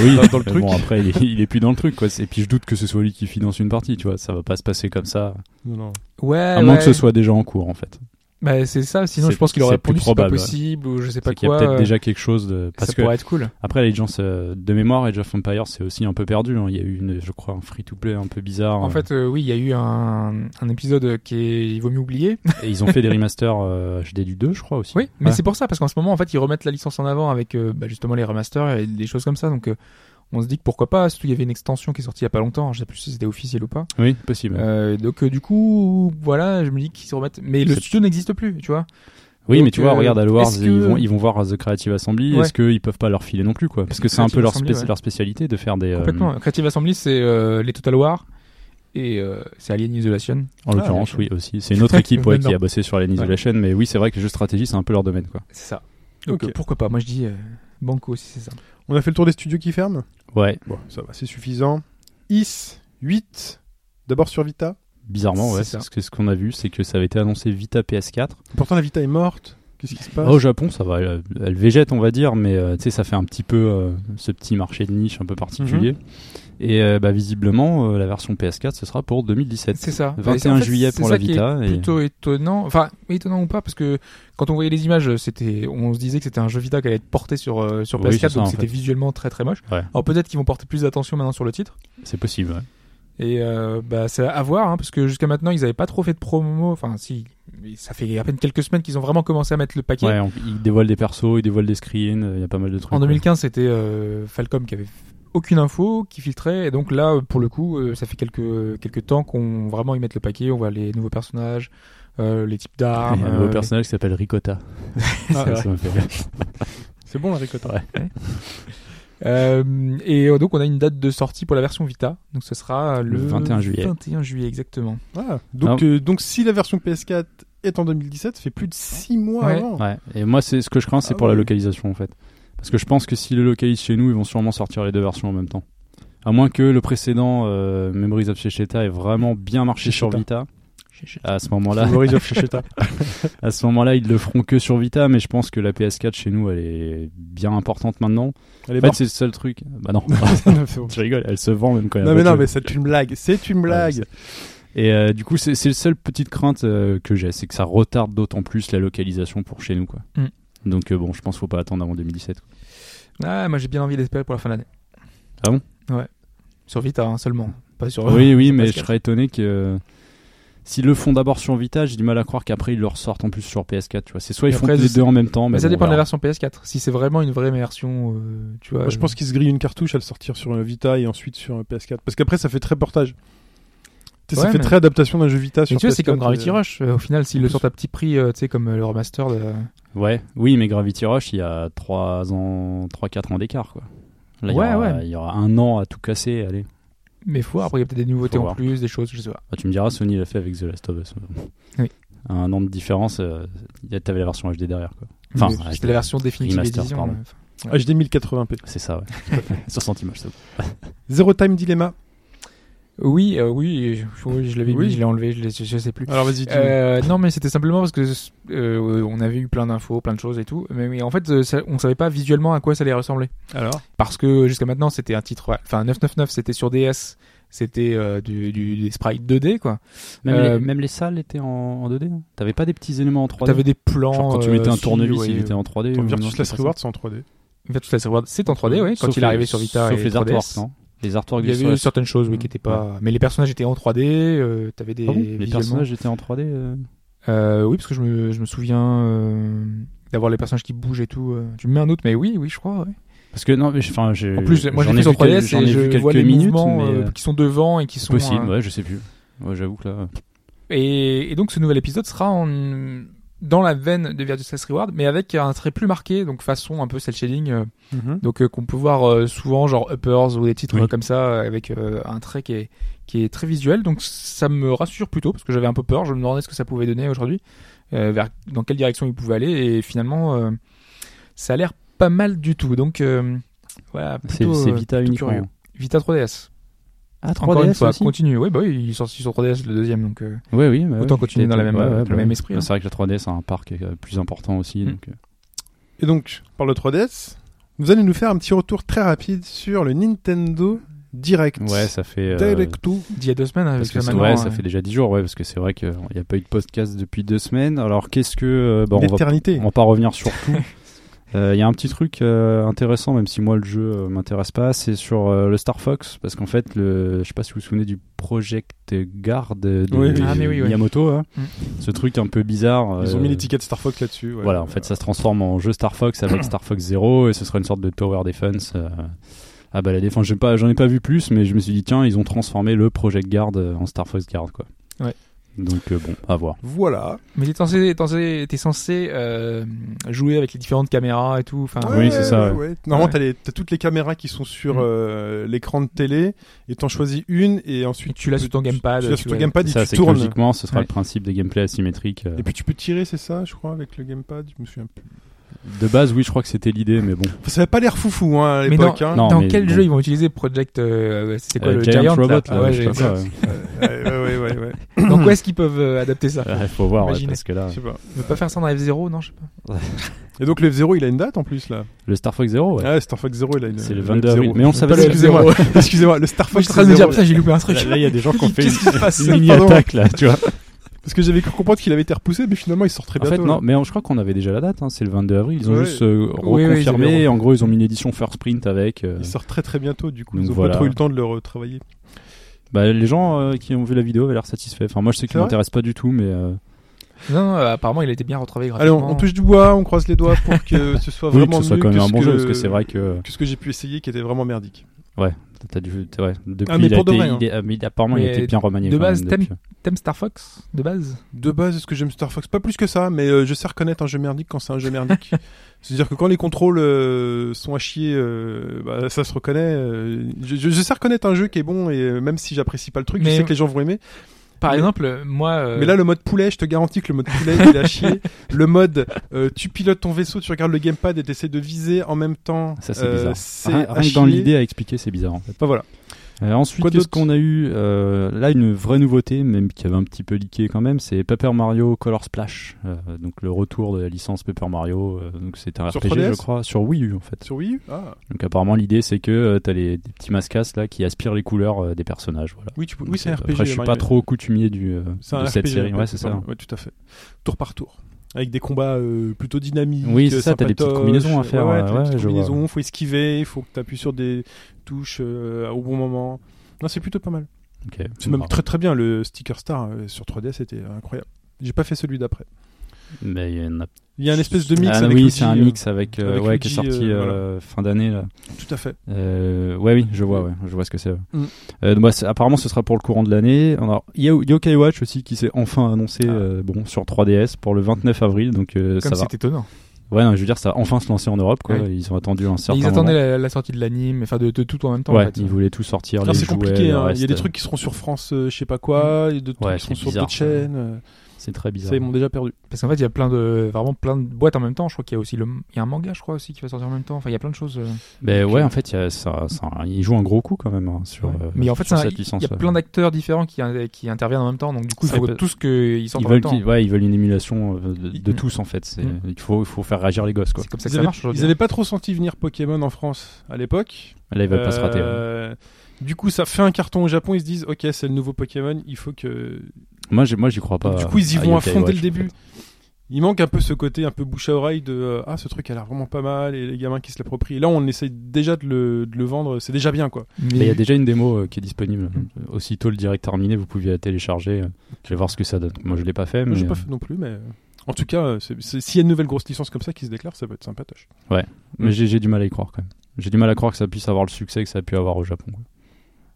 Oui,
dans- dans le
mais
truc.
Bon, après, il est, il est plus dans le truc, quoi. Et puis, je doute que ce soit lui qui finance une partie, tu vois. Ça va pas se passer comme ça.
Non, non.
ouais,
À moins
Eh ouais.
que ce soit déjà en cours, en fait.
Bah, c'est ça. Sinon
C'est-
je pense qu'il aurait
c'est plus
répondu c'est pas
probable, ouais.
possible ou je sais pas
C'est qu'il y
quoi.
a peut-être
euh,
déjà quelque chose de. Parce
ça
que
pourrait être cool.
Après, l'Alliance euh, de mémoire, Age of Empires, c'est aussi un peu perdu. hein. Il y a eu, une, je crois, un free-to-play un peu bizarre.
En
euh,
fait, euh, oui, il y a eu un, un épisode qui est, il vaut mieux oublier.
et ils ont fait des remasters euh, HD du 2, je crois aussi.
Oui, mais
Ouais.
c'est pour ça, parce qu'en ce moment, en fait, ils remettent la licence en avant avec euh, bah, justement les remasters et des choses comme ça. Donc, euh, on se dit que pourquoi pas, surtout il y avait une extension qui est sortie il y a pas longtemps. Je sais plus si c'était officiel ou pas.
Oui, possible.
Euh, donc, euh, du coup, voilà, je me dis qu'ils se remettent. Mais le
C'est-
studio n'existe plus, tu vois.
oui,
donc,
mais tu vois,
euh,
regarde Halo Wars,
est-ce
ils,
que-
vont, ils vont voir The Creative Assembly.
Ouais.
Est-ce qu'ils peuvent pas leur filer non plus, quoi Parce que c'est un
Creative
peu leur,
Assembly,
spé-
ouais.
leur spécialité de faire des. euh,
Complètement. Creative Assembly, c'est euh, les Total War et euh, c'est Alien Isolation.
en l'occurrence,
Ah,
oui, aussi. C'est une autre équipe ouais,
Même
qui
non.
a bossé sur Alien
Ouais.
Isolation, mais oui, c'est vrai que les jeux de stratégie, c'est un peu leur domaine, quoi.
C'est ça. Donc,
Ok.
euh, pourquoi pas Moi, je dis euh, Banco aussi, c'est ça.
On a fait le tour des studios qui ferment
Ouais,
Bon, ça va, c'est suffisant. Is 8, d'abord sur Vita.
bizarrement, ouais.
C'est ça.
Parce que ce qu'on a vu, c'est que ça avait été annoncé Vita PS4.
Pourtant, la Vita est morte. Qu'est-ce qui se passe
Ah, au Japon, ça va, elle, elle végète, on va dire, mais euh, tu sais, ça fait un petit peu euh, ce petit marché de niche un peu particulier.
Mm-hmm.
Et euh, bah, visiblement, euh, la version PS4, ce sera pour 2017.
C'est ça.
21
En fait,
juillet
c'est
pour
ça
la
qui est
Vita. et-
Plutôt étonnant, enfin étonnant ou pas, parce que quand on voyait les images, c'était, on se disait que c'était un jeu Vita qui allait être porté sur euh, sur
Oui,
PS4,
c'est ça,
donc
en
c'était visuellement très très moche.
Ouais.
Alors peut-être qu'ils vont porter plus d'attention maintenant sur le titre.
C'est possible. ouais.
Et euh, bah, c'est à voir, hein, parce que jusqu'à maintenant, ils n'avaient pas trop fait de promo. Enfin, si, mais ça fait à peine quelques semaines qu'ils ont vraiment commencé à mettre le paquet.
Ouais, on- ils dévoilent des persos, ils dévoilent des screens, euh, il y a pas mal de trucs.
En
ouais.
2015, c'était euh, Falcom qui avait aucune info, qui filtrait. Et donc là, pour le coup, euh, ça fait quelques, quelques temps qu'on vraiment y mettre le paquet. On voit les nouveaux personnages, euh, les types
Il
d'armes.
y a un nouveau
euh,
personnage qui s'appelle Ricotta.
Ah,
ça, ça me fait rire.
C'est bon la ricotta.
Euh, et euh, donc on a une date de sortie pour la version Vita, donc ce sera euh, le,
Le 21 juillet.
21 juillet exactement.
Ah, donc, euh, donc si la version PS4 est en 2017, ça fait plus de 6 mois
Ouais.
avant.
Ouais. Et moi, c'est ce que je crains, c'est
Ah
pour la
ouais.
localisation en fait. Parce que je pense que s'ils le localisent chez nous, ils vont sûrement sortir les deux versions en même temps. À moins que le précédent euh, Memories of Shecheta ait vraiment bien marché sur Vita. À ce moment-là,
Memories of Shisheta.
à ce moment-là, ils le feront que sur Vita, mais je pense que la PS4 chez nous, elle est bien importante maintenant.
Elle est
En fait,
morte.
c'est le seul truc. Bah non,
C'est bon.
je rigole, elle se vend même quand elle a
Non mais
pas de
non
jeu.
mais c'est une blague, c'est une blague.
Ouais, Et euh, du coup, c'est c'est la seule petite crainte euh, que j'ai, c'est que ça retarde d'autant plus la localisation pour chez nous, quoi.
Mm.
Donc euh, bon, je pense qu'il faut pas attendre avant 2017. quoi.
Ah, moi j'ai bien envie d'espérer pour la fin de l'année.
Ah bon
Ouais. Sur Vita hein, seulement, pas sur.
Oui, oui,
sur
mais
PS4.
je serais étonné que euh, s'ils le font d'abord sur Vita, j'ai du mal à croire qu'après ils le ressortent en plus sur PS4. Tu vois, c'est soit ils
Et
font
après,
les
je-
deux en même temps, mais,
Mais ça
bah bon,
dépend
on
de la
verra.
version PS4. Si c'est vraiment une vraie version, euh, tu vois.
Moi, je pense qu'ils se grillent une cartouche à le sortir sur euh, Vita et ensuite sur euh, PS4. Parce qu'après, ça fait très portage. Tu sais,
Ouais,
ça fait
mais-
très adaptation d'un jeu Vita
Mais
sur
tu vois, c'est
PS4,
comme Gravity
euh,
Rush. euh, au final, s'ils le
plus.
sortent à petit prix, euh, tu sais, comme euh, le remaster de.
Ouais, oui, mais Gravity Rush, il y a 3 ans, 3 4 ans d'écart quoi. Là, il y
Ouais,
aura-
ouais.
il y aura un an à tout casser, allez.
Mais faut voir, après, il y a peut-être des nouveautés
Faut
en
voir.
plus, des choses, je sais pas.
Ah, tu me diras, Sony l'a fait avec The Last of Us.
Oui.
Un an de différence, euh, y a- t'avais la version HD derrière, quoi. Enfin,
Mais
ouais,
c'était la version définitive
remaster,
édition.
pardon.
euh, enfin.
HD 1080p.
C'est ça, ouais. 60 images, c'est bon.
Zero Time Dilemma.
Oui, euh, oui, je, oui, je l'avais
Oui. Ah,
mis, je l'ai enlevé, je, l'ai- je- je sais plus.
Alors vas-y, dis
Euh, non, mais c'était simplement parce que euh, on avait eu plein d'infos, plein de choses et tout, mais, mais en fait, euh, ça- on savait pas visuellement à quoi ça allait ressembler.
Alors
Parce que jusqu'à maintenant, c'était un titre, ouais, enfin 999, c'était sur DS, c'était euh, du, du- des sprites 2D quoi.
Même,
Euh,
les, même les salles étaient en, en 2D. hein T'avais pas des petits éléments en 3D
T'avais des plans.
Genre quand tu
euh,
mettais un
si,
tournevis,
ouais,
il était en 3D. ou non,
Virtus
je
Last
sais pas
Reward, c'est en 3D.
Virtua Last Reward, c'est en 3D, oui. Quand
Sauf
il est
les-
arrivé sur Vita
Sauf
et
les
3DS,
artworks, non Les artworks
Il y
du
avait eu
Switch.
certaines choses, oui, qui étaient pas. Mais les personnages étaient en 3D. Euh, T'avais des.
Ah bon les
visuellement-
personnages étaient en 3D euh
Euh, oui, parce que je me, je me souviens euh, d'avoir les personnages qui bougent et tout. euh. Tu me mets un autre, mais oui, oui, je crois. ouais.
Parce que non, mais je- enfin, j'ai.
En plus, moi,
Euh,
j'ai
j'en ai
fait sur
vu quel-
3DS
j'en
et
ai
je
vu
vois
quelques
les
minutes,
mouvements
mais
euh,
euh,
qui sont devant et qui sont.
possible.
euh,
Ouais, je sais plus. Ouais, j'avoue que là.
et, et donc, ce nouvel épisode sera en dans la veine de Virtus Last Reward, mais avec un trait plus marqué, donc façon un peu cel shading, euh,
Mhm.
donc euh, qu'on peut voir euh, souvent genre uppers ou des titres
Oui.
comme ça euh, avec euh, un trait qui est qui est très visuel. Donc ça me rassure plutôt parce que j'avais un peu peur. Je me demandais ce que ça pouvait donner aujourd'hui, euh, vers dans quelle direction il pouvait aller. Et finalement, euh, ça a l'air pas mal du tout. Donc euh, voilà,
C'est
plutôt
c'est
euh,
Vita
plutôt
uniquement.
curieux. Vita 3DS.
Ah,
Encore une fois,
aussi
continue. Oui, bah oui, il est sorti sur 3DS le deuxième, donc euh,
Ouais, oui. bah
Autant
ouais,
continuer dans la même-
ouais, ouais,
dans le
bah
même
oui.
esprit,
Bah,
hein.
C'est vrai que la 3DS a un parc euh, plus important aussi.
Mm.
donc, euh,
Et donc, par le 3DS, vous allez nous faire un petit retour très rapide sur le Nintendo Direct.
Ouais, ça fait. euh,
Directo.
d'il y a deux semaines. hein,
Parce que
parce que
c'est-
maintenant,
ouais, ça
euh,
fait déjà 10 jours, ouais, parce que c'est vrai qu'il n'y a pas eu de podcast depuis deux semaines. Alors qu'est-ce que. euh, bah, on va
L'éternité.
On va pas revenir sur tout. Euh, Il y a un petit truc euh, intéressant, même si moi le jeu euh, m'intéresse pas, c'est sur euh, le Star Fox, parce qu'en fait, le, je sais pas si vous vous souvenez du Project Guard de, de
Oui, oui.
Ah, mais oui, ouais.
Miyamoto, hein.
Mm.
ce truc un peu bizarre.
Ils ont
euh,
mis l'étiquette Star Fox là-dessus. ouais.
Voilà, en fait, ça se transforme en jeu Star Fox avec Star Fox Zero, et ce sera une sorte de Tower Defense. euh, à balader. Enfin, j'ai pas, j'en ai pas vu plus, mais je me suis dit tiens, ils ont transformé le Project Guard euh, en Star Fox Guard, quoi.
Ouais.
Donc euh, bon, à voir.
Voilà.
Mais t'es censé, t'es censé, t'es censé euh, jouer avec les différentes caméras et tout. Enfin,
Oui,
Ah Ouais,
c'est ça,
ouais, ouais. Normalement,
Ouais.
t'as les- t'as toutes les caméras qui sont sur
Mm.
euh, l'écran de télé et t'en choisis une et ensuite
tu l'as sur ton gamepad.
Tu l'as sur ton
ouais.
gamepad et
Ça,
tu
c'est que
tournes.
logiquement, ce sera
Ouais.
le principe des gameplays asymétriques. euh,
Et puis tu peux tirer, c'est ça, je crois, avec le gamepad. Je me souviens plus.
De base, oui, je crois que c'était l'idée, mais bon.
Enfin, ça avait pas l'air foufou hein, à
Mais dans,
l'époque. hein.
Non,
dans
mais
quel
bon.
jeu ils vont utiliser Project euh, C'est quoi
Euh,
le
Giant, Robot,
là
là,
Ah ouais,
je sais
j'ai-
pas quoi,
Ouais,
ouais.
ouais, ouais, ouais, ouais.
Donc Pourquoi est-ce qu'ils peuvent euh, adapter ça
Il faut voir, ouais,
Imaginez.
parce que là,
Je sais pas.
On peut pas faire ça dans F0, non, je sais pas.
Et donc le F0, il a une date en plus là.
le Star Fox Zero, ouais,
Ah, Star Fox 0, il a une.
c'est le
une
22
date
avril.
zéro.
Mais on savait
Pas le
Excusez-moi, excusez-moi, le Star
Moi,
Fox
je suis en train de me dire,
0.
putain, j'ai loupé un truc.
Là, là, il y a des gens qui ont fait
Qu'est-ce qui se passe
une mini
Pardon.
attaque là, tu vois.
Parce que j'avais cru comprendre qu'il avait été repoussé, mais finalement il sort très
En
bientôt. hein.
fait, non, mais on- je crois qu'on avait déjà la date, hein, c'est le 22 avril. Ils ont
Ouais.
juste euh,
Oui, oui, ils
reconfirmé.
avaient
en gros, ils ont mis une édition first print avec. euh,
Il sort très très bientôt, du coup.
Donc
Ils ont
voilà.
pas trop eu le temps de le retravailler.
bah, les gens euh, qui ont vu la vidéo avaient l'air satisfaits. Enfin, moi, je sais
C'est
qu'ils
vrai
m'intéressent pas du tout, mais euh,
Non, non, euh, apparemment, il a été bien retravaillé
Allez,
graphiquement.
on, on touche du bois, on croise les doigts pour que ce soit
oui, que
vraiment
ce soit
mieux
quand même un
ce
bon
que-
jeu, parce que c'est vrai que
que ce que j'ai pu essayer qui était vraiment merdique.
t'as dû- t'as- ouais, depuis,
Ah, mais
il a
pour de
été-
vrai, hein.
il est- ah, mais il- apparemment, il a
Mais
été bien remanié.
de
quand
base,
même,
t'aimes-
depuis.
Thème Star Fox, de base
De base, est-ce que j'aime Star Fox Pas plus que ça, mais euh, je sais reconnaître un jeu merdique quand c'est un jeu merdique. C'est-à-dire que quand les contrôles euh, sont à chier, euh, bah, ça se reconnaît. euh, je, je- je sais reconnaître un jeu qui est bon, et euh, même si j'apprécie pas le truc,
Mais-
je sais que les gens vont aimer.
Par
Mais-
exemple, euh, moi. euh,
Mais là, le mode poulet, je te garantis que le mode poulet, il a chier. Le mode, euh, tu pilotes ton vaisseau, tu regardes le gamepad et t'essaies de viser en même temps.
Ça, c'est
euh,
bizarre.
c'est
Rien,
à
rien que dans
chier.
l'idée à expliquer, c'est bizarre. en fait.
Bah voilà.
Euh, ensuite,
Quoi
qu'est-ce
d'autre
qu'on a eu euh, Là, une vraie nouveauté, même qui avait un petit peu leaké quand même, c'est Paper Mario Color Splash. Euh, donc, le retour de la licence Paper Mario. euh, donc, c'est un
Sur E
RPG,
3DS?
je crois, sur Wii U en fait.
Sur Wii U Ah.
Donc, apparemment, l'idée, c'est que euh, t'as les des petits mascasses là qui aspirent les couleurs euh, des personnages. Voilà.
Oui, tu peux-
Donc,
oui c'est
euh,
un RPG.
Après, je suis
Mario.
pas trop coutumier du, euh,
C'est un
de cette
RPG,
série.
en fait,
Ouais, c'est ça.
pas- Ouais, tout à fait. Tour par tour. Avec des combats euh, plutôt dynamiques.
Oui, c'est ça, t'as des petites
sympatoches.
combinaisons à faire,
Ouais,
euh,
t'as des petites
ouais, je
combinaisons,
vois.
faut esquiver, il faut que t'appuies sur des touches euh, au bon moment. Non, c'est plutôt pas mal.
Ok.
C'est même
Bon.
très très bien. Le Sticker Star euh, sur 3DS c'était incroyable. J'ai pas fait celui d'après.
Mais il y en a-
Il y a un espèce de mix.
Ah,
avec
oui,
Luigi,
c'est un
euh,
mix avec, euh,
avec
ouais, qui est
Luigi,
sorti
euh,
euh, fin d'année là.
Tout à fait.
Euh, ouais, oui, je vois, ouais, je vois ce que c'est. ouais.
Mm.
Euh, bah, c'est- apparemment, ce sera pour le courant de l'année. Alors, il y a Yokai Watch aussi qui s'est enfin annoncé, euh, bon, sur 3DS pour le 29 avril, donc euh, ça
Ah. Comme
va.
c'est étonnant.
Ouais, non, je veux dire, ça a enfin se lancer en Europe, quoi.
Oui.
Ils ont attendu un certain.
Ils attendaient
moment.
la, la sortie de l'anime, enfin de, de tout en même temps.
Ouais,
en fait.
ils voulaient tout sortir.
Ah,
les
c'est
jouets,
compliqué. hein. Il
le
y a
reste.
des trucs qui seront sur France, euh, je sais pas quoi. Il y a d'autres
Ouais,
trucs qui seront
c'est
sur
bizarre,
d'autres
ça.
chaînes. euh,
C'est très bizarre.
Ça, ils m'ont déjà perdu.
Parce qu'en fait, il y a plein de vraiment plein de boîtes en même temps. Je crois qu'il y a aussi le, il y a un manga, je crois aussi qui va sortir en même temps. Enfin, il y a plein de choses. euh.
Mais Ben ouais, en fait, il y a- ça, ça- ils jouent un gros coup quand même hein, sur. euh,
Mais en fait,
sur
c'est un-
cette
il
licence. euh.
y a plein d'acteurs différents qui, qui interviennent en même temps. Donc du coup, il
Ça
faut
peut-
tous qu'ils sortent
Ils
en même
veulent,
temps.
qu'ils- ouais, ils veulent une émulation euh, de, de
Mm.
tous en fait. C'est-
Mm.
Il faut, il faut faire réagir les gosses quoi.
C'est comme ça que
Ils
ça
avaient-
marche. aujourd'hui.
ils avaient pas trop senti venir Pokémon en France à l'époque.
Là, hein. ils veulent pas se rater. ouais.
Euh, Du coup, ça fait un carton au Japon. Ils se disent, ok, c'est le nouveau Pokémon. Il faut que.
Moi, j'ai- moi, j'y crois pas. Ah,
du coup, ils y
à
vont à
Yokai
fond dès
Watch,
le
en
début. Il manque un peu ce côté un peu bouche à oreille de euh, ah ce truc a l'air vraiment pas mal et les gamins qui se l'approprient. Là, on essaye déjà de le, de le vendre. C'est déjà bien quoi.
Mais-
Mais Il y a déjà une démo euh, qui est disponible.
Mm.
Aussitôt le direct terminé, vous pouviez la télécharger. euh, Je vais voir ce que ça donne. Moi, je l'ai pas fait, mais
Moi, j'ai pas fait non plus, mais euh, en tout cas, euh, c'est- c'est- s'il y a une nouvelle grosse licence comme ça qui se déclare, ça peut être sympatoche.
mais j'ai j'ai du mal à y croire quand même. J'ai du mal à croire que ça puisse avoir le succès que ça a pu avoir au Japon. quoi.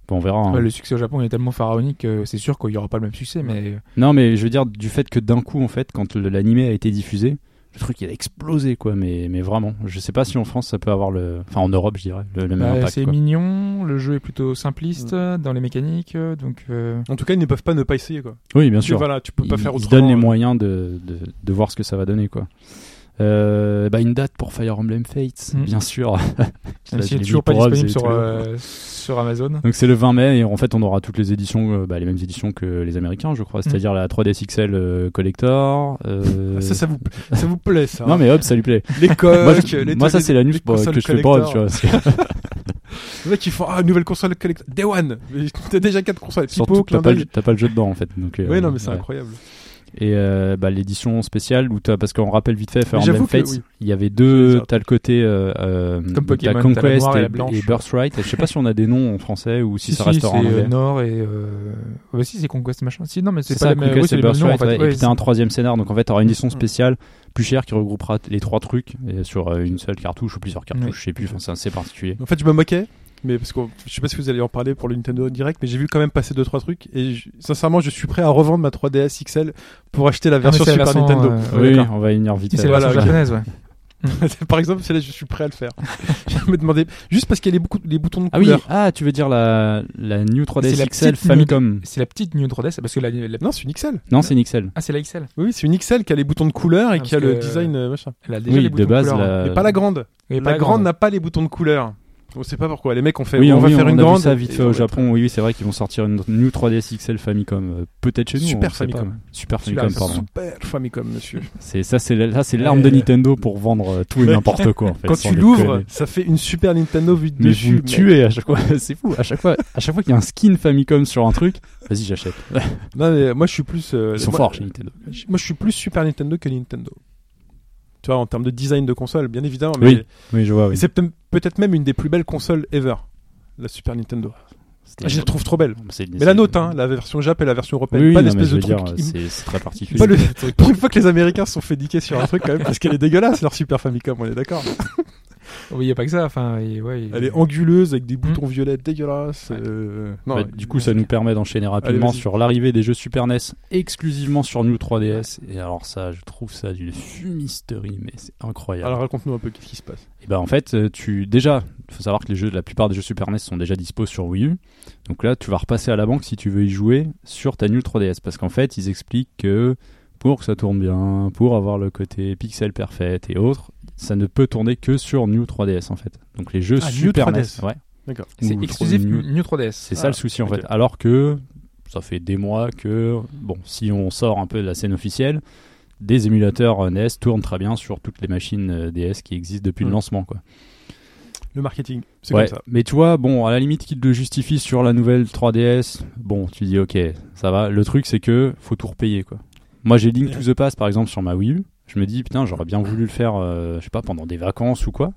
Bon, on verra. hein.
Ouais, le succès au Japon est tellement pharaonique que c'est sûr qu'il n'y aura pas le même succès, mais
Non, mais je veux dire du fait que d'un coup, en fait, quand le- l'animé a été diffusé, le truc il a explosé quoi. Mais mais vraiment, je sais pas si en France ça peut avoir le, enfin en Europe, je dirais, le, le même
Bah,
euh,
impact.
c'est
quoi.
mignon, le jeu est plutôt simpliste euh, dans les mécaniques, euh, donc euh,
En tout cas, ils ne peuvent pas ne pas essayer quoi.
Oui, bien
Tu-
sûr.
Voilà, tu peux pas
il,
faire
il se
autrement. euh.
donne les moyens de, de, de voir ce que ça va donner quoi. Euh, bah une date pour Fire Emblem Fates,
Mm.
bien sûr.
même
Là,
s'il
je
est
l'ai
toujours
mis
pas
pour Hobbs
disponible
et
sur,
tout.
euh, sur Amazon.
Donc c'est le 20 mai et en fait on aura toutes les éditions, euh, bah, les mêmes éditions que les Américains je crois, c'est-à-dire la 3DS XL euh, Collector. euh,
Mm. Ah, Ça, ça vous, ça vous plaît ça hein.
Non mais hop ça lui plaît.
Les coques,
moi, je-
euh, les
moi, ça
trucs,
c'est la news
les
pour- euh,
consoles
que je fais pour Hobbs,
collector.
tu vois. C'est-
Les mecs, ils font Ah, nouvelle console collector. Day One Mais T'as déjà 4 consoles.
Surtout
Typo,
que t'as
clin
pas,
d'œil.
le- t'as pas le jeu dedans en fait. Donc, euh,
Oui, non, mais c'est
ouais.
incroyable.
Et euh, bah, l'édition spéciale où t'as, parce qu'on rappelle vite fait Fire
Mais j'avoue
Emblem
que
Fates,
oui.
il y avait
Je les
deux,
ai
t'as le côté euh, euh,
Comme Pokémon,
t'as
t'as la
Conquest
noire et la
et-
blanche.
et, Birthright. Et je sais pas si on a des noms en français ou si, ça
si, c'est
restera en anglais.
euh, Nord et euh... bah, si c'est Conquest machin. Si non mais c'est
C'est
pas
ça,
les mêmes.
Conquest
oui, c'est
et
les mêmes noms en
Birthright, ouais.
fait.
Et
Ouais,
puis t'as un troisième scénar, donc en fait t'auras une édition
Mm.
spéciale plus chère qui regroupera t- les trois trucs euh, sur euh, une seule cartouche ou plusieurs cartouches,
Ouais.
je sais plus, enfin, c'est assez particulier.
En fait, je me moquais, mais parce que je sais pas si vous allez en parler pour le Nintendo Direct, mais j'ai vu quand même passer 2-3 trucs, et je- sincèrement, je suis prêt à revendre ma 3DS XL pour acheter la
Ah, mais
version
c'est la
Super
version,
Nintendo.
euh, ouais,
Oui,
d'accord.
on va y venir vite.
Si, c'est
euh,
la version
Voilà, ok.
japonaise ouais.
Par exemple, celle-là, je suis prêt à le faire. je me demandais, juste parce qu'il y a les, beaucoup- les boutons de
Ah oui,
couleur.
ah tu veux dire la, la New 3DS
C'est la
XL
petite
Famicom
C'est la petite New 3DS parce que la, la-
Non, c'est une XL.
Non, c'est une XL.
ah c'est la XL.
Oui, oui, c'est une XL qui a les boutons de couleur et
Ah,
qui a
parce
le
que-
design euh, machin.
Elle a déjà
Oui,
les
de
boutons
base,
couleurs, hein.
euh, la...
Mais pas la grande.
Et
la grande n'a pas les boutons de couleur. On sait pas pourquoi. Les mecs ont fait.
oui,
on
oui,
va faire
on
une
a vu
grande.
ça vite
et
fait
on
au
va être-
Japon. Oui, oui, c'est vrai qu'ils vont sortir une New 3DS XL Famicom, euh, peut-être chez nous.
Super
on sait pas.
Famicom.
Super
Celui-là,
Famicome, pardon.
Super Famicom, monsieur.
C'est ça, c'est la- ça, c'est l'arme de
Ouais.
Nintendo pour vendre euh, tout et
Ouais.
n'importe quoi. En fait,
Eh. Quand
sans
tu
déconner.
l'ouvres, ça fait une Super Nintendo vue de
mais vous
dessus.
me tuez à chaque fois. c'est fou. À chaque fois, à chaque fois qu'il y a un skin Famicom sur un truc, vas-y, j'achète.
mec. Non, mais moi je suis plus. euh,
Ils sont
moi-
forts chez Nintendo.
Moi je suis plus Super Nintendo que Nintendo. Tu vois, en termes de design de console, bien évidemment. Mais
Oui, oui, je vois.
Et
Oui.
c'est peut- peut-être même une des plus belles consoles ever. La Super Nintendo.
C'était-
Ah, je la trouve trop belle.
C'est-
Mais
c'est-
la nôtre, hein, la version Jap et la version européenne.
Oui,
pas
non, mais
l'espèce
je
de
veux
truc.
dire,
im-
c'est c'est très particulier.
pas le- Pour une fois que les Américains se sont fait niquer sur un truc quand même, parce qu'elle est dégueulasse leur Super Famicom, on est d'accord.
Oui, il n'y a pas que ça. Enfin, et ouais, et-
Elle est anguleuse avec des boutons violets dégueulasses. euh, Non,
Bah, du coup, ça nous permet d'enchaîner rapidement
Allez, vas-y.
sur l'arrivée des jeux Super NES exclusivement sur New 3DS. Et alors ça, je trouve ça d'une fumisterie, mais c'est incroyable.
alors raconte-nous un peu qu'est-ce qui se passe.
Et ben en fait, euh, tu déjà, faut savoir que les jeux, la plupart des jeux Super NES sont déjà dispo sur Wii U. Donc là, tu vas repasser à la banque si tu veux y jouer sur ta New 3DS, parce qu'en fait, ils expliquent que pour que ça tourne bien, pour avoir le côté pixel parfait et autres, ça ne peut tourner que sur New 3DS en fait. Donc les jeux
Ah, New
Super
3DS.
NES, ouais.
D'accord.
C'est
Ou
exclusif
New-
New 3DS.
c'est
Ah.
ça le souci en
ok.
fait. Alors que ça fait des mois que, bon, si on sort un peu de la scène officielle, des émulateurs euh, NES tournent très bien sur toutes les machines euh, DS qui existent depuis
Mm.
le lancement. Quoi.
Le marketing, c'est
Ouais. Euh,
comme ça.
Mais tu vois, bon, à la limite qu'ils le justifient sur la nouvelle 3DS, bon, tu dis ok, ça va. Le truc c'est que faut tout repayer quoi. Moi j'ai Link to the Past par exemple sur ma Wii U, je me dis putain j'aurais bien voulu le faire, euh, je sais pas, pendant des vacances ou quoi.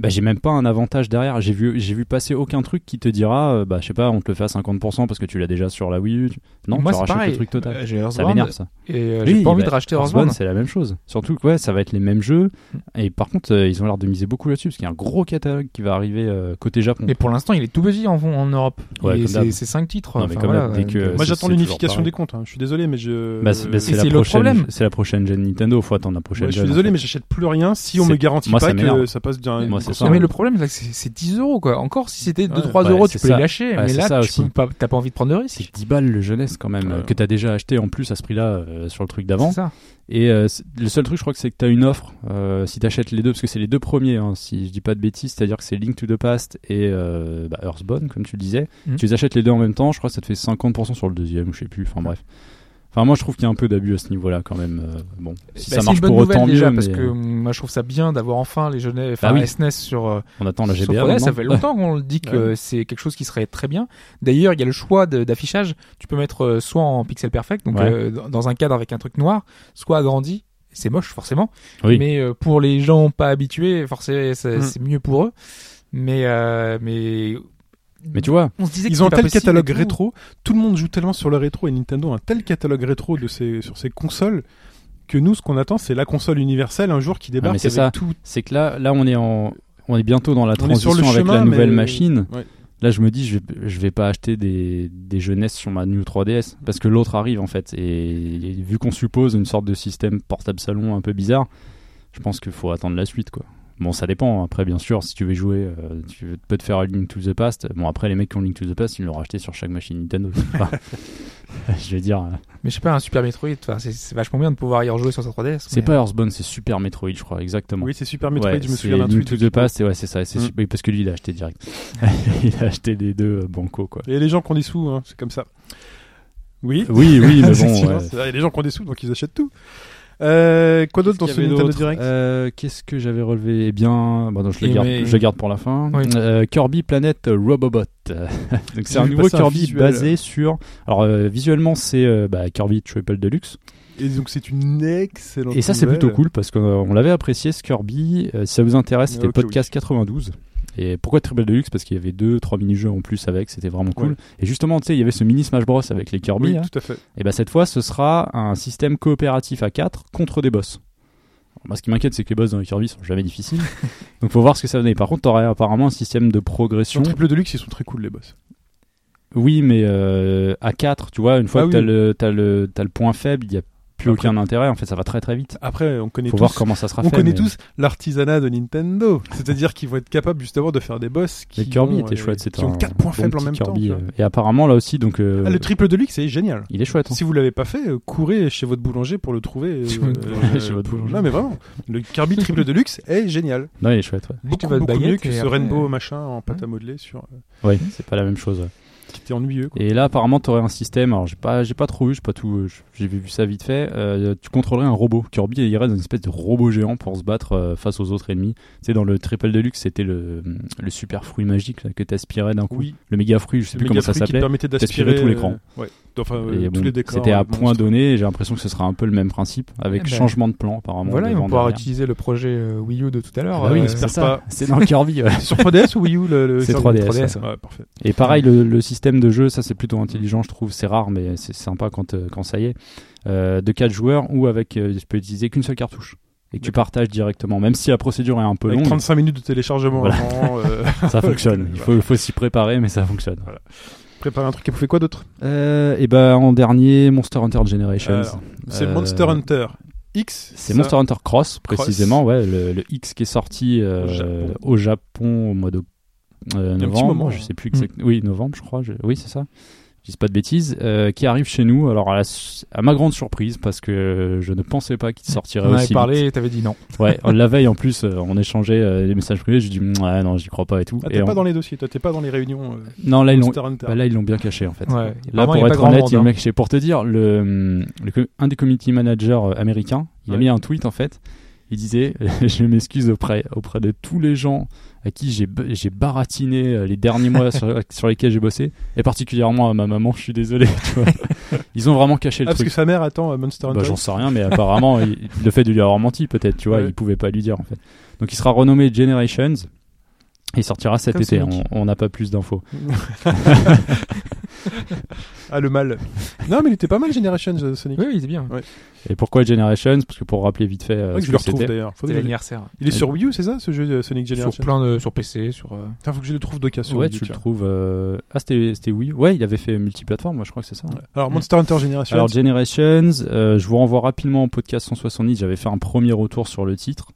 Bah j'ai même pas un avantage derrière, j'ai vu, j'ai vu passer aucun truc qui te dira, euh, bah je sais pas, on te le fait à 50% parce que tu l'as déjà sur la Wii U. Non,
Moi,
tu
c'est
rachètes
pareil.
le truc total.
Euh, J'ai
ça
Earthbound
m'énerve ça.
et euh,
Oui,
j'ai pas envie
bah,
de racheter
Earthbound,
Earthbound.
c'est la même chose. Surtout que ouais, ça va être les mêmes jeux. Et par contre, euh, ils ont l'air de miser beaucoup là-dessus parce qu'il y a un gros catalogue qui va arriver euh, côté Japon.
Mais pour l'instant, il est tout petit en, en Europe.
Ouais,
Et
comme d'hab.
c'est c'est cinq titres.
Non, mais
Enfin,
comme
voilà,
d'hab, dès que-
euh,
c'est-
Moi j'attends
c'est toujours
l'unification
pareil.
des comptes, hein. je suis désolé, mais je.
Bah, c'est bah, c'est
Et
la
c'est le
prochaine,
problème.
c'est la prochaine gen Nintendo. Faut attendre la prochaine
Ouais, je suis
gen,
désolé,
en
mais
fait.
j'achète plus rien si on
C'est-
me garantit
moi, ça
pas
m'énerve.
que ça passe d'un.
Moi,
une
c'est
console.
ça. hein.
Non, mais le problème, c'est que c'est- c'est 10 euros quoi. Encore si c'était 2-3
Ouais,
euros,
c'est
tu peux
ça.
les lâcher.
Ouais,
mais
c'est
là,
ça
tu
aussi.
peux pas- t'as pas envie de prendre de risque.
C'est 10 balles le jeunesse quand même,
Ouais.
euh, que t'as déjà acheté en plus à ce prix-là euh, sur le truc d'avant.
C'est ça.
Et euh, c'est- le seul truc, je crois que c'est que t'as une offre euh, si t'achètes les deux, parce que c'est les deux premiers, hein, si je dis pas de bêtises, c'est-à-dire que c'est Link to the Past et euh, bah, Earthbound, comme tu le disais.
Mhm.
Tu les achètes les deux en même temps, je crois que ça te fait 50% sur le deuxième, ou je sais plus, enfin bref. Enfin, moi je trouve qu'il y a un peu d'abus à ce niveau-là quand même. euh, bon, si
Bah,
ça
c'est
marche
une bonne
pour
nouvelle
autant
déjà,
mieux,
parce
mais
que
euh,
moi je trouve ça bien d'avoir enfin les jeunes, enfin
Bah oui.
SNES sur euh,
on attend la
sur
GBA.
3DS, ça
maintenant.
fait longtemps qu'on le dit que
Ouais.
c'est quelque chose qui serait très bien. D'ailleurs, il y a le choix de- d'affichage. Tu peux mettre euh, soit en pixel perfect, donc
Ouais.
euh, dans- dans un cadre avec un truc noir, soit agrandi. C'est moche forcément,
Oui.
mais euh, pour les gens pas habitués, forcément c'est
Mm.
c'est mieux pour eux. Mais euh, mais
Mais tu vois,
on se disait que
Ils
c'était
ont un
pas
tel
possible
catalogue
et tout.
rétro, tout le monde joue tellement sur le rétro et Nintendo a un tel catalogue rétro de ses, sur ses consoles que nous, ce qu'on attend, c'est la console universelle un jour qui débarque
Ah, mais c'est
avec
ça.
tout.
c'est que là, là on est en, on est bientôt dans la
On est sur
transition
le
avec
chemin,
la nouvelle
mais-
machine.
Ouais.
Là, je me dis, je vais, je vais pas acheter des, des jeunesses sur ma New 3DS parce que l'autre arrive en fait. Et, vu qu'on suppose une sorte de système portable salon un peu bizarre, je pense qu'il faut attendre la suite quoi. Bon, ça dépend. Après, bien sûr, si tu veux jouer, euh, tu peux te faire un Link to the Past. Bon, après, les mecs qui ont Link to the Past, ils l'ont racheté sur chaque machine Nintendo. Enfin, je veux dire, euh,
Mais je sais pas un Super Metroid, enfin, c'est c'est vachement bien de pouvoir y rejouer sur sa 3DS.
c'est
mais-
pas Earthbound, c'est Super Metroid, je crois, exactement.
Oui, c'est Super Metroid,
Mm. Ouais,
je me
c'est
souviens d'un
Link
tweet.
to the Past, et ouais, c'est ça. et c'est
Mm.
super- parce que lui, il a acheté direct. il a acheté les deux euh, banco, quoi.
Et les gens qui ont des sous, hein, c'est comme ça. Oui,
Oui, oui, mais bon.
Effectivement,
ouais.
c'est vrai, Il y a des gens qui ont des sous, donc ils achètent tout. Euh, quoi d'autre dans
Qu'est-ce
ce
qu'il y avait
Nintendo
d'autre
Direct
Euh, Qu'est-ce que j'avais relevé Eh bien, bon, non, je, le
Eh
garde,
mais-
je le garde pour la fin.
Oui.
Euh, Kirby Planet Robobot. Donc c'est
J'ai
un
vu
nouveau
passer un
Kirby
visuel.
basé sur. Alors euh, visuellement, c'est euh, bah, Kirby Triple Deluxe.
Et donc c'est une excellente.
Et ça, c'est
nouvelle.
plutôt cool parce qu'on on l'avait apprécié ce Kirby. Euh, si ça vous intéresse, c'était
Ok,
podcast 92. Et pourquoi Triple Deluxe Parce qu'il y avait deux, trois mini-jeux en plus avec, c'était vraiment cool.
Ouais.
Et justement, tu sais, il y avait ce mini Smash Bros avec les Kirby.
Oui,
là.
tout à fait.
Et bah cette fois, ce sera un système coopératif à 4 contre des boss. Alors, moi, ce qui m'inquiète, c'est que les boss dans les Kirby sont jamais difficiles. Donc, faut voir ce que ça va donner. Par contre, t'aurais apparemment un système de progression.
Sur Triple Deluxe, ils sont très cool les boss.
Oui, mais euh, à 4, tu vois, une fois
Ah
que t'as
oui.
le, t'as le, t'as le point faible, il y a plus
Après-
aucun intérêt. En fait, ça va très très vite.
Après, on connaît tous,
Faut voir comment ça sera
on
fait.
connaît
mais-
tous l'artisanat de Nintendo. C'est-à-dire qu'ils vont être capables justement de faire des boss qui
Mais Kirby
ont,
était
euh,
chouette. C'était
qui ont
un
quatre points
bon
faibles en
petit
même temps.
Kirby,
tu
euh,
vois.
Et apparemment là aussi, donc euh,
Ah, le triple de Luke, c'est génial.
il est chouette. hein.
Si vous l'avez pas fait, euh, courez chez votre boulanger pour le trouver. euh,
Chez votre
euh,
boulanger, chez votre boulanger.
Non mais vraiment, le Kirby triple de luxe est génial.
Non, il est chouette. ouais.
Beaucoup,
votre
beaucoup mieux
baguette
que
et
ce
après- euh,
Rainbow machin en pâte à modeler sur euh,
Ouais, c'est pas la même chose. ouais.
qui était ennuyeux. Quoi.
Et là, apparemment, t'aurais un système. Alors, j'ai pas, j'ai pas trop eu, j'ai pas tout, euh, j'ai vu ça vite fait. Euh, tu contrôlerais un robot. Kirby irait dans une espèce de robot géant pour se battre euh, face aux autres ennemis. Tu sais, dans le Triple Deluxe, c'était le, le super fruit magique là, que t'aspirais d'un coup.
Oui,
Le méga fruit, je sais
le
plus comment ça
mégafruit qui
s'appelait.
permettait
d'aspirer
d'aspirer
tout l'écran.
euh, ouais. Enfin, euh,
Et
tous
bon,
les décors.
C'était
euh,
à point
monstres.
donné. et J'ai l'impression que ce sera un peu le même principe, avec
Eh ben,
changement de plan apparemment.
Voilà, ils
devant,
vont pouvoir
derrière.
utiliser le projet euh, Wii U de tout à l'heure.
Ah oui,
euh,
c'est
j'espère
ça.
pas.
C'est dans Kirby. ouais.
Sur 3DS ou Wii U le, le
C'est
Kirby
3DS,
ouais. Ouais, parfait.
Et pareil, le, le système de jeu, ça c'est plutôt intelligent, je trouve. C'est rare, mais c'est sympa quand, euh, quand ça y est. Euh, de 4 joueurs ou avec, euh, tu peux utiliser qu'une seule cartouche. Et que tu partages directement, même si la procédure est un peu
Avec
longue,
35 minutes de téléchargement
Voilà.
avant, euh,
ça fonctionne. Il faut, faut s'y préparer, mais ça fonctionne.
préparer un truc et vous fait quoi d'autre
Euh, et ben en dernier, Monster Hunter Generations.
Alors, C'est
Euh,
Monster Hunter X.
C'est
ça
Monster Hunter Cross, précisément, ouais, le, le X qui est sorti euh,
Au Japon.
au Japon au mois de euh,
petit
novembre.
moment,
je
hein.
sais plus exactement. Oui, novembre, je crois. je- Oui, c'est ça. Je dis pas de bêtises. euh, qui arrive chez nous. Alors, à, la su- à ma grande surprise, parce que je ne pensais pas qu'il sortirait
On en avait
aussi.
parlé
vite.
et t'avais dit non.
Ouais, la veille, en plus, euh, on échangeait euh, des messages privés. J'ai dit, ouais, non, j'y crois pas et tout.
Ah,
Et
t'es pas
on-
dans les dossiers, toi, t'es pas dans les réunions. euh,
Non, là, ils l'ont.
Monster Hunter.
bah, là, ils l'ont bien caché en fait.
Ouais.
Là,
Apparemment, il y
pour
a pas
être
grand
honnête,
monde,
il
hein.
m'a caché. Pour te dire, le, le co- un des community managers euh, américains, il a
Ouais.
mis un tweet en fait. Il disait Je m'excuse auprès, auprès de tous les gens à qui j'ai b- j'ai baratiné euh, les derniers mois sur, sur lesquels j'ai bossé, et particulièrement à ma maman, je suis désolé. tu vois. Ils ont vraiment
Ah,
caché le
parce que
truc.
sa mère attend euh, Monster
Bah,
Hunter.
J'en sais rien, mais apparemment, il- le fait de lui avoir menti, peut-être, tu vois,
Ouais.
il pouvait pas lui dire en fait. Donc il sera renommé Generations. et Il sortira cet
Comme
été, on
Sonic.
on n'a pas plus d'infos.
Ah, le mal. Non, mais il était pas mal, Generations euh, Sonic.
Oui, oui, c'est bien.
Et pourquoi Generations Parce que pour rappeler vite fait, euh,
Faudrait que
ce
je le
que
retrouve
c'était.
d'ailleurs. Faudrait
C'était
que je le-
l'anniversaire.
Il est sur Wii U, c'est ça, ce jeu euh, Sonic
Sur
Generations
plein de, sur PC, sur. euh,
Putain, faut que je le trouve d'occasion. sur
Ouais,
Wii U,
tu le
tiens.
trouves. euh, Ah, c'était c'était Wii. U. Ouais, il avait fait multiplateforme, moi je crois que c'est ça. hein.
Alors, Monster Hunter Generations.
Alors, Generations, euh, je vous renvoie rapidement au podcast 170. J'avais fait un premier retour sur le titre.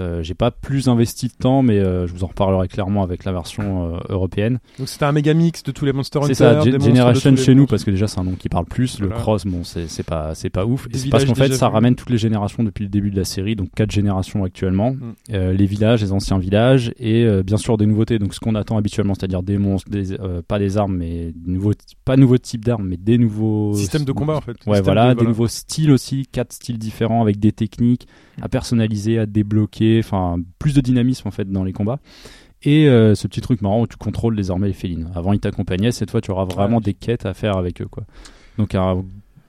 Euh, J'ai pas plus investi de temps, mais euh, je vous en reparlerai clairement avec la version euh, européenne.
Donc, c'était un méga mix de tous les Monster Hunter.
C'est ça,
des
Ge-
monstres de
Generation
tous les
chez nous,
monstres.
parce que déjà c'est un nom qui parle plus. Le
Voilà.
cross, bon, c'est c'est pas, c'est pas ouf. Et
Des
c'est parce
villages
qu'en fait,
déjà
ça
vus.
ramène toutes les générations depuis le début de la série, donc quatre générations actuellement.
Mm.
Euh, les villages, les anciens villages, et euh, bien sûr des nouveautés. Donc ce qu'on attend habituellement, c'est-à-dire des monstres, des, euh, pas des armes, mais des nouveaux, pas nouveaux types d'armes, mais des nouveaux
Système de combat, en fait.
Ouais,
Système
voilà,
de-
des nouveaux styles aussi, quatre styles différents avec des techniques
Mm.
à personnaliser, à débloquer, enfin plus de dynamisme en fait dans les combats. Et euh, ce petit truc marrant où tu contrôles désormais les félines. Avant ils t'accompagnaient, cette fois tu auras vraiment
Ouais.
des quêtes à faire avec eux quoi. Donc un-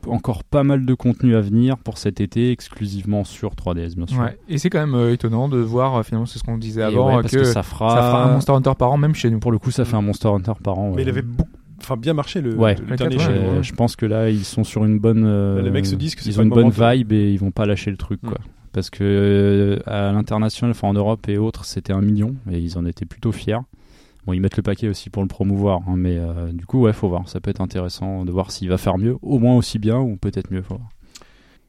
encore pas mal de contenu à venir pour cet été, exclusivement sur 3DS bien sûr.
Ouais. Et c'est quand même euh, étonnant de voir euh, finalement c'est ce qu'on disait
Et
avant
ouais,
euh,
parce
que,
que,
ça
ça fera,
fera un Monster Hunter par an même chez nous.
pour le coup ça fait un Monster Hunter par an.
Mais
ouais.
il avait beaucoup- enfin, bien marché le,
Ouais.
le
Le
dernier
Euh,
quatre,
chez
ouais.
nous, hein.
je pense que là, ils sont sur une bonne. euh,
Là, les mecs se disent que c'est
ils
pas
ont une
le
bonne
moment de-
vibe et ils vont pas lâcher le truc,
Mm.
quoi. Parce que euh, à l'international, enfin en Europe et autres, c'était un million et ils en étaient plutôt fiers. Bon, ils mettent le paquet aussi pour le promouvoir, hein, mais euh, du coup, ouais, faut voir. Ça peut être intéressant de voir s'il va faire mieux, au moins aussi bien ou peut-être mieux, faut voir.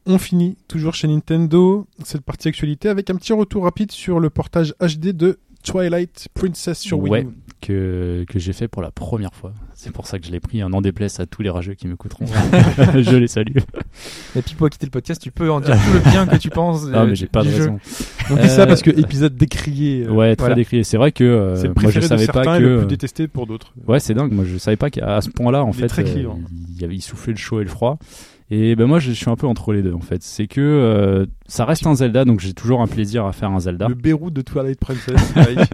On finit toujours chez Nintendo cette partie actualité avec un petit retour rapide sur le portage HD de Twilight Princess sur Wii
Ouais.
U.
Que, que j'ai fait pour la première fois. C'est pour ça que je l'ai pris, un en déplaise à tous les rageux qui m'écouteront. je les salue.
Et puis pour quitter le podcast, tu peux en dire tout le bien que tu penses.
Ah,
Non,
euh,
mais j'ai pas de
du jeu.
raison.
On dit ça
Euh,
parce que épisode décrié. euh,
Ouais, très
Voilà.
décrié. C'est vrai que euh,
c'est le
moi je
préféré de
savais
certains
pas
et
que
le plus détesté pour d'autres.
Ouais, c'est dingue. Moi, je savais pas qu'à à ce point-là, en
Il est
fait,
très
euh,
clivant.
il, y avait- il soufflait le chaud et le froid. Et ben moi, je suis un peu entre les deux, en fait. C'est que euh, ça reste un Zelda, donc j'ai toujours un plaisir à faire un Zelda.
Le Bérou de Twilight Princess. Mike.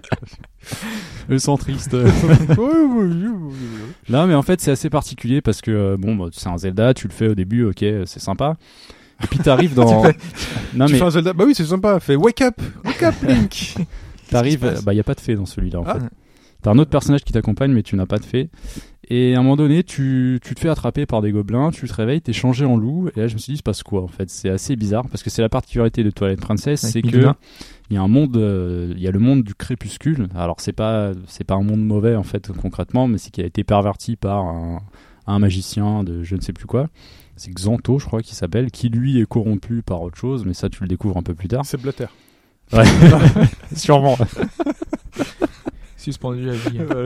Le centriste.
Ouais,
non, mais en fait, c'est assez particulier parce que euh, bon, bah, c'est un Zelda. Tu le fais au début, ok, euh, c'est sympa. Et puis t'arrives dans. non
tu
mais
fais un Zelda Bah oui, c'est sympa. Fait wake up, wake up Link.
Qu'est-ce qui
t'arrives.
se passe
Bah, il y a pas de fée dans celui-là, en
Ah.
fait. T'as un autre personnage qui t'accompagne, mais tu n'as pas de fée. Et à un moment donné, tu, tu te fais attraper par des gobelins, tu te réveilles, t'es changé en loup. Et là, je me suis dit, il se passe quoi en fait C'est assez bizarre parce que c'est la particularité de Twilight Princess,
Avec
c'est que
Midna.
il y a un monde, euh, il y a le monde du crépuscule. Alors c'est pas c'est pas un monde mauvais en fait concrètement, mais c'est qu'il a été perverti par un, à un magicien de je ne sais plus quoi. C'est Xanto, je crois, qui s'appelle, qui lui est corrompu par autre chose, mais ça tu le découvres un peu plus tard.
C'est Blatter.
Ouais, sûrement.
Suspendu à vie. hein.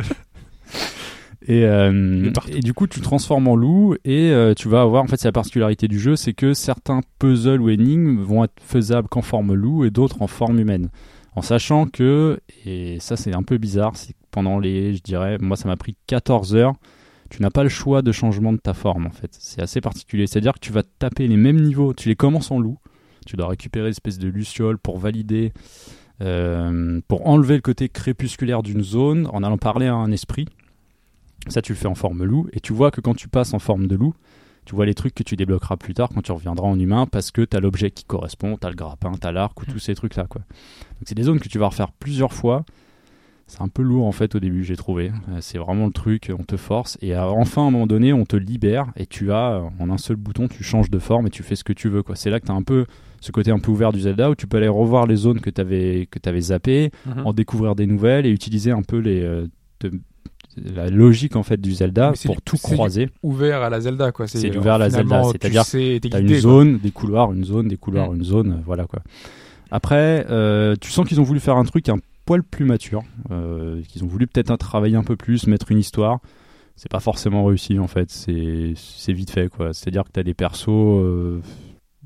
Et, euh,
Et partout.
et du coup, tu te transformes en loup et euh, tu vas avoir. En fait, c'est la particularité du jeu, c'est que certains puzzles ou énigmes vont être faisables qu'en forme loup et d'autres en forme humaine. En sachant que, et ça c'est un peu bizarre, c'est que pendant les, je dirais, moi ça m'a pris 14 heures, tu n'as pas le choix de changement de ta forme en fait. C'est assez particulier. C'est-à-dire que tu vas taper les mêmes niveaux, tu les commences en loup, tu dois récupérer une espèce de luciole pour valider, euh, pour enlever le côté crépusculaire d'une zone en allant parler à un esprit. Ça, tu le fais en forme loup. Et tu vois que quand tu passes en forme de loup, tu vois les trucs que tu débloqueras plus tard quand tu reviendras en humain parce que tu as l'objet qui correspond, tu as le grappin, tu as l'arc
Mm.
ou tous ces trucs-là. quoi. Donc, c'est des zones que tu vas refaire plusieurs fois. C'est un peu lourd en fait au début, j'ai trouvé. Euh, C'est vraiment le truc, on te force. Et euh, enfin, à un moment donné, on te libère et tu as, euh, en un seul bouton, tu changes de forme et tu fais ce que tu veux. quoi. C'est là que tu as un peu ce côté un peu ouvert du Zelda où tu peux aller revoir les zones que tu avais, avais zappées,
Mhm.
en découvrir des nouvelles et utiliser un peu les euh, te- la logique en fait du Zelda
Mais c'est
pour
du-
tout
c'est du-
croiser.
Ouvert à la Zelda, quoi.
C'est ouvert à la Zelda,
finalement,
c'est-à-dire
tu sais, t'es
T'as une
guidé, quoi.
zone, des couloirs, une zone, des couloirs,
Mm.
une zone, euh, voilà quoi. Après, euh, tu sens qu'ils ont voulu faire un truc un poil plus mature, euh, qu'ils ont voulu peut-être un- travailler un peu plus, mettre une histoire. C'est pas forcément réussi en fait, c'est c'est vite fait quoi. C'est-à-dire que t'as des persos, euh,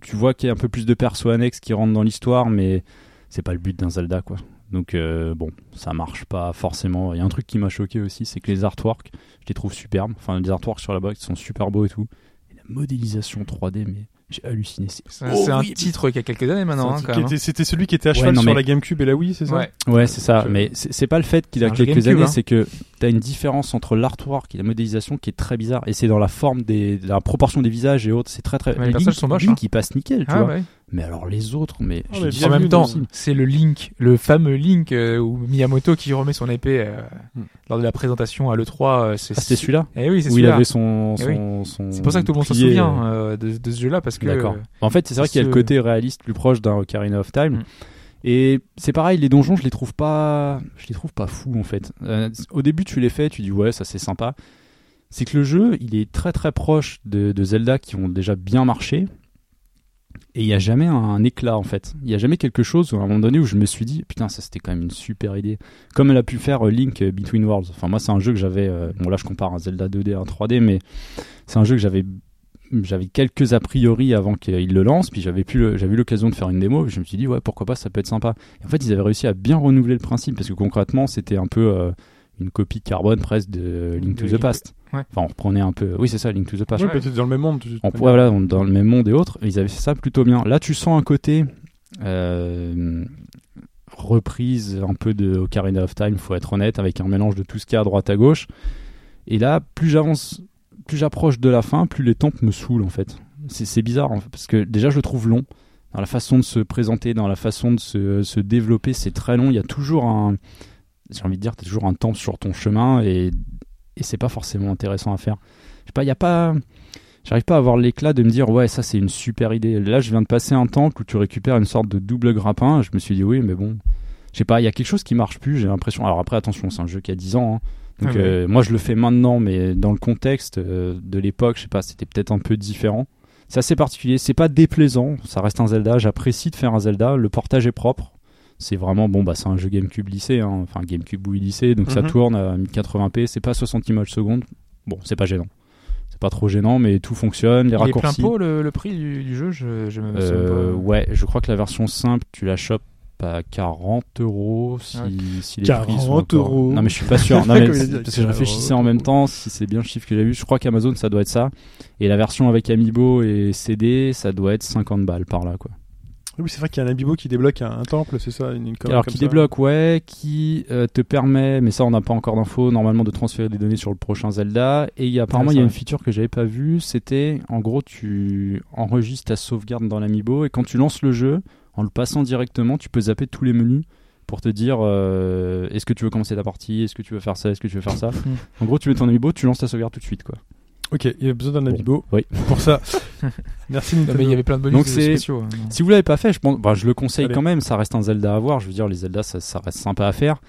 tu vois qu'il y a un peu plus de persos annexes qui rentrent dans l'histoire, mais c'est pas le but d'un Zelda quoi. Donc euh, bon, ça marche pas forcément. Il y a un truc qui m'a choqué aussi, c'est que les artworks, je les trouve superbes. Enfin, les artworks sur la box sont super beaux et tout. Et la modélisation 3D, mais j'ai halluciné. C'est-
C'est un- c'est un titre qui a quelques années maintenant, hein,
C'est un
quand
qui
même.
était- C'était celui qui était à
Ouais,
cheval
non,
sur
mais-
la GameCube et la Wii, c'est
hein.
ça
Ouais.
Ouais, c'est ça.
Je-
Mais c'est c'est pas le fait qu'il a
C'est un jeu
quelques
GameCube,
années,
hein.
c'est que t'as une différence entre l'artwork et la modélisation qui est très bizarre. Et c'est dans la forme des, la proportion des visages et autres. C'est très très.
Mais les
Link-
personnages sont moches,
Link,
hein.
il passe nickel, tu
Ah
vois.
ouais.
Mais alors les autres, mais.
Ah,
j'ai
mais bien
dit, c'est
En même
vu,
pas
temps,
possible.
c'est le Link, le fameux Link euh, où Miyamoto qui remet son épée euh,
Hmm.
lors de la présentation à l'E3. euh, c'est
Ah, c'était celui-là.
Eh oui, c'est
Où il
celui-là.
avait son,
Eh oui.
son, son
C'est pour ça que tout le monde s'en
bouclier,
souvient euh, de, de ce jeu-là parce que.
D'accord.
euh,
En fait, c'est vrai qu'il y a le
ce-
côté réaliste plus proche d'un Ocarina of Time.
Mm.
Et c'est pareil, les donjons, je les trouve pas, je les trouve pas fous en fait. Euh, au début, tu les fais, tu dis ouais, ça c'est sympa. C'est que le jeu, il est très très proche de, de Zelda qui ont déjà bien marché. Et il n'y a jamais un, éclat en fait. Il n'y a jamais quelque chose où, à un moment donné où je me suis dit putain, ça c'était quand même une super idée. Comme elle a pu faire euh, Link euh, Between Worlds. Enfin, moi, c'est un jeu que j'avais. euh, bon, là, je compare un Zelda 2D à un 3D, mais c'est un jeu que j'avais j'avais quelques a priori avant qu'ils le lancent, puis j'avais pu le- j'avais eu l'occasion de faire une démo, puis je me suis dit ouais pourquoi pas ça peut être sympa. Et en fait ils avaient réussi à bien renouveler le principe parce que concrètement c'était un peu euh, une copie carbone presque de Link
De
to the
Link-
Past.
ouais.
Enfin on reprenait un peu, oui c'est ça Link to the Past.
Oui, peut-être dans le même monde. de toute
On,
manière.
voilà, on- dans le même monde et autres, ils avaient fait ça plutôt bien. Là, tu sens un côté euh, reprise un peu de Ocarina of Time, faut être honnête, avec un mélange de tout ce qu'il y a à droite à gauche. Et là, plus j'avance, plus j'approche de la fin, plus les tempes me saoulent en fait. C'est c'est bizarre en fait, parce que déjà je le trouve long. Dans la façon de se présenter, dans la façon de se, se développer, c'est très long. Il y a toujours un, j'ai envie de dire, t'as toujours un temple sur ton chemin et, et c'est pas forcément intéressant à faire. Je sais pas, il y a pas, J'arrive pas à avoir l'éclat de me dire ouais ça c'est une super idée. Là je viens de passer un temple où tu récupères une sorte de double grappin. Je me suis dit oui mais bon, je sais pas, il y a quelque chose qui marche plus. J'ai l'impression. Alors après attention c'est un jeu qui a 10 ans. hein. Donc
Ah oui.
euh, moi je le fais maintenant mais dans le contexte euh, de l'époque je sais pas c'était peut-être un peu différent. C'est assez particulier. C'est pas déplaisant. Ça reste un Zelda. J'apprécie de faire un Zelda. Le portage est propre. C'est vraiment bon bah c'est un jeu GameCube lycée. hein. Enfin GameCube oui lycée donc ça
Mhm.
tourne à 1080p. C'est pas 60 images secondes. Bon c'est pas gênant. C'est pas trop gênant, mais tout fonctionne, les
il est plein
raccourcis.
pot le, le prix du, du jeu, je, je me souviens
Euh,
pas.
ouais, je crois que la version simple, tu la chopes à 40 euros si,
Ouais.
si les prix sont
40
encore-
euros.
Non mais je suis pas sûr. Non, mais
Comme il a
c'est-
dit,
parce que je réfléchissais en même temps si c'est bien le chiffre que j'ai vu. Je crois qu'Amazon ça doit être ça. Et la version avec Amiibo et CD, ça doit être 50 balles par là quoi.
Oui, c'est vrai qu'il y a un abibo qui débloque un, un temple, c'est ça une, une connerie
Alors
comme
qui
ça.
débloque, ouais, qui euh, te permet, mais ça on n'a pas encore d'infos, normalement de transférer des données sur le prochain Zelda. Et il y a- apparemment
Ah,
il
ça,
y a
ouais.
une feature que j'avais pas vue, c'était en gros tu enregistres ta sauvegarde dans l'amiibo et quand tu lances le jeu, en le passant directement, tu peux zapper tous les menus pour te dire euh, est-ce que tu veux commencer ta partie, est-ce que tu veux faire ça, est-ce que tu veux faire ça. en gros tu mets ton amiibo, tu lances ta sauvegarde tout de suite quoi.
Ok, il y a besoin d'un abibo
oui.
pour ça. Merci
Non,
Nintendo.
mais il y avait plein de bonus
Donc, c'est-
spéciaux. hein.
Si vous l'avez pas fait, je pense, bah, je le conseille
Allez.
quand même. Ça reste un Zelda à voir. Je veux dire, les Zelda, ça, ça reste sympa à faire.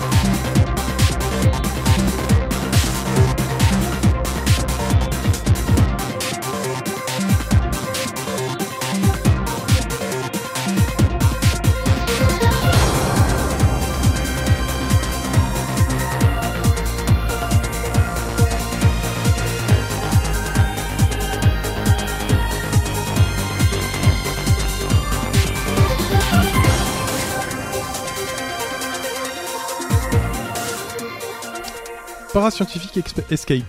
Parascientific exp- Escape.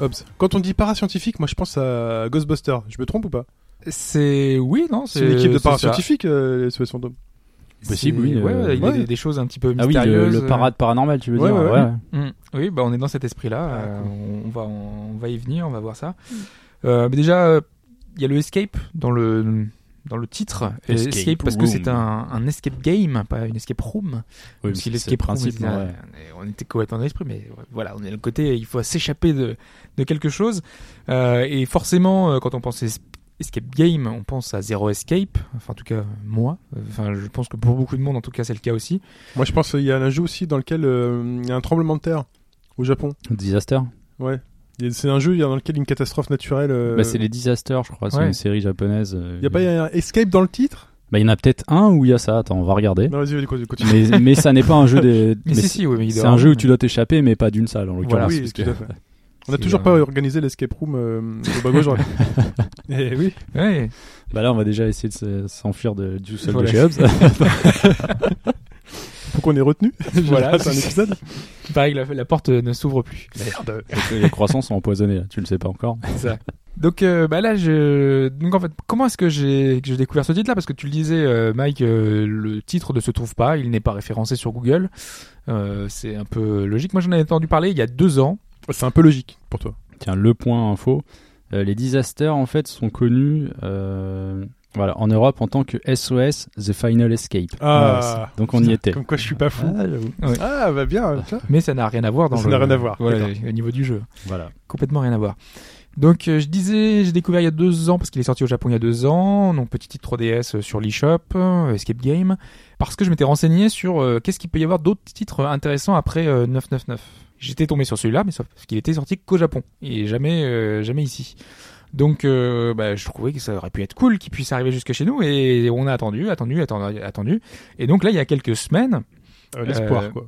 Hobbs. Quand on dit parascientifique, moi je pense à Ghostbuster. Je me trompe ou pas
C'est oui, non,
C'est une équipe de
c'est ça.
parascientifiques, euh, les Sous Fantômes.
Possible,
C'est-
oui,
ouais,
euh,
ouais, il y a
ouais.
des, des choses un petit peu
Ah oui, le,
mystérieuses. euh,
le parade paranormal, tu veux
Ouais,
dire
ouais,
ouais.
Mm. Oui, bah on est dans cet esprit-là.
Ah,
euh, on, on va, on, va y venir, on va voir ça. Euh, mais déjà, euh, il y a le escape dans le dans le titre. Et
Escape
Escape, parce que
room.
c'est un, un escape game, pas une escape room.
Oui,
Même si
mais c'est
l'escape
le
room, il
principe. hein.
y a-
ouais.
on était complètement dans l'esprit, mais voilà, on est le côté, il faut s'échapper de de quelque chose. Euh, et forcément, euh, quand on pense es- escape game, on pense à zéro escape. Enfin, en tout cas, moi. Enfin, je pense que pour beaucoup de monde, en tout cas, c'est le cas aussi.
Moi je pense qu'il y a un jeu aussi dans lequel euh, il y a un tremblement de terre au Japon.
Disaster.
Il y a- C'est un jeu il y a dans lequel une catastrophe naturelle. euh,
Bah, c'est les Disasters, je crois. C'est
ouais.
une série japonaise. euh,
Il y a pas un Escape dans le titre
Bah, il y en a peut-être un où il y a ça. Attends, on va regarder.
Non, vas-y, vas-y, continue, continue.
mais, mais ça n'est pas un jeu des.
Mais, si, si, oui, mais il
C'est
doit-
un jeu où tu dois t'échapper, mais pas d'une salle en
Voilà,
l'occurrence.
oui,
parce
tout
que-
à fait. On n'a
C'est
toujours
un-
pas organisé l'escape room euh, au bas gauche. droite. Eh oui.
Ouais.
Bah là, on va déjà essayer de se- s'enfuir de, du sol
Voilà.
de chez Hobbs.
Faut qu'on est retenu.
Ah,
Voilà.
c'est un épisode.
Pareil, la, la porte ne s'ouvre plus.
Les croissants sont empoisonnés, là. tu le sais pas encore.
Donc euh, bah là, je... donc en fait, comment est-ce que j'ai que j'ai découvert ce titre-là Parce que tu le disais, euh, Mike, euh, le titre ne se trouve pas, il n'est pas référencé sur Google. Euh, c'est un peu logique. Moi, j'en avais entendu parler il y a deux ans.
C'est un peu logique pour toi.
Tiens, le point info. Euh, les disasters, en fait, sont connus euh, voilà, en Europe en tant que SOS The Final Escape.
Ah.
Ouais, donc on y était.
Comme quoi, je suis pas fou.
Ah, j'avoue.
Ah, bah bien. tiens.
Mais ça n'a rien à voir dans
Ça
le-
n'a rien à voir,
Voilà,
d'accord.
au niveau du jeu.
Voilà.
complètement rien à voir. Donc euh, je disais, j'ai découvert il y a deux ans parce qu'il est sorti au Japon il y a deux ans, donc petit titre 3DS sur l'eShop, euh, Escape Game, parce que je m'étais renseigné sur euh, qu'est-ce qu'il peut y avoir d'autres titres intéressants après euh, 999. J'étais tombé sur celui-là, mais sauf qu'il était sorti qu'au Japon et jamais euh, jamais ici. Donc euh, bah, je trouvais que ça aurait pu être cool qu'il puisse arriver jusque chez nous et on a attendu, attendu, attendu, attendu. Et donc là il y a quelques semaines,
Euh, L'espoir,
Euh,
quoi.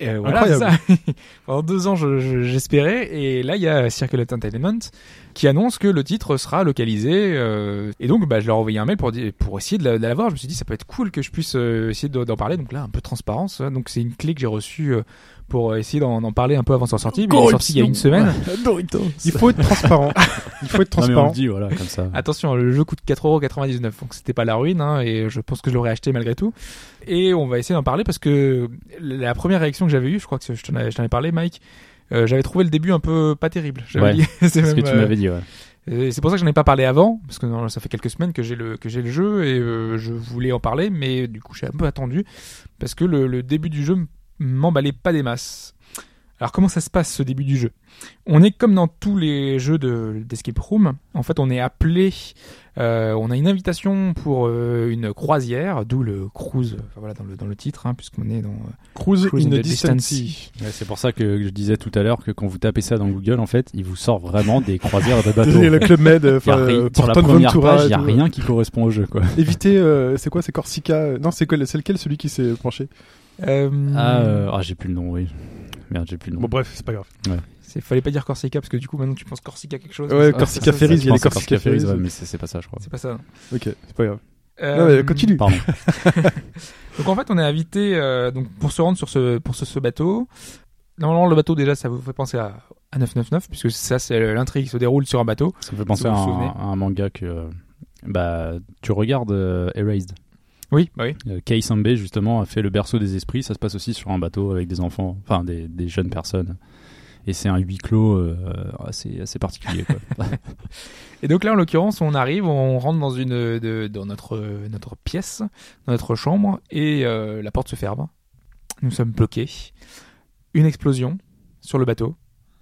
et, euh, voilà,
Incroyable.
c'est ça. Pendant deux ans, je- je- j'espérais. et là, il y a Circle Entertainment qui annonce que le titre sera localisé. euh, et donc, bah, je leur ai envoyé un mail pour, dire- pour essayer de la- de l'avoir. Je me suis dit, ça peut être cool que je puisse euh, essayer de- d'en parler. Donc là, un peu de transparence. hein. Donc, c'est une clé que j'ai reçue euh, pour essayer d'en d'en parler un peu avant sa sortie. Mais il est sorti il y a une semaine.
Il faut être transparent. Il faut être
Non, mais on le
transparent.
dit, voilà, comme ça.
Euh, Attention, le jeu coûte 4,99€, donc c'était pas la ruine, hein, et je pense que je l'aurais acheté malgré tout. Et on va essayer d'en parler parce que la première réaction que j'avais eue, je crois que je t'en avais, je t'en avais parlé, Mike, euh, j'avais trouvé le début un peu pas terrible. J'avais
Ouais,
dit- c'est
C'est ce que
même,
tu
euh,
m'avais dit, ouais.
et c'est pour ça que j'en ai pas parlé avant, parce que non, ça fait quelques semaines que j'ai le que j'ai le jeu et euh, je voulais en parler, mais du coup j'ai un peu attendu parce que le, le début du jeu m- m'emballait pas des masses. Alors comment ça se passe ce début du jeu On est comme dans tous les jeux de d'escape room. En fait, on est appelé, euh, on a une invitation pour euh, une croisière, d'où le cruise. enfin, voilà dans le dans le titre, hein, puisqu'on est dans euh,
Cruise,
Cruise
in
in
a
the
distant
distance.
sea.
Ouais, c'est pour ça que je disais tout à l'heure que quand vous tapez ça dans Google, en fait, il vous sort vraiment des croisières de bateaux.
Désolé, le Club Med, euh,
Il y a
enfin,
ri-
euh,
sur la
Porton
première
Ventura
page,
et
il n'y a
tout.
rien qui correspond au jeu, quoi.
Éviter, euh, c'est quoi, c'est Corsica euh, Non, c'est quoi, c'est lequel celui qui s'est penché
euh,
Ah, euh, ah, j'ai plus le nom, oui. Merde, j'ai plus le nom.
Bon, bref, c'est pas grave.
c'est- fallait pas dire Corsica parce que du coup maintenant tu penses Corsica quelque chose.
Ouais,
Ah,
Corsica
c'est-
Ferries, il y a les
Je pense à
Corsica
Ferries,
Ferries.
ouais, mais c'est c'est pas ça, je crois.
C'est pas ça. non.
Ok, c'est pas grave. Non,
Euh,
mais continue.
Pardon.
Donc en fait, on est invité euh, donc pour se rendre sur ce pour ce, ce bateau. Normalement, le bateau déjà, ça vous fait penser à, à 999 puisque ça, c'est l'intrigue qui se déroule sur un bateau.
Ça me fait penser
Vous
à
vous
un,
souvenez
à un manga que euh, bah, tu regardes euh, Erased.
Oui, bah oui.
Euh, Kei Sambe, justement, a fait Le berceau des esprits. Ça se passe aussi sur un bateau avec des enfants, enfin des, des jeunes personnes. et c'est un huis clos euh, assez, assez particulier. quoi.
Et donc là, en l'occurrence, on arrive, on rentre dans une, de- dans notre, euh, notre pièce, dans notre chambre, et euh, la porte se ferme. Nous sommes bloqués. Une explosion sur le bateau.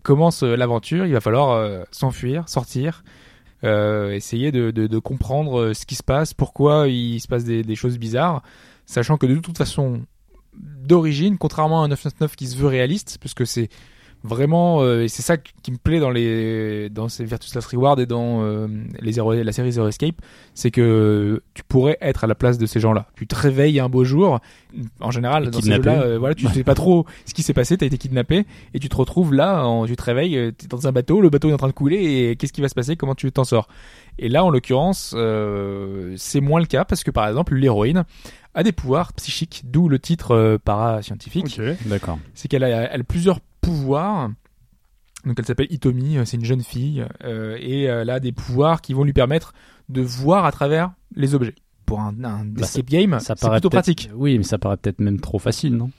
Commence euh, l'aventure. Il va falloir euh, s'enfuir, sortir, euh, essayer de, de- de comprendre euh, ce qui se passe, pourquoi il se passe des, des choses bizarres, sachant que de toute façon, d'origine, contrairement à un 999 qui se veut réaliste, parce que c'est vraiment euh, et c'est ça qui qui me plaît dans les dans ces Virtus Last Reward et dans euh, les Zero- la série Zero Escape c'est que tu pourrais être à la place de ces gens-là tu te réveilles un beau jour en général
Et
dans ces
kidnappé.
jeux-là euh, voilà tu sais pas trop ce qui s'est passé t'as été kidnappé et tu te retrouves là en- tu te réveilles euh, t'es dans un bateau le bateau est en train de couler et qu'est-ce qui va se passer comment tu t'en sors et là en l'occurrence euh, c'est moins le cas parce que par exemple l'héroïne a des pouvoirs psychiques d'où le titre euh, parascientifique
Ok.
D'accord.
c'est qu'elle a, elle a plusieurs pouvoirs. Donc elle s'appelle Itomi, euh, c'est une jeune fille, euh, et euh, elle a des pouvoirs qui vont lui permettre de voir à travers les objets. Pour un, un
Bah,
escape game,
ça
c'est
paraît
plutôt
peut-être-
pratique.
Oui, mais ça paraît peut-être même trop facile, non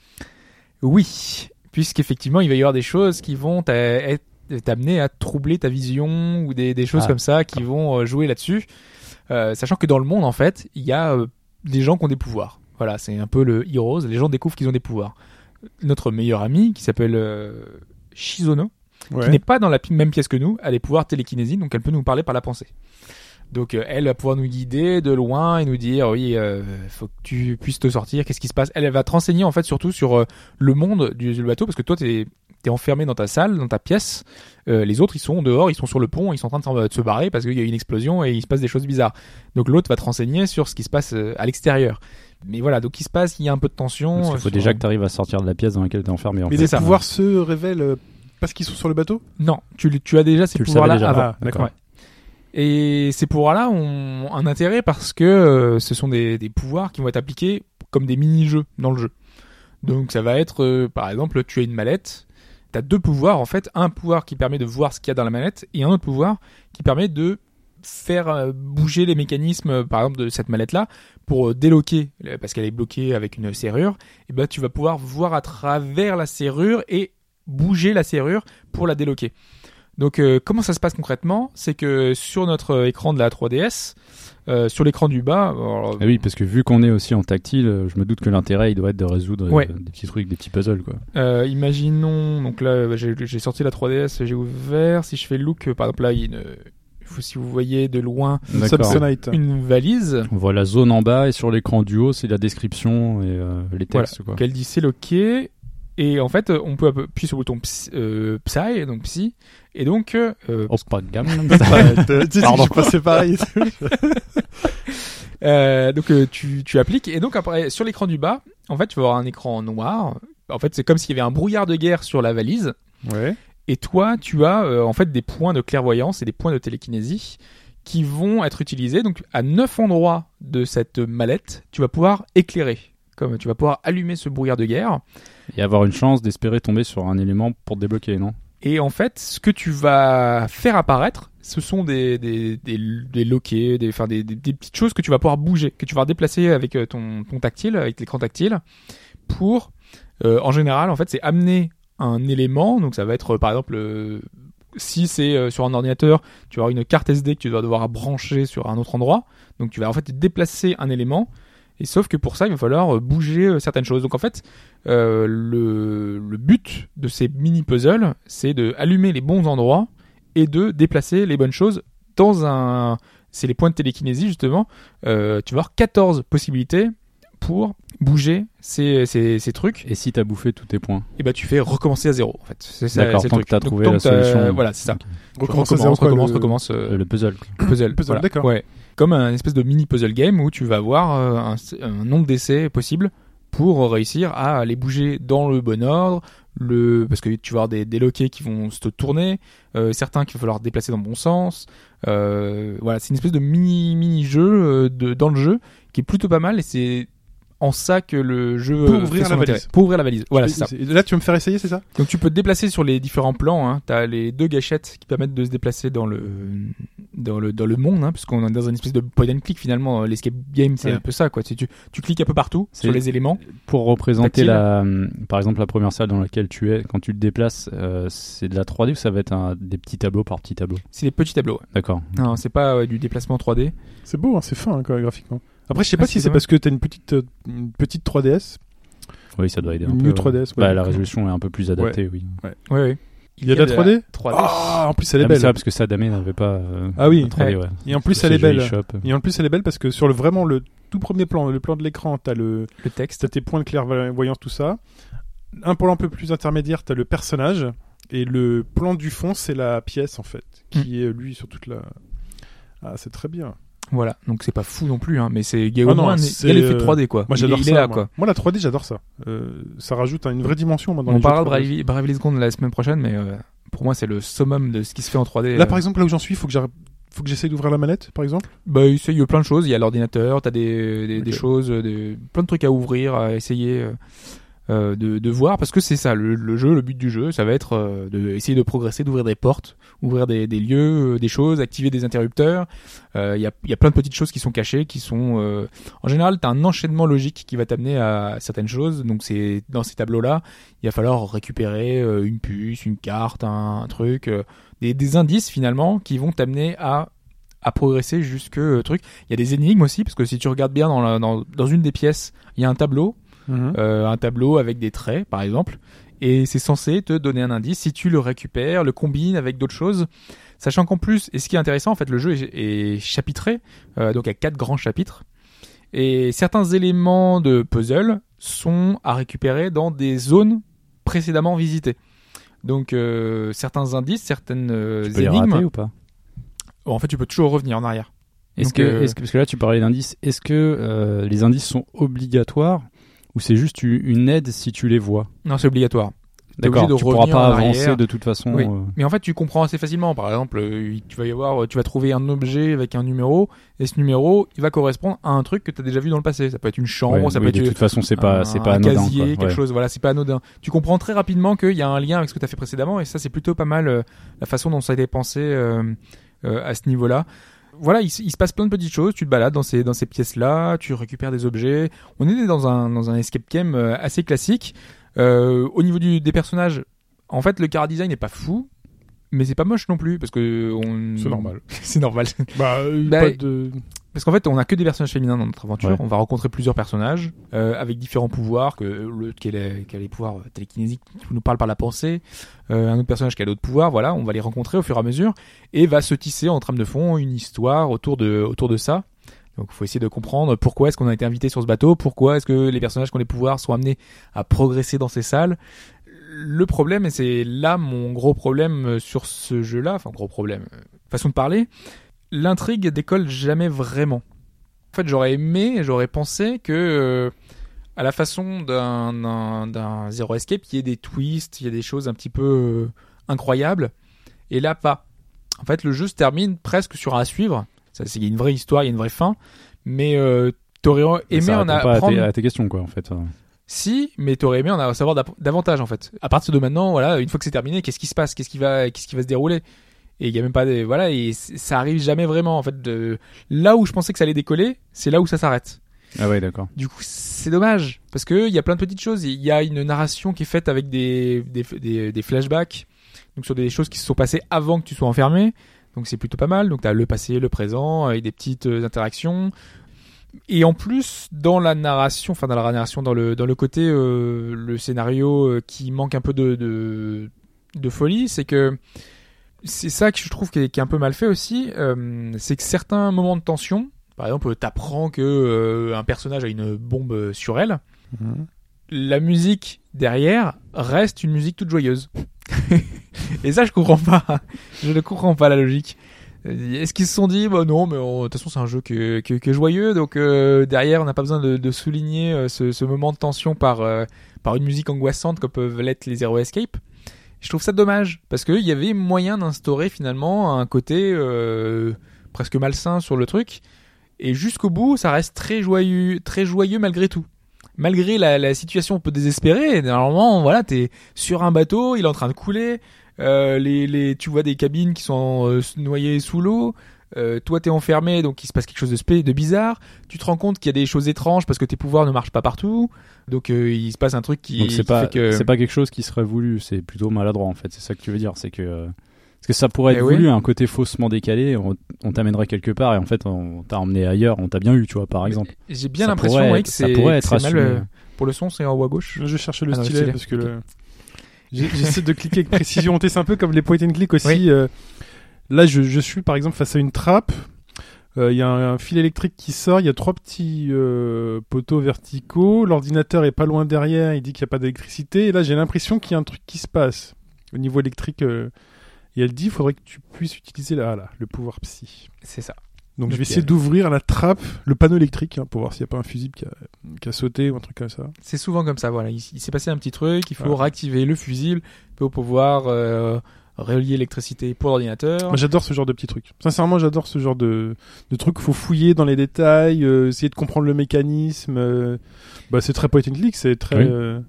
Oui, puisqu'effectivement il va y avoir des choses qui vont t'a- être- t'amener à troubler ta vision ou des, des choses
Ah,
comme ça qui vont euh, jouer là-dessus. Euh, sachant que dans le monde en fait, il y a euh, des gens qui ont des pouvoirs. Voilà, c'est un peu le Heroes, les gens découvrent qu'ils ont des pouvoirs. Notre meilleur ami qui s'appelle euh, Shizono, qui n'est
Ouais.
pas dans la pi- même pièce que nous, elle est pouvoir télékinésie, donc elle peut nous parler par la pensée. Donc euh, elle va pouvoir nous guider de loin et nous dire oui, euh, faut que tu puisses te sortir, qu'est-ce qui se passe. Elle, elle va te renseigner en fait surtout sur euh, le monde du, du bateau parce que toi t'es es enfermé dans ta salle, dans ta pièce. Euh, les autres ils sont dehors, ils sont sur le pont, ils sont en train de, s'en- de se barrer parce qu'il y a eu une explosion et il se passe des choses bizarres. Donc l'autre va te renseigner sur ce qui se passe euh, à l'extérieur. Mais voilà, donc il se passe, il y a un peu de tension.
Parce qu'il
euh,
faut
sur-
déjà que tu arrives à sortir de la pièce dans laquelle tu es enfermé. en
Mais
fait.
les
ça.
pouvoirs se révèlent euh, parce qu'ils sont sur le bateau
Non, tu, le- tu as déjà ces
Tu le savais
pouvoirs-là
déjà.
avant.
Ah, d'accord.
Ouais. Et ces pouvoirs-là ont un intérêt parce que euh, ce sont des, des pouvoirs qui vont être appliqués comme des mini-jeux dans le jeu. Donc ça va être, euh, par exemple, tu as une mallette, tu as deux pouvoirs en fait, un pouvoir qui permet de voir ce qu'il y a dans la mallette et un autre pouvoir qui permet de faire euh, bouger les mécanismes, euh, par exemple, de cette mallette-là pour euh, déloquer, euh, parce qu'elle est bloquée avec une serrure, et ben tu vas pouvoir voir à travers la serrure et bouger la serrure pour la déloquer. Donc euh, comment ça se passe concrètement C'est que sur notre euh, écran de la 3DS, euh, sur l'écran du bas, alors,
Ah oui, parce que vu qu'on est aussi en tactile, euh, je me doute que l'intérêt, il doit être de résoudre euh,
Ouais.
des petits trucs, des petits puzzles, quoi.
euh, imaginons, donc là bah, j'ai j'ai sorti la 3DS, j'ai ouvert, si je fais look, euh, par exemple là, il y a une, vous- si vous voyez de loin
D'accord.
Samsonite.
une valise,
On voit la zone en bas et sur l'écran du haut, c'est la description et euh, les textes, quoi.
qu'elle dit c'est loqué, et en fait euh, on peut appuyer sur le bouton psy, euh, Psy, donc psy, et donc euh,
Oh, pas de gamme.
Ouais, t'as- tu sais,
Pardon.
je pensais pareil.
Euh, donc euh, tu, tu appliques et donc après sur l'écran du bas, en fait tu vas avoir un écran noir. En fait c'est comme s'il y avait un brouillard de guerre sur la valise
ouais.
et toi tu as euh, en fait des points de clairvoyance et des points de télékinésie qui vont être utilisés donc à neuf endroits de cette mallette tu vas pouvoir éclairer comme tu vas pouvoir allumer ce brouillard de guerre
Et avoir une chance d'espérer tomber sur un élément pour te débloquer, non
et en fait ce que tu vas faire apparaître ce sont des des des, des loquets des, enfin, des, des- des petites choses que tu vas pouvoir bouger que tu vas déplacer avec euh, ton, ton tactile avec l'écran tactile pour euh, en général en fait c'est amener un élément donc ça va être euh, par exemple euh, si c'est euh, sur un ordinateur tu vas avoir une carte SD que tu vas devoir brancher sur un autre endroit donc tu vas en fait déplacer un élément et sauf que pour ça il va falloir euh, bouger euh, certaines choses donc en fait euh, le, le but de ces mini puzzles c'est de allumer les bons endroits et de déplacer les bonnes choses dans un c'est les points de télékinésie justement Euh, tu vas avoir 14 possibilités pour bouger ces, ces, ces trucs
Et si t'as bouffé tous tes points
et bah tu fais recommencer à zéro en fait. C'est ça,
D'accord,
c'est le
tant
truc.
que t'as
Donc,
trouvé
tant
la
que t'as-
solution.
Voilà, c'est ça.
Recommence à zéro,
recommence,
quoi,
recommence,
le-
recommence, euh,
Euh, Le puzzle. quoi.
puzzle.
puzzle,
voilà.
d'accord.
Ouais. Comme un espèce de mini puzzle game où tu vas avoir euh, un, un nombre d'essais possibles pour réussir à les bouger dans le bon ordre, le parce que tu vas avoir des, des loquets qui vont se tourner, euh, certains qu'il va falloir déplacer dans le bon sens. Euh, voilà, c'est une espèce de mini mini jeu euh, de dans le jeu qui est plutôt pas mal et c'est en ça que le jeu
Pour
euh,
ouvrir
fait
la
son
valise.
intérêt. Pour ouvrir la valise. Voilà,
Et-
c'est ça.
et Là, tu veux me faire essayer, c'est ça
Donc tu peux te déplacer sur les différents plans. Hein. T'as les deux gâchettes qui permettent de se déplacer dans le dans le dans le monde, hein, puisqu'on est dans une espèce de point and click finalement. euh, L'escape game, c'est
Ouais.
un peu ça, quoi. Tu, tu tu cliques un peu partout
C'est-
sur les éléments.
Pour représenter
Tactile.
la, hum, par exemple la première salle dans laquelle tu es, quand tu te déplaces, euh, c'est de la 3D ou ça va être un, des petits tableaux par petits tableaux
C'est les petits tableaux. ouais.
D'accord.
Non, c'est pas euh, du déplacement 3D.
C'est beau, hein, c'est fin hein, quand même, graphiquement. Après, je sais pas
Ah,
si
c'est
c'est
dommage.
parce que t'as une petite, euh, une petite 3DS.
Oui, ça doit aider un
Une
peu.
New
ouais.
3DS, ouais.
Bah, la résolution est un peu plus adaptée, oui.
Ouais, ouais.
Il y a de la
de
3D
3D.
Ah, en plus, elle est
Ah, mais
belle.
ça, parce que ça, Damé n'avait pas. euh,
Ah oui.
la 3D, ouais.
Et en plus,
Sur
elle est
ses jeux
belle.
eShop.
Euh,
Et en plus, elle est belle parce que sur le vraiment le tout premier plan, le plan de l'écran, t'as le,
Le texte.
t'as tes points de clairvoyance, tout ça. Un plan un peu plus intermédiaire, t'as le personnage. Et le plan du fond, c'est la pièce, en fait, qui
Hmm.
est lui sur toute la. Ah, c'est très bien.
Voilà. Donc c'est pas fou non plus, hein, mais c'est il y a au
Ah non,
moins un- il y
c'est,
a l'effet
euh,
3D quoi.
Moi,
Il-
j'adore
il,
ça.
est là
moi.
quoi.
Moi, la 3D, j'adore ça. Euh, ça rajoute hein, une vraie dimension. Moi, dans
On
les jeux
parlera de
3D.
Bravely, Bravely Second la semaine prochaine, mais euh, pour moi c'est le summum de ce qui se fait en 3D.
Là,
euh.
par exemple, là où j'en suis, faut que j'arrête- faut que j'essaye d'ouvrir la manette, par exemple.
Bah, il y a plein de choses. Il y a l'ordinateur, t'as des, des, des
Ok.
choses, euh, des, plein de trucs à ouvrir, à essayer euh, euh, de, de voir. Parce que c'est ça, le, le jeu, le but du jeu, ça va être euh, de essayer de progresser, d'ouvrir des portes, ouvrir des, des lieux, euh, des choses, activer des interrupteurs. Euh, Il y, a, il y a plein de petites choses qui sont cachées, qui sont... euh, En général, t'as un enchaînement logique qui va t'amener à certaines choses. Donc, c'est dans ces tableaux-là, il va falloir récupérer euh, une puce, une carte, un, un truc, euh, des, des indices finalement qui vont t'amener à à progresser jusque euh, truc. Il y a des énigmes aussi, parce que si tu regardes bien dans, la- dans, dans une des pièces, il y a un tableau, euh, un tableau avec des traits, par exemple, et c'est censé te donner un indice si tu le récupères, le combines avec d'autres choses. Sachant qu'en plus, et ce qui est intéressant, en fait, le jeu est, est chapitré, euh, donc à quatre grands chapitres, et certains éléments de puzzle sont à récupérer dans des zones précédemment visitées. Donc euh, certains indices, certaines euh,
Tu peux les
énigmes,
rater ou pas
en fait, tu peux toujours revenir en arrière.
Est-ce
Donc,
que,
euh,
est-ce que- parce que là tu parlais d'indices, est-ce que euh, les indices sont obligatoires ou c'est juste u- une aide si tu les vois
Non, c'est obligatoire. T'es
D'accord,
obligé de
tu pourras
revenir
pas
en
avancer
arrière.
de toute façon.
Oui.
euh,
Mais en fait, tu comprends assez facilement. Par exemple, euh, tu vas y avoir, tu vas trouver un objet avec un numéro, et ce numéro, il va correspondre à un truc que tu as déjà vu dans le passé. Ça peut être une chambre,
ouais,
ça peut
oui,
être euh,
de toute façon c'est
un-
pas c'est pas
un
anodin
casier,
quoi.
quelque
Ouais.
chose. Voilà, c'est pas anodin. Tu comprends très rapidement qu'il y a un lien avec ce que tu as fait précédemment, et ça, c'est plutôt pas mal euh, la façon dont ça a été pensé euh, euh, à ce niveau-là. Voilà, il, s- il se passe plein de petites choses. Tu te balades dans ces dans ces pièces-là, tu récupères des objets. On est dans un dans un escape game euh, assez classique. Euh, au niveau du, des personnages, en fait, le car design n'est pas fou. Mais c'est pas moche non plus parce que on...
C'est normal.
c'est normal.
Bah, euh,
Bah,
pas de.
Parce qu'en fait, on a que des personnages féminins dans notre aventure.
Ouais.
On va rencontrer plusieurs personnages euh, avec différents pouvoirs, que l'autre qui a les, qui a les pouvoirs euh, télékinésiques qui nous parle par la pensée, euh, un autre personnage qui a d'autres pouvoirs. Voilà, on va les rencontrer au fur et à mesure et va se tisser en trame de fond une histoire autour de autour de ça. Donc, faut essayer de comprendre pourquoi est-ce qu'on a été invité sur ce bateau, pourquoi est-ce que les personnages qui ont des pouvoirs sont amenés à progresser dans ces salles. Le problème, et c'est là mon gros problème euh, sur ce jeu-là, enfin gros problème, euh, façon de parler, l'intrigue décolle jamais vraiment. En fait, j'aurais aimé, et j'aurais pensé que, euh, à la façon d'un- d'un d'un Zero Escape, il y ait des twists, il y a des choses un petit peu euh, incroyables. Et là, pas. En fait, le jeu se termine presque sur un à suivre. Ça, c'est- Il y a une vraie histoire, il y a une vraie fin. Mais euh, t'aurais
Et
aimé
ça
en
répond pas à, tes,
apprendre
à tes questions quoi en fait. hein.
si, mais t'aurais aimé en avoir- savoir dap- davantage en fait. À partir de maintenant, voilà, une fois que c'est terminé, qu'est-ce qui se passe, qu'est-ce qui va, qu'est-ce qui va se dérouler Et il y a même pas des, voilà, et c- ça arrive jamais vraiment en fait. De, là où je pensais que ça allait décoller, c'est là où ça s'arrête.
Ah ouais d'accord.
Du coup, c'est dommage parce que il y a plein de petites choses. Il y a une narration qui est faite avec des des, des, des flashbacks, donc sur des choses qui se sont passées avant que tu sois enfermé. Donc c'est plutôt pas mal. Donc t'as le passé, le présent avec des petites euh, interactions. Et en plus, dans la narration, enfin dans la narration, dans le dans le côté euh, le scénario euh, qui manque un peu de de, de folie, c'est que c'est ça que je trouve qui est, qui est un peu mal fait aussi. euh, c'est que certains moments de tension par exemple, t'apprends que euh, un personnage a une bombe euh, sur elle. La musique derrière reste une musique toute joyeuse. Et ça, je comprends pas. Je ne comprends pas la logique. Euh, Est-ce qu'ils se sont dit, bah non, mais on- de toute façon, c'est un jeu qui est, qui est- qui est joyeux, donc euh, derrière, on n'a pas besoin de, de souligner euh, ce, ce moment de tension par, euh, par une musique angoissante comme peuvent l'être les Zero Escape. Je trouve ça dommage, parce qu'il y avait moyen d'instaurer finalement un côté euh, presque malsain sur le truc, et jusqu'au bout, ça reste très joyeux, très joyeux malgré tout. malgré la, la situation un peu désespérée, normalement, voilà, t'es sur un bateau, il est en train de couler, euh, les, les, tu vois des cabines qui sont euh, noyées sous l'eau. Euh, toi t'es enfermé donc il se passe quelque chose de, spé- de bizarre tu te rends compte qu'il y a des choses étranges parce que tes pouvoirs ne marchent pas partout donc euh, il se passe un truc qui,
Donc c'est
qui
pas
fait que
c'est pas quelque chose qui serait voulu, c'est plutôt maladroit en fait. C'est ça que tu veux dire, c'est que euh, parce que ça pourrait être
Eh oui.
voulu un côté faussement décalé, on, on t'amènerait quelque part et en fait on t'a emmené ailleurs, on t'a bien eu, tu vois par exemple.
j'ai bien
Ça
l'impression
pourrait
ouais,
être-
que
ça
c'est
pourrait
que
être
c'est mal
assumé.
euh, pour le son c'est en haut à gauche
Je cherche le
Ah non, le
stylet
stylet,
parce que
ok.
le... j'ai- j'essaie de cliquer avec précision. T'es, C'est un peu comme les point and click aussi.
Oui.
euh, Là, je, je suis par exemple face à une trappe. Euh, Il y a un, un fil électrique qui sort. Il y a trois petits euh, poteaux verticaux. L'ordinateur est pas loin derrière. Il dit qu'il n'y a pas d'électricité. Et là, j'ai l'impression qu'il y a un truc qui se passe au niveau électrique. euh, Et elle dit, il faudrait que tu puisses utiliser là, là, le pouvoir psy.
c'est ça
Donc je vais
Ok.
essayer d'ouvrir la trappe, le panneau électrique, hein, pour voir s'il n'y a pas un fusible qui a, qui a sauté ou un truc comme ça.
c'est souvent comme ça voilà il, il s'est passé un petit truc il faut
Voilà.
réactiver le fusible pour pouvoir euh, relier l'électricité pour l'ordinateur
Moi, j'adore ce genre de petits trucs. Sincèrement, j'adore ce genre de, de trucs. Faut fouiller dans les détails, euh, essayer de comprendre le mécanisme. euh, bah, c'est très point and click, c'est très.
Oui.
euh,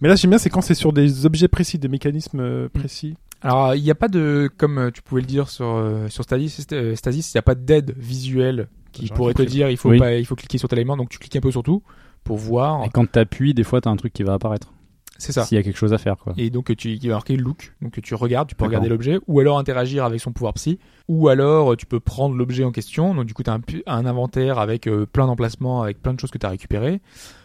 Mais là, j'aime bien, c'est quand c'est sur des objets précis, des mécanismes euh, précis.
Alors, il n'y a pas de, comme euh, tu pouvais le dire sur, euh, sur Stasis, euh, Stasis, il n'y a pas d'aide visuelle qui
J'aurais
pourrait te
compris.
dire il faut,
Oui.
pas, il faut cliquer sur tel élément, donc tu cliques un peu sur tout pour voir.
Et quand t'appuies, des fois t'as un truc qui va apparaître.
C'est euh, ça.
S'il y a quelque chose à faire quoi.
Et donc, tu, il y a marqué look, donc tu regardes, tu peux
D'accord.
regarder l'objet, ou alors interagir avec son pouvoir psy, ou alors euh, tu peux prendre l'objet en question, donc du coup, tu as un, pu- un inventaire avec euh, plein d'emplacements, avec plein de choses que tu as récupérées.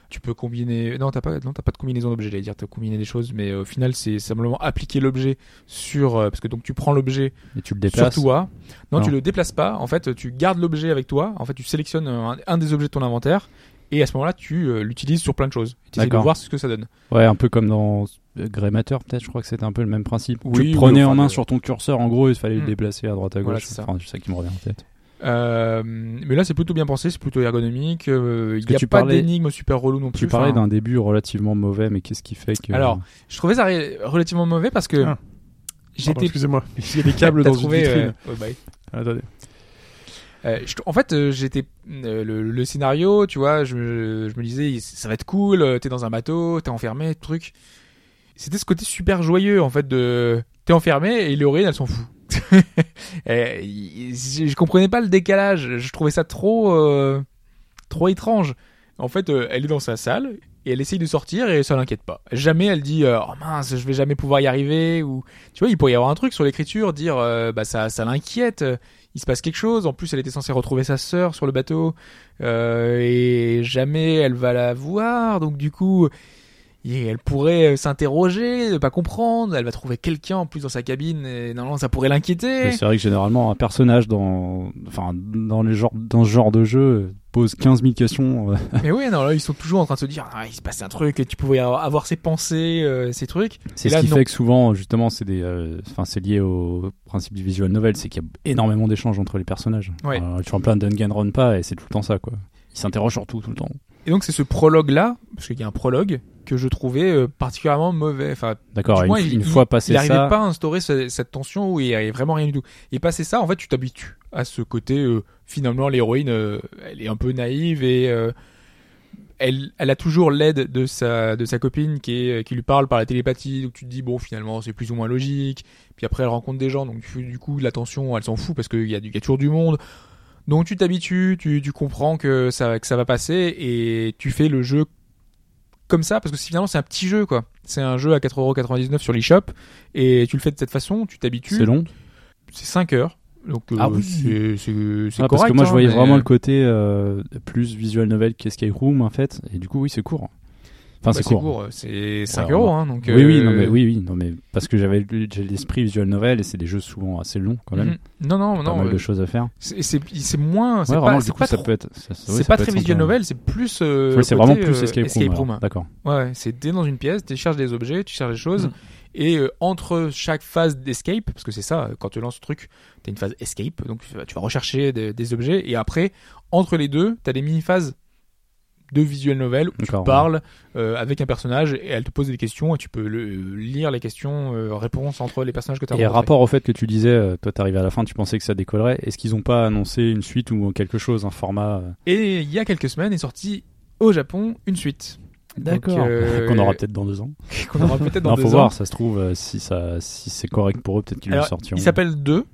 Tu peux combiner. Non, t'as pas, non, t'as pas de combinaison d'objets, j'allais dire. T'as combiné des choses, mais euh, au final, c'est simplement appliquer l'objet sur, euh, parce que donc tu prends l'objet
Et tu le déplaces.
sur toi. Non,
Non.
tu le déplaces pas. En fait, tu gardes l'objet avec toi. En fait, tu sélectionnes euh, un, un des objets de ton inventaire. Et à ce moment-là, tu euh, l'utilises sur plein de choses. Tu essaies de
D'accord.
voir ce que ça donne.
Ouais, un peu comme dans euh, Grémateur peut-être, je crois que c'était un peu le même principe.
Oui,
tu
oui,
le prenais
enfin,
en main
le-
sur ton curseur, en gros, il fallait
Hmm.
le déplacer à droite à
Voilà,
gauche.
c'est ça.
Enfin, c'est ça qui me revient en tête.
Euh, mais là, c'est plutôt bien pensé, c'est plutôt ergonomique. euh, Il
que
n'y a
tu
pas
parlais-
d'énigme super relou non plus.
Tu parlais
Enfin,
d'un début relativement mauvais, mais qu'est-ce qui fait que
Alors, je trouvais ça ré- relativement mauvais parce que
Ah. Pardon,
j'étais.
Excusez-moi, il y a des câbles
T'as
dans
trouvé,
une
euh,
vitrine. Ah,
ouais, bah,
Attendez.
Euh, je- en fait, euh, j'étais euh, le, le scénario, tu vois, je, me- je me disais il- ça va être cool, euh, t'es dans un bateau, t'es enfermé, truc. C'était ce côté super joyeux en fait de t'es enfermé et Léorine elle s'en fout. Et il- je, je comprenais pas le décalage, je trouvais ça trop euh, trop étrange. En fait, euh, elle est dans sa salle et elle essaye de sortir et ça l'inquiète pas. Jamais elle dit euh, oh mince, je vais jamais pouvoir y arriver ou tu vois, il pourrait y avoir un truc sur l'écriture, dire euh, bah ça ça l'inquiète il se passe quelque chose. En plus, elle était censée retrouver sa sœur sur le bateau euh, et jamais elle va la voir. Donc du coup, et elle pourrait euh, s'interroger, ne pas comprendre. Elle va trouver quelqu'un en plus dans sa cabine. Et normalement, ça pourrait
Mais
l'inquiéter.
C'est vrai que généralement, un personnage dans, enfin, dans, les genres, dans ce genre de jeu euh, pose 15 000 questions. euh,
Mais oui, non, là, ils sont toujours en train de se dire, ah, il se passe un truc. Et tu pouvais avoir, avoir ses pensées, euh, ces trucs.
C'est
Et
ce
là,
qui
non.
fait que souvent, justement, c'est des, euh, enfin, c'est lié au principe du visual novel, c'est qu'il y a énormément d'échanges entre les personnages.
Ouais.
Alors, tu es en plein Run pas et c'est tout le temps ça, quoi. Ils s'interrogent sur tout, tout le temps.
Et donc c'est ce prologue là, parce qu'il y a un prologue que je trouvais euh, particulièrement mauvais. Enfin,
D'accord.
Du
et
moins,
Une,
il-
une
il-
fois passé
il n'arrivait
ça,
pas à instaurer ce- cette tension où il n'y avait vraiment rien du tout. Et passer ça, en fait, tu t'habitues à ce côté. euh, finalement, l'héroïne, euh, elle est un peu naïve et euh, elle, elle a toujours l'aide de sa, de sa copine qui, est, euh, qui lui parle par la télépathie. Donc tu te dis, bon, finalement, c'est plus ou moins logique. Puis après, elle rencontre des gens. Donc du- du coup, la tension, elle s'en fout parce qu'il y, a du- il y a toujours du monde. Donc tu t'habitues, tu, tu comprends que ça, que ça va passer et tu fais le jeu comme ça parce que c'est- finalement c'est un petit jeu quoi. C'est un jeu à 4,99€ sur l'eShop et tu le fais de cette façon, tu t'habitues.
c'est long.
C'est 5 heures. Donc euh,
Ah oui.
c'est- c'est c'est
Ah,
correct.
parce que moi, je
hein,
voyais
mais-
vraiment le côté euh, plus visual novel qu'Escape Room, en fait. Et du coup, oui, c'est court. Enfin,
Bah,
c'est court.
euh, C'est 5
Ouais,
euros.
on va-
hein, donc,
Oui, oui,
euh,
non, mais, oui, oui, non, mais parce que j'avais j'ai l'esprit visual novel et c'est des jeux souvent assez longs quand même.
mhm. Non, non,
pas
non.
mal
euh,
de choses à faire.
C'est c'est- c'est moins. c'est
Ouais,
pas,
vraiment,
c'est
du coup,
pas
ça
trop-
peut être. ça- ça- ouais,
c'est
ça
pas
peut
très
être
visual
sympa.
novel, c'est plus. euh,
Ouais, c'est
côté,
vraiment plus
euh,
escape, room. alors.
room.
D'accord.
Ouais, c'est t'es dans une pièce, tu charges des objets, tu cherches des choses,
Mm.
et euh, entre chaque phase d'escape, parce que c'est ça, euh, quand tu lances le truc, t'as une phase escape, donc tu vas- tu vas rechercher des, des objets, et après, entre les deux, t'as des mini-phases de visual novel où tu
D'accord, ouais.
parles euh, avec un personnage et elle te pose des questions et tu peux le- euh, lire les questions, euh, réponses entre les personnages que tu as
Et rapport au fait que tu disais, euh, toi, t'arrivais à la fin, tu pensais que ça décollerait. Est-ce qu'ils ont pas annoncé une suite ou quelque chose, un format euh,
Et il y a quelques semaines est sorti au Japon une suite. D'accord.
Donc, euh, Qu'on aura peut-être dans deux ans.
Qu'on aura peut-être dans
non,
deux
faut
ans.
voir, ça se trouve, euh, si, ça, si c'est correct pour eux, peut-être qu'ils le
Alors,
sortiront.
Il s'appelle 2,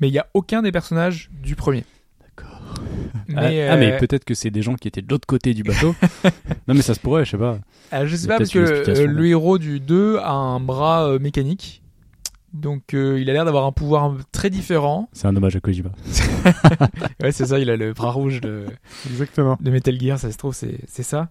mais il n'y a aucun des personnages du premier.
D'accord.
Mais,
Ah, ah, mais
euh,
peut-être que c'est des gens qui étaient de l'autre côté du bateau. non, mais ça se pourrait, je sais pas.
ah, je sais
il y a
pas, parce
peut-être
que
une
euh,
explication,
le
là.
héros du 2 a un bras euh, mécanique. Donc euh, il a l'air d'avoir un pouvoir un- très différent.
C'est un hommage à Kojima.
Ouais, c'est ça, il a le bras rouge de,
Exactement.
de Metal Gear, ça se trouve, c'est c'est ça.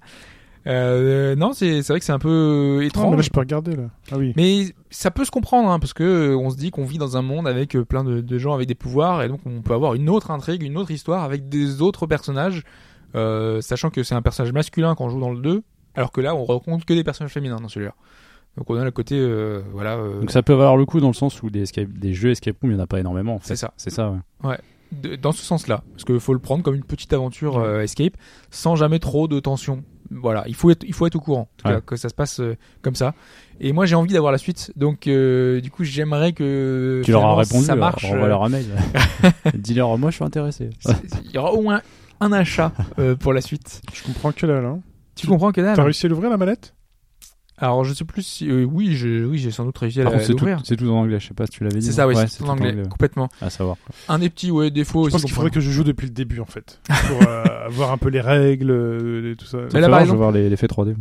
Euh, non, c'est c'est vrai que c'est un peu euh,
Oh, mais là,
étrange.
je peux regarder là. Ah oui.
Mais ça peut se comprendre, hein, parce que euh, on se dit qu'on vit dans un monde avec euh, plein de, de gens avec des pouvoirs, et donc on peut avoir une autre intrigue, une autre histoire avec des autres personnages, euh, sachant que c'est un personnage masculin qu'on joue dans le 2, alors que là on rencontre que des personnages féminins dans celui-là. Donc on a le côté, euh, voilà, euh,
Donc ça peut valoir le coup dans le sens où des, escape- des jeux escape room, il n'y en a pas énormément. en fait.
c'est ça.
C'est ça, ouais.
de- dans ce sens-là, parce qu'il faut le prendre comme une petite aventure euh, escape, sans jamais trop de tension. Voilà, il faut être, il faut être au courant en tout cas,
Ouais.
que ça se passe euh, comme ça. Et moi, j'ai envie d'avoir la suite, donc euh, du coup, j'aimerais que
Tu leur as
finalement,
répondu,
Ça marche.
on
euh,
leur un mail. Dis-leur, moi je suis intéressé.
c'est- euh, Il y aura au moins un achat euh, pour la suite.
Je comprends que là. là.
Tu comprends que
T'as
dalle
réussi à l'ouvrir la mallette
Alors, je sais plus si euh, oui, je, oui, j'ai sans doute réussi à
Par
la-
contre, c'est tout,
l'ouvrir.
c'est tout en anglais, je sais pas si tu l'avais dit.
C'est
non
ça, oui,
Ouais,
c'est en anglais,
ouais.
complètement.
À savoir.
Un des petits ouais, défauts
Je
aussi.
pense qu'il
qu'on
faudrait
prend.
que je joue depuis le début en fait, pour euh, avoir un peu les règles euh, et tout ça.
Mais là, par
Faut savoir, je
exemple-
vais voir les- l'effet 3D.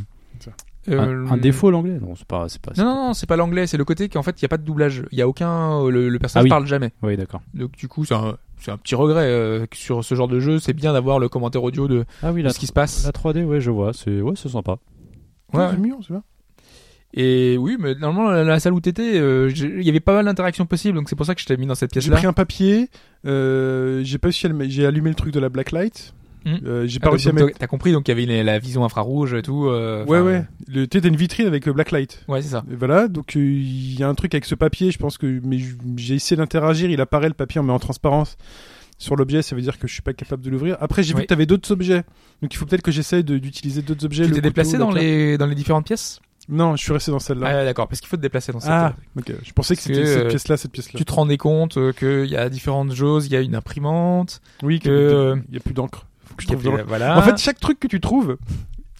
Euh,
Un, un défaut l'anglais Non, c'est pas. c'est pas-
Non, non, non, c'est pas l'anglais, c'est le côté qu'en fait, il n'y a pas de doublage. Il y a aucun. euh, Le, le personnage
Ah oui.
parle jamais.
Oui, d'accord.
Donc, du coup, c'est un, c'est un petit regret euh, que sur ce genre de jeu. C'est bien d'avoir le commentaire audio de
Ah oui,
de
la,
ce qui se passe.
la 3D, ouais, je vois. C'est ouais, c'est sympa.
Ouais,
Ouais.
c'est mignon, c'est bien.
Et oui, mais normalement, la, la salle où t'étais, euh, j'ai- il y avait pas mal d'interactions possibles. Donc, c'est pour ça que je t'ai mis dans cette
J'ai
pièce-là.
pris un papier, euh, j'ai pas réussi à le- j'ai allumé le truc de la blacklight.
Hmm.
Euh, j'ai
Ah,
pas
donc,
réussi à
donc,
mettre.
T'as compris, donc il y avait les- la vision infrarouge et tout. euh,
Ouais,
enfin,
ouais. Le- Tu sais, t'as une vitrine avec le blacklight.
Ouais, c'est ça.
Et Voilà, donc euh, il y a un truc avec ce papier, je pense que mais j- j'ai essayé d'interagir, il apparaît le papier mais en transparence sur l'objet, ça veut dire que je suis pas capable de l'ouvrir. Après j'ai
Oui.
vu que t'avais d'autres objets, donc il faut peut-être que j'essaie de- d'utiliser d'autres objets.
Tu
le
t'es
couteau,
déplacé
la
dans
clé.
les, dans les différentes pièces
Non, je suis resté dans celle-là.
Ah, d'accord, parce qu'il faut te déplacer dans cette.
Ah, ok. Je pensais que
Parce
c'était
que,
cette
euh,
pièce-là, cette pièce-là.
Tu te rendais compte euh, qu'il y a différentes choses, il y a une imprimante,
Oui,
que- euh,
il y a plus d'encre. Faut que je
il y a
trouve de l'encre.
plus- voilà.
En fait, chaque truc que tu trouves,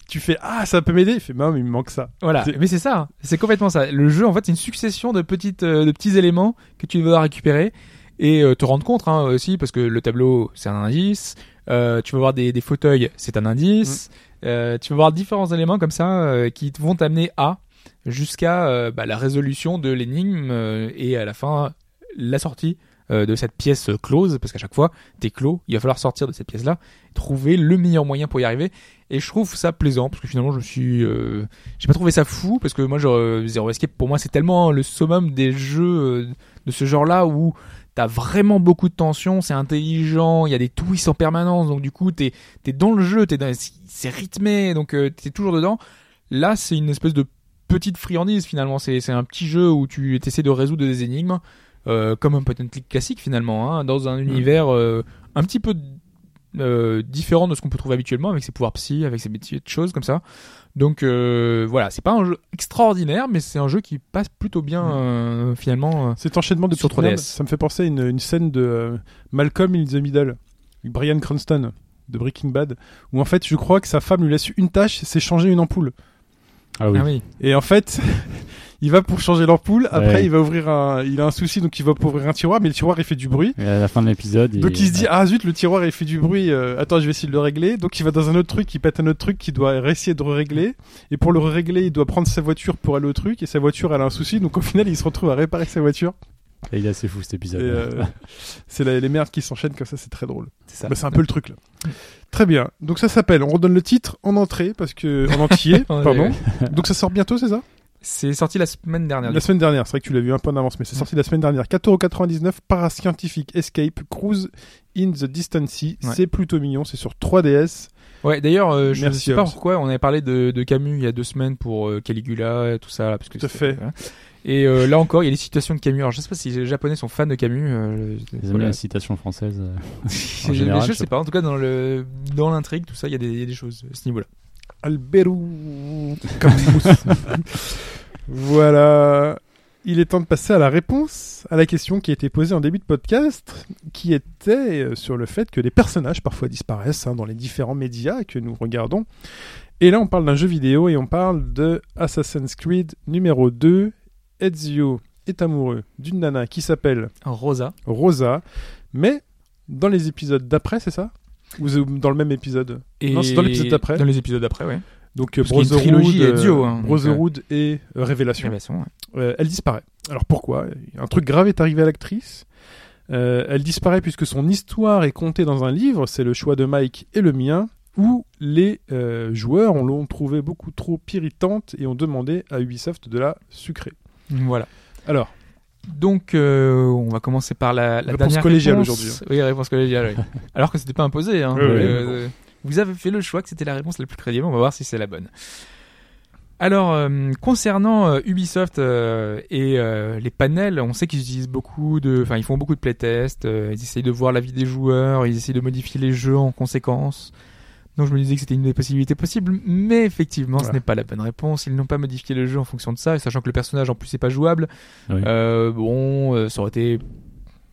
tu fais ah ça peut m'aider. Il fait non mais il me manque ça.
voilà.
c'est-
Mais c'est ça, hein. c'est complètement ça. Le jeu, en fait, c'est une succession de, petites, euh, de petits éléments que tu vas récupérer et euh, te rendre compte hein, aussi, parce que le tableau, c'est un indice. euh, tu vas voir des, des fauteuils, c'est un indice. euh, tu vas voir différents éléments comme ça euh, qui vont t'amener à jusqu'à euh, bah, la résolution de l'énigme euh, et à la fin la sortie euh, de cette pièce close, parce qu'à chaque fois, t'es clos, il va falloir sortir de cette pièce-là, trouver le meilleur moyen pour y arriver. Et je trouve ça plaisant, parce que finalement, je me suis... euh, J'ai pas trouvé ça fou, parce que moi, genre, euh, Zero Escape, pour moi, c'est tellement le summum des jeux euh, de ce genre-là, où t'as vraiment beaucoup de tension, c'est intelligent, il y a des twists en permanence, donc du coup, t'es es dans le jeu, t'es dans- c'est rythmé, donc euh, t'es toujours dedans. Là, c'est une espèce de petite friandise, finalement. C'est c'est un petit jeu où tu essaies de résoudre des énigmes, euh, comme un point and click classique finalement, hein, dans un univers euh, un petit peu euh, différent de ce qu'on peut trouver habituellement avec ses pouvoirs psy, avec ses métiers de choses comme ça. Donc euh, voilà, c'est pas un jeu extraordinaire, mais c'est un jeu qui passe plutôt bien euh, finalement. euh.
Cet enchaînement de
Sur
petites merdes,
3DS.
ça me fait penser à une, une scène de euh, Malcolm in the Middle, avec Brian Cranston de Breaking Bad, où en fait je crois que sa femme lui laisse une tâche, c'est changer une ampoule.
Ah oui.
Ah oui.
Et en fait, il va pour changer l'ampoule. Après,
Ouais.
il va ouvrir un, il a un souci, donc il va pour ouvrir un tiroir, mais le tiroir il fait du bruit.
Et à la fin de l'épisode.
Donc il se dit ah zut le tiroir il fait du bruit euh, attends je vais essayer de le régler donc il va dans un autre truc il pète un autre truc qu'il doit essayer de régler et pour le régler il doit prendre sa voiture pour aller au truc et sa voiture elle a un souci donc au final il se retrouve à réparer sa voiture
Et il est assez fou cet
et
épisode.
euh, c'est la- les merdes qui s'enchaînent comme ça c'est très drôle
C'est ça.
Bah, c'est un peu le truc là très bien donc ça s'appelle on redonne le titre en entrée parce que en entier
Ouais,
pardon
ouais.
donc ça sort bientôt c'est ça
C'est sorti la semaine dernière.
la semaine dernière, c'est vrai que tu l'as vu un peu en avance, mais c'est sorti la semaine dernière. 4,99€, Parascientifique Escape Cruise in the Distance Sea.
Ouais.
C'est plutôt mignon, c'est sur 3DS.
Ouais, d'ailleurs, euh, je ne
Merci,
sais pas
Hobbs.
pourquoi, on avait parlé de, de Camus il y a deux semaines pour euh, Caligula et tout ça. Là, parce que
Tout à fait.
c'était- voilà. Et euh, là encore, il y a les citations de Camus. Alors, je sais pas si les Japonais sont fans de Camus. euh,
Ils aiment
voilà.
la citation française. euh.
Mais
général,
je
je
sais
sais
pas. En tout cas, dans le dans l'intrigue, tout ça, il y, a des- il y a des choses à ce niveau-là.
Albero Camus. voilà. Il est temps de passer à la réponse à la question qui a été posée en début de podcast, qui était euh, sur le fait que les personnages parfois disparaissent hein, dans les différents médias que nous regardons. Et là, on parle d'un jeu vidéo et on parle de Assassin's Creed numéro 2. Ezio est amoureux d'une nana qui s'appelle
Rosa.
Rosa, mais dans les épisodes d'après, c'est ça Ou c'est dans le même épisode
Et
Non, c'est dans l'épisode d'après.
Dans les épisodes d'après, ouais.
Donc
Parce qu'il y a une
Brotherhood,
trilogie
euh,
Ezio, hein, donc,
Brotherhood et euh, Révélation.
Révélation, ben, ouais.
Euh, elle disparaît. Alors pourquoi Un truc grave est arrivé à l'actrice. Euh, elle disparaît puisque son histoire est contée dans un livre, c'est le choix de Mike et le mien, où les euh, joueurs on l'ont trouvée beaucoup trop irritante et ont demandé à Ubisoft de la sucrer.
Voilà.
Alors,
Donc, euh, on va commencer par la, la
Réponse
dernière
collégiale
réponse.
aujourd'hui. hein.
Oui, réponse collégiale. oui. Alors que c'était pas imposé. hein.
Oui, oui,
Euh, vous avez fait le choix que c'était la réponse la plus crédible. On va voir si c'est la bonne. Alors, euh, concernant euh, Ubisoft euh, et euh, les panels, on sait qu'ils utilisent beaucoup de, enfin, ils font beaucoup de playtests. euh, ils essayent de voir l'avis des joueurs. Ils essayent de modifier les jeux en conséquence. Donc, je me disais que c'était une des possibilités possibles, mais effectivement, ce
Voilà.
n'est pas la bonne réponse. Ils n'ont pas modifié le jeu en fonction de ça, et sachant que le personnage en plus n'est pas jouable.
Oui.
Euh, bon, euh, ça aurait été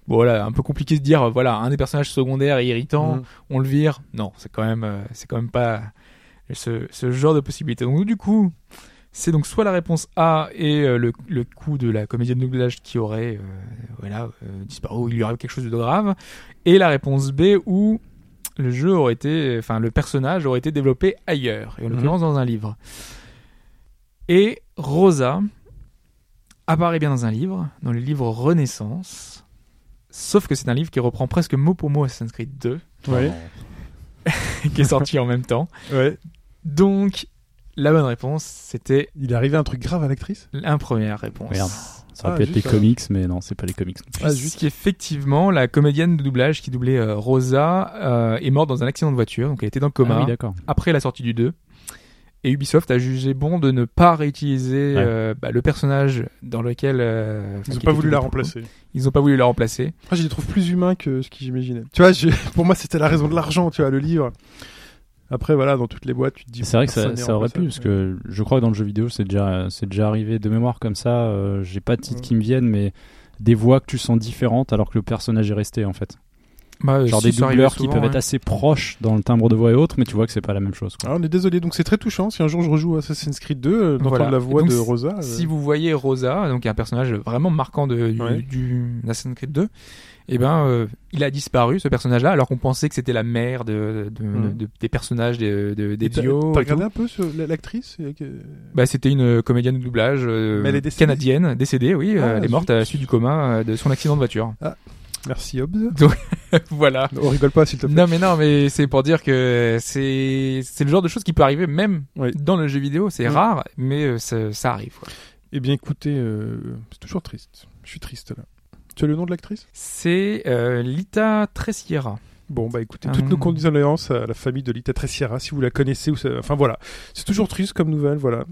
bon, voilà, un peu compliqué de dire euh, voilà, un des personnages secondaires est irritant,
Mhm.
on le vire. Non, c'est quand même euh, c'est quand même pas ce, ce genre de possibilité. Donc du coup, c'est donc soit la réponse A et euh, le, le coup de la comédienne de doublage qui aurait euh, voilà, euh, disparu ou il lui arrive quelque chose de grave et la réponse B où le jeu aurait été enfin le personnage aurait été développé ailleurs et en
Mhm.
l'occurrence dans un livre. Et Rosa apparaît bien dans un livre, dans le livre Renaissance. Sauf que c'est un livre qui reprend presque mot pour mot Assassin's Creed 2,
ouais,
qui est sorti en même temps. Donc, la bonne réponse, c'était
il est arrivé un truc grave à l'actrice
la première réponse.
Merde. Ça aurait
Ah,
pu être les
juste, euh,
comics, mais non, c'est pas les comics.
Ah, juste.
Puisqu'effectivement, la comédienne de doublage qui doublait euh, Rosa euh, est morte dans un accident de voiture, donc elle était dans le
Ah
coma
oui, d'accord.
après la sortie du 2. Et Ubisoft a jugé bon de ne pas réutiliser
Ouais.
euh, bah, le personnage dans lequel... euh,
Ils
qui
n'ont pas
était
voulu la
doublé-
remplacer.
Ils n'ont pas voulu la remplacer.
Moi, je les trouve plus humains que ce que j'imaginais. Tu vois, je- pour moi, c'était la raison de l'argent, tu vois, le livre. Après, voilà, dans toutes les boîtes, tu te dis.
C'est vrai que ça,
personne n'est
ça aurait pu,
remplaçable.
parce que je crois que dans le jeu vidéo, c'est déjà, c'est déjà arrivé de mémoire comme ça. euh, J'ai pas de titres qui me viennent, mais des voix que tu sens différentes alors que le personnage est resté en fait.
Bah, euh,
Genre
si,
des
ça arrivait
doubleurs qui
souvent,
peuvent
hein.
être assez proches dans le timbre de voix et autres, mais tu vois que c'est pas la même chose. Quoi.
Ah, on est désolé, donc c'est très touchant. Si un jour je rejoue Assassin's Creed 2, euh, d'entendre
Voilà.
la voix
Et donc,
de
si-
Rosa. euh,
Si vous voyez Rosa, donc un personnage vraiment marquant de, du,
Ouais.
du Assassin's Creed 2, eh ben, euh, il a disparu ce personnage-là, alors qu'on pensait que c'était la mère de, de-
Mhm.
de- des personnages de- de- des
et t'as-
dios.
T'as
et tout.
regardé un peu sur la- l'actrice euh, que-
Bah, c'était une comédienne de doublage euh,
Mais elle est décédée
canadienne, décédée, oui,
Ah,
euh, elle est morte
zut.
à la suite du coma euh, de son accident de voiture.
Merci Hobbs.
voilà.
On rigole pas, s'il te plaît.
Non mais non mais c'est pour dire que c'est c'est le genre de choses qui peut arriver même
Oui.
dans le jeu vidéo c'est
Mhm.
rare mais euh, ça, ça arrive quoi.
Eh bien, écoutez, euh, c'est toujours triste. Je suis triste là. Tu as le nom de l'actrice
c'est euh, Lita Tressiera
Bon, bah écoutez,
Ah,
toutes
non.
nos condoléances à la famille de Lita Tressiera, si vous la connaissez. Ou ça- Enfin voilà, c'est toujours triste comme nouvelle, voilà.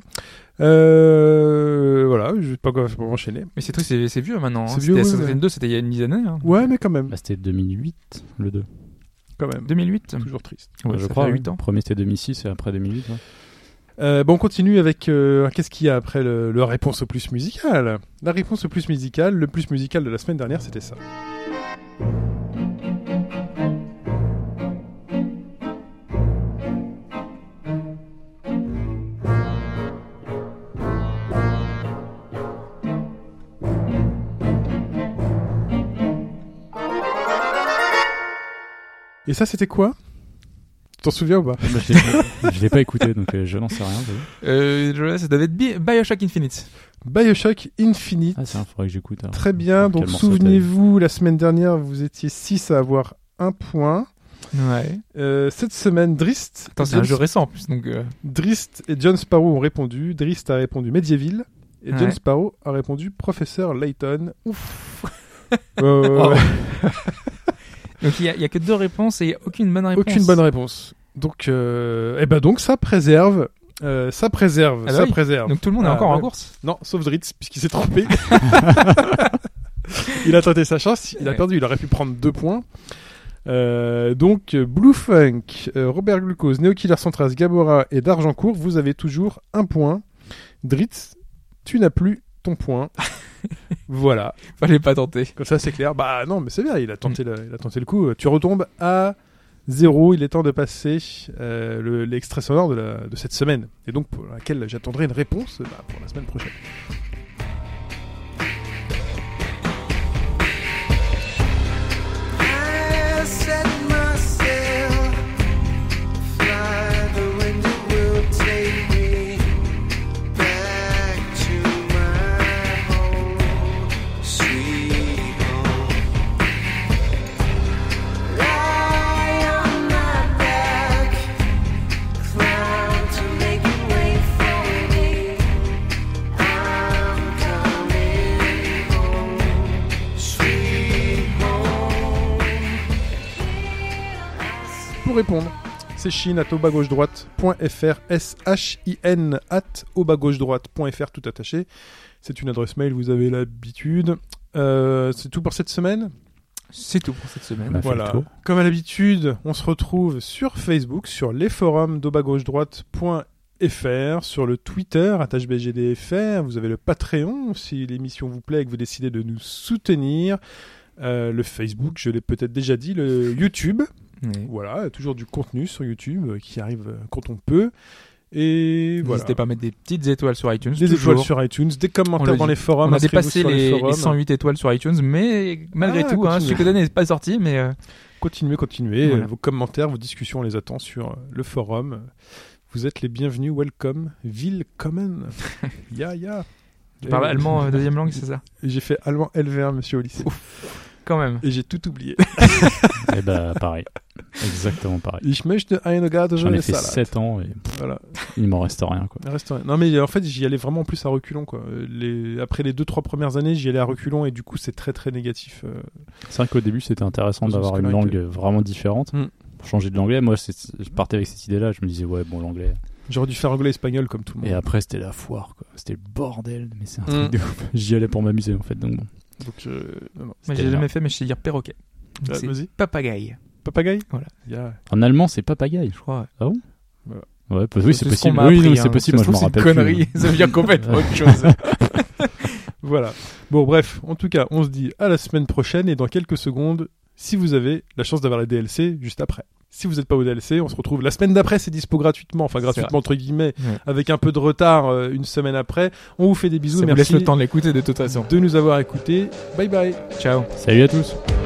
Euh, Voilà, je sais pas quoi pour enchaîner.
Mais c'est truc, c'est c'est vieux maintenant.
C'est
hein.
vieux,
C'était
oui,
Assassin's
ouais.
Creed 2, c'était il y a une dizaine d'années. hein.
Ouais, mais quand même,
Bah, c'était 2008, le 2.
quand même.
2008
Toujours triste.
Ouais,
je
ça
crois.
fait
ouais.
8 ans.
Premier c'était 2006 et après 2008. ouais.
Euh, bon, on continue avec euh, qu'est-ce qu'il y a après le, le réponse au plus musical. La réponse au plus musical, le plus musical de la semaine dernière, c'était ça. Et ça, c'était quoi Tu t'en souviens ou pas
Bah, je l'ai- je l'ai pas écouté, donc euh, je n'en sais rien. j'avoue.
Euh, je- ça devait être Bi- Bioshock Infinite.
Bioshock Infinite.
Ah, c'est il faudrait que j'écoute. alors.
Très bien,
Quel
donc
morceau
souvenez-vous, la semaine dernière, vous étiez 6 à avoir un point.
Ouais.
Euh, cette semaine, Drist,
Attends, c'est
John-
un jeu récent en plus. Donc, euh,
Drist et John Sparrow ont répondu. Drist a répondu Medieval et John
Ouais.
Sparrow a répondu Professeur Layton. Euh, Ouais, ouais, ouais, ouais.
donc il y, a- il y a que deux réponses et aucune bonne réponse.
Aucune bonne réponse. Donc, euh, eh ben donc ça préserve, euh, ça préserve,
Ah bah
ça
oui.
préserve.
Donc tout le monde est
Ah,
encore en
ouais.
course.
Non, sauf Dritz, puisqu'il s'est trompé. il a tenté sa chance, il a
Ouais.
perdu, il aurait pu prendre deux points. Euh, donc, euh, Blue Funk, euh, Robert Glucose, Neo Killer 113, Gabora et D'Argencourt, vous avez toujours un point. Dritz, tu n'as plus ton point. voilà,
Fallait pas tenter.
comme ça c'est clair. Bah non, mais c'est bien, il a tenté, le, il a tenté le coup. Tu retombes à 0. Il est temps de passer euh, le- l'extrait sonore de, la- de cette semaine, et donc pour laquelle j'attendrai une réponse bah, pour la semaine prochaine.
I set myself fly the wind that will take me back to my home, sweet home. Lie on my back, cloud to make a way for me. I'm coming home, sweet home.
Pour répondre, c'est chine at droite.fr, S-H-I-N at droite.fr, tout attaché. C'est une adresse mail, vous avez l'habitude. Euh, c'est tout pour cette semaine.
C'est tout pour cette
On a
semaine.
fait le
Voilà.
tour.
Comme à l'habitude, on se retrouve sur Facebook, sur les forums droite.fr, sur le Twitter, attachbgdfr. Vous avez le Patreon si l'émission vous plaît et que vous décidez de nous soutenir. Euh, le Facebook, je l'ai peut-être déjà dit, le YouTube.
Ouais.
Voilà, toujours du contenu sur YouTube euh, qui arrive euh, quand on peut. Et voilà.
N'hésitez pas à mettre des petites étoiles sur iTunes.
Des
toujours.
étoiles sur iTunes, des
On
commentaires
le
dans
dit.
les forums.
On a
inscrivez-vous
dépassé
sur les,
les, les
forums.
108 étoiles sur iTunes, mais malgré
Ah,
tout, hein,
continue.
Suikoden n'est pas sorti, mais euh,
Continuez, continuez.
Voilà.
Euh, Vos commentaires, vos discussions, on les attend sur euh, le forum. Vous êtes les bienvenus. Welcome. Willkommen. ya, ya.
tu parles
Et-
allemand euh, deuxième langue, c'est ça
et J'ai fait allemand LV1, monsieur, au lycée.
Quand même.
Et j'ai tout oublié.
Eh ben, pareil. Exactement pareil.
Ich möchte eine
J'en
Garde
ai fait 7 ans et pff,
Voilà.
il m'en reste rien, quoi.
Reste- Non, mais en fait, j'y allais vraiment plus à reculons. Quoi. Euh, Les... Après les deux, trois premières années, j'y allais à reculons et du coup, c'est très, très négatif. euh,
C'est vrai qu'au début, c'était intéressant
Dans une
d'avoir une langue
scolarité.
vraiment différente.
Mm.
Pour changer de l'anglais, moi, c'est- je partais avec cette idée-là. Je me disais, ouais, bon, l'anglais.
J'aurais dû faire anglais-espagnol comme tout le
Et
monde.
après, c'était la foire, quoi. C'était le bordel, mais c'est un
Mm.
truc de ouf. J'y allais pour m'amuser, en fait, donc bon.
Donc, euh, non, non.
Moi,
C'était
j'ai jamais
là.
fait, mais je sais dire perroquet. Donc,
Ah,
c'est
Vas-y.
papagaye,
Papagaï
Voilà.
Yeah.
En allemand, c'est papagaï.
je crois.
Ouais, peut- oui, c'est
ce
possible.
qu'on m'a
oui,
appris,
non,
hein.
c'est possible.
Ça
Moi,
se
je m'en
trouve,
rappelle.
c'est
hein.
une connerie. Ça veut dire complètement autre chose.
Voilà. Bon, bref, en tout cas, on se dit à la semaine prochaine et dans quelques secondes, si vous avez la chance d'avoir les DLC juste après. Si vous n'êtes pas au DLC, on se retrouve la semaine d'après, c'est dispo gratuitement, enfin
C'est
gratuitement entre guillemets,
Ouais.
avec un peu de retard euh, une semaine après. On vous fait des bisous,
Ça vous laisse
merci
le temps de l'écouter de toute façon.
de nous avoir écoutés. Bye bye.
Ciao.
Salut à tous.
Tous.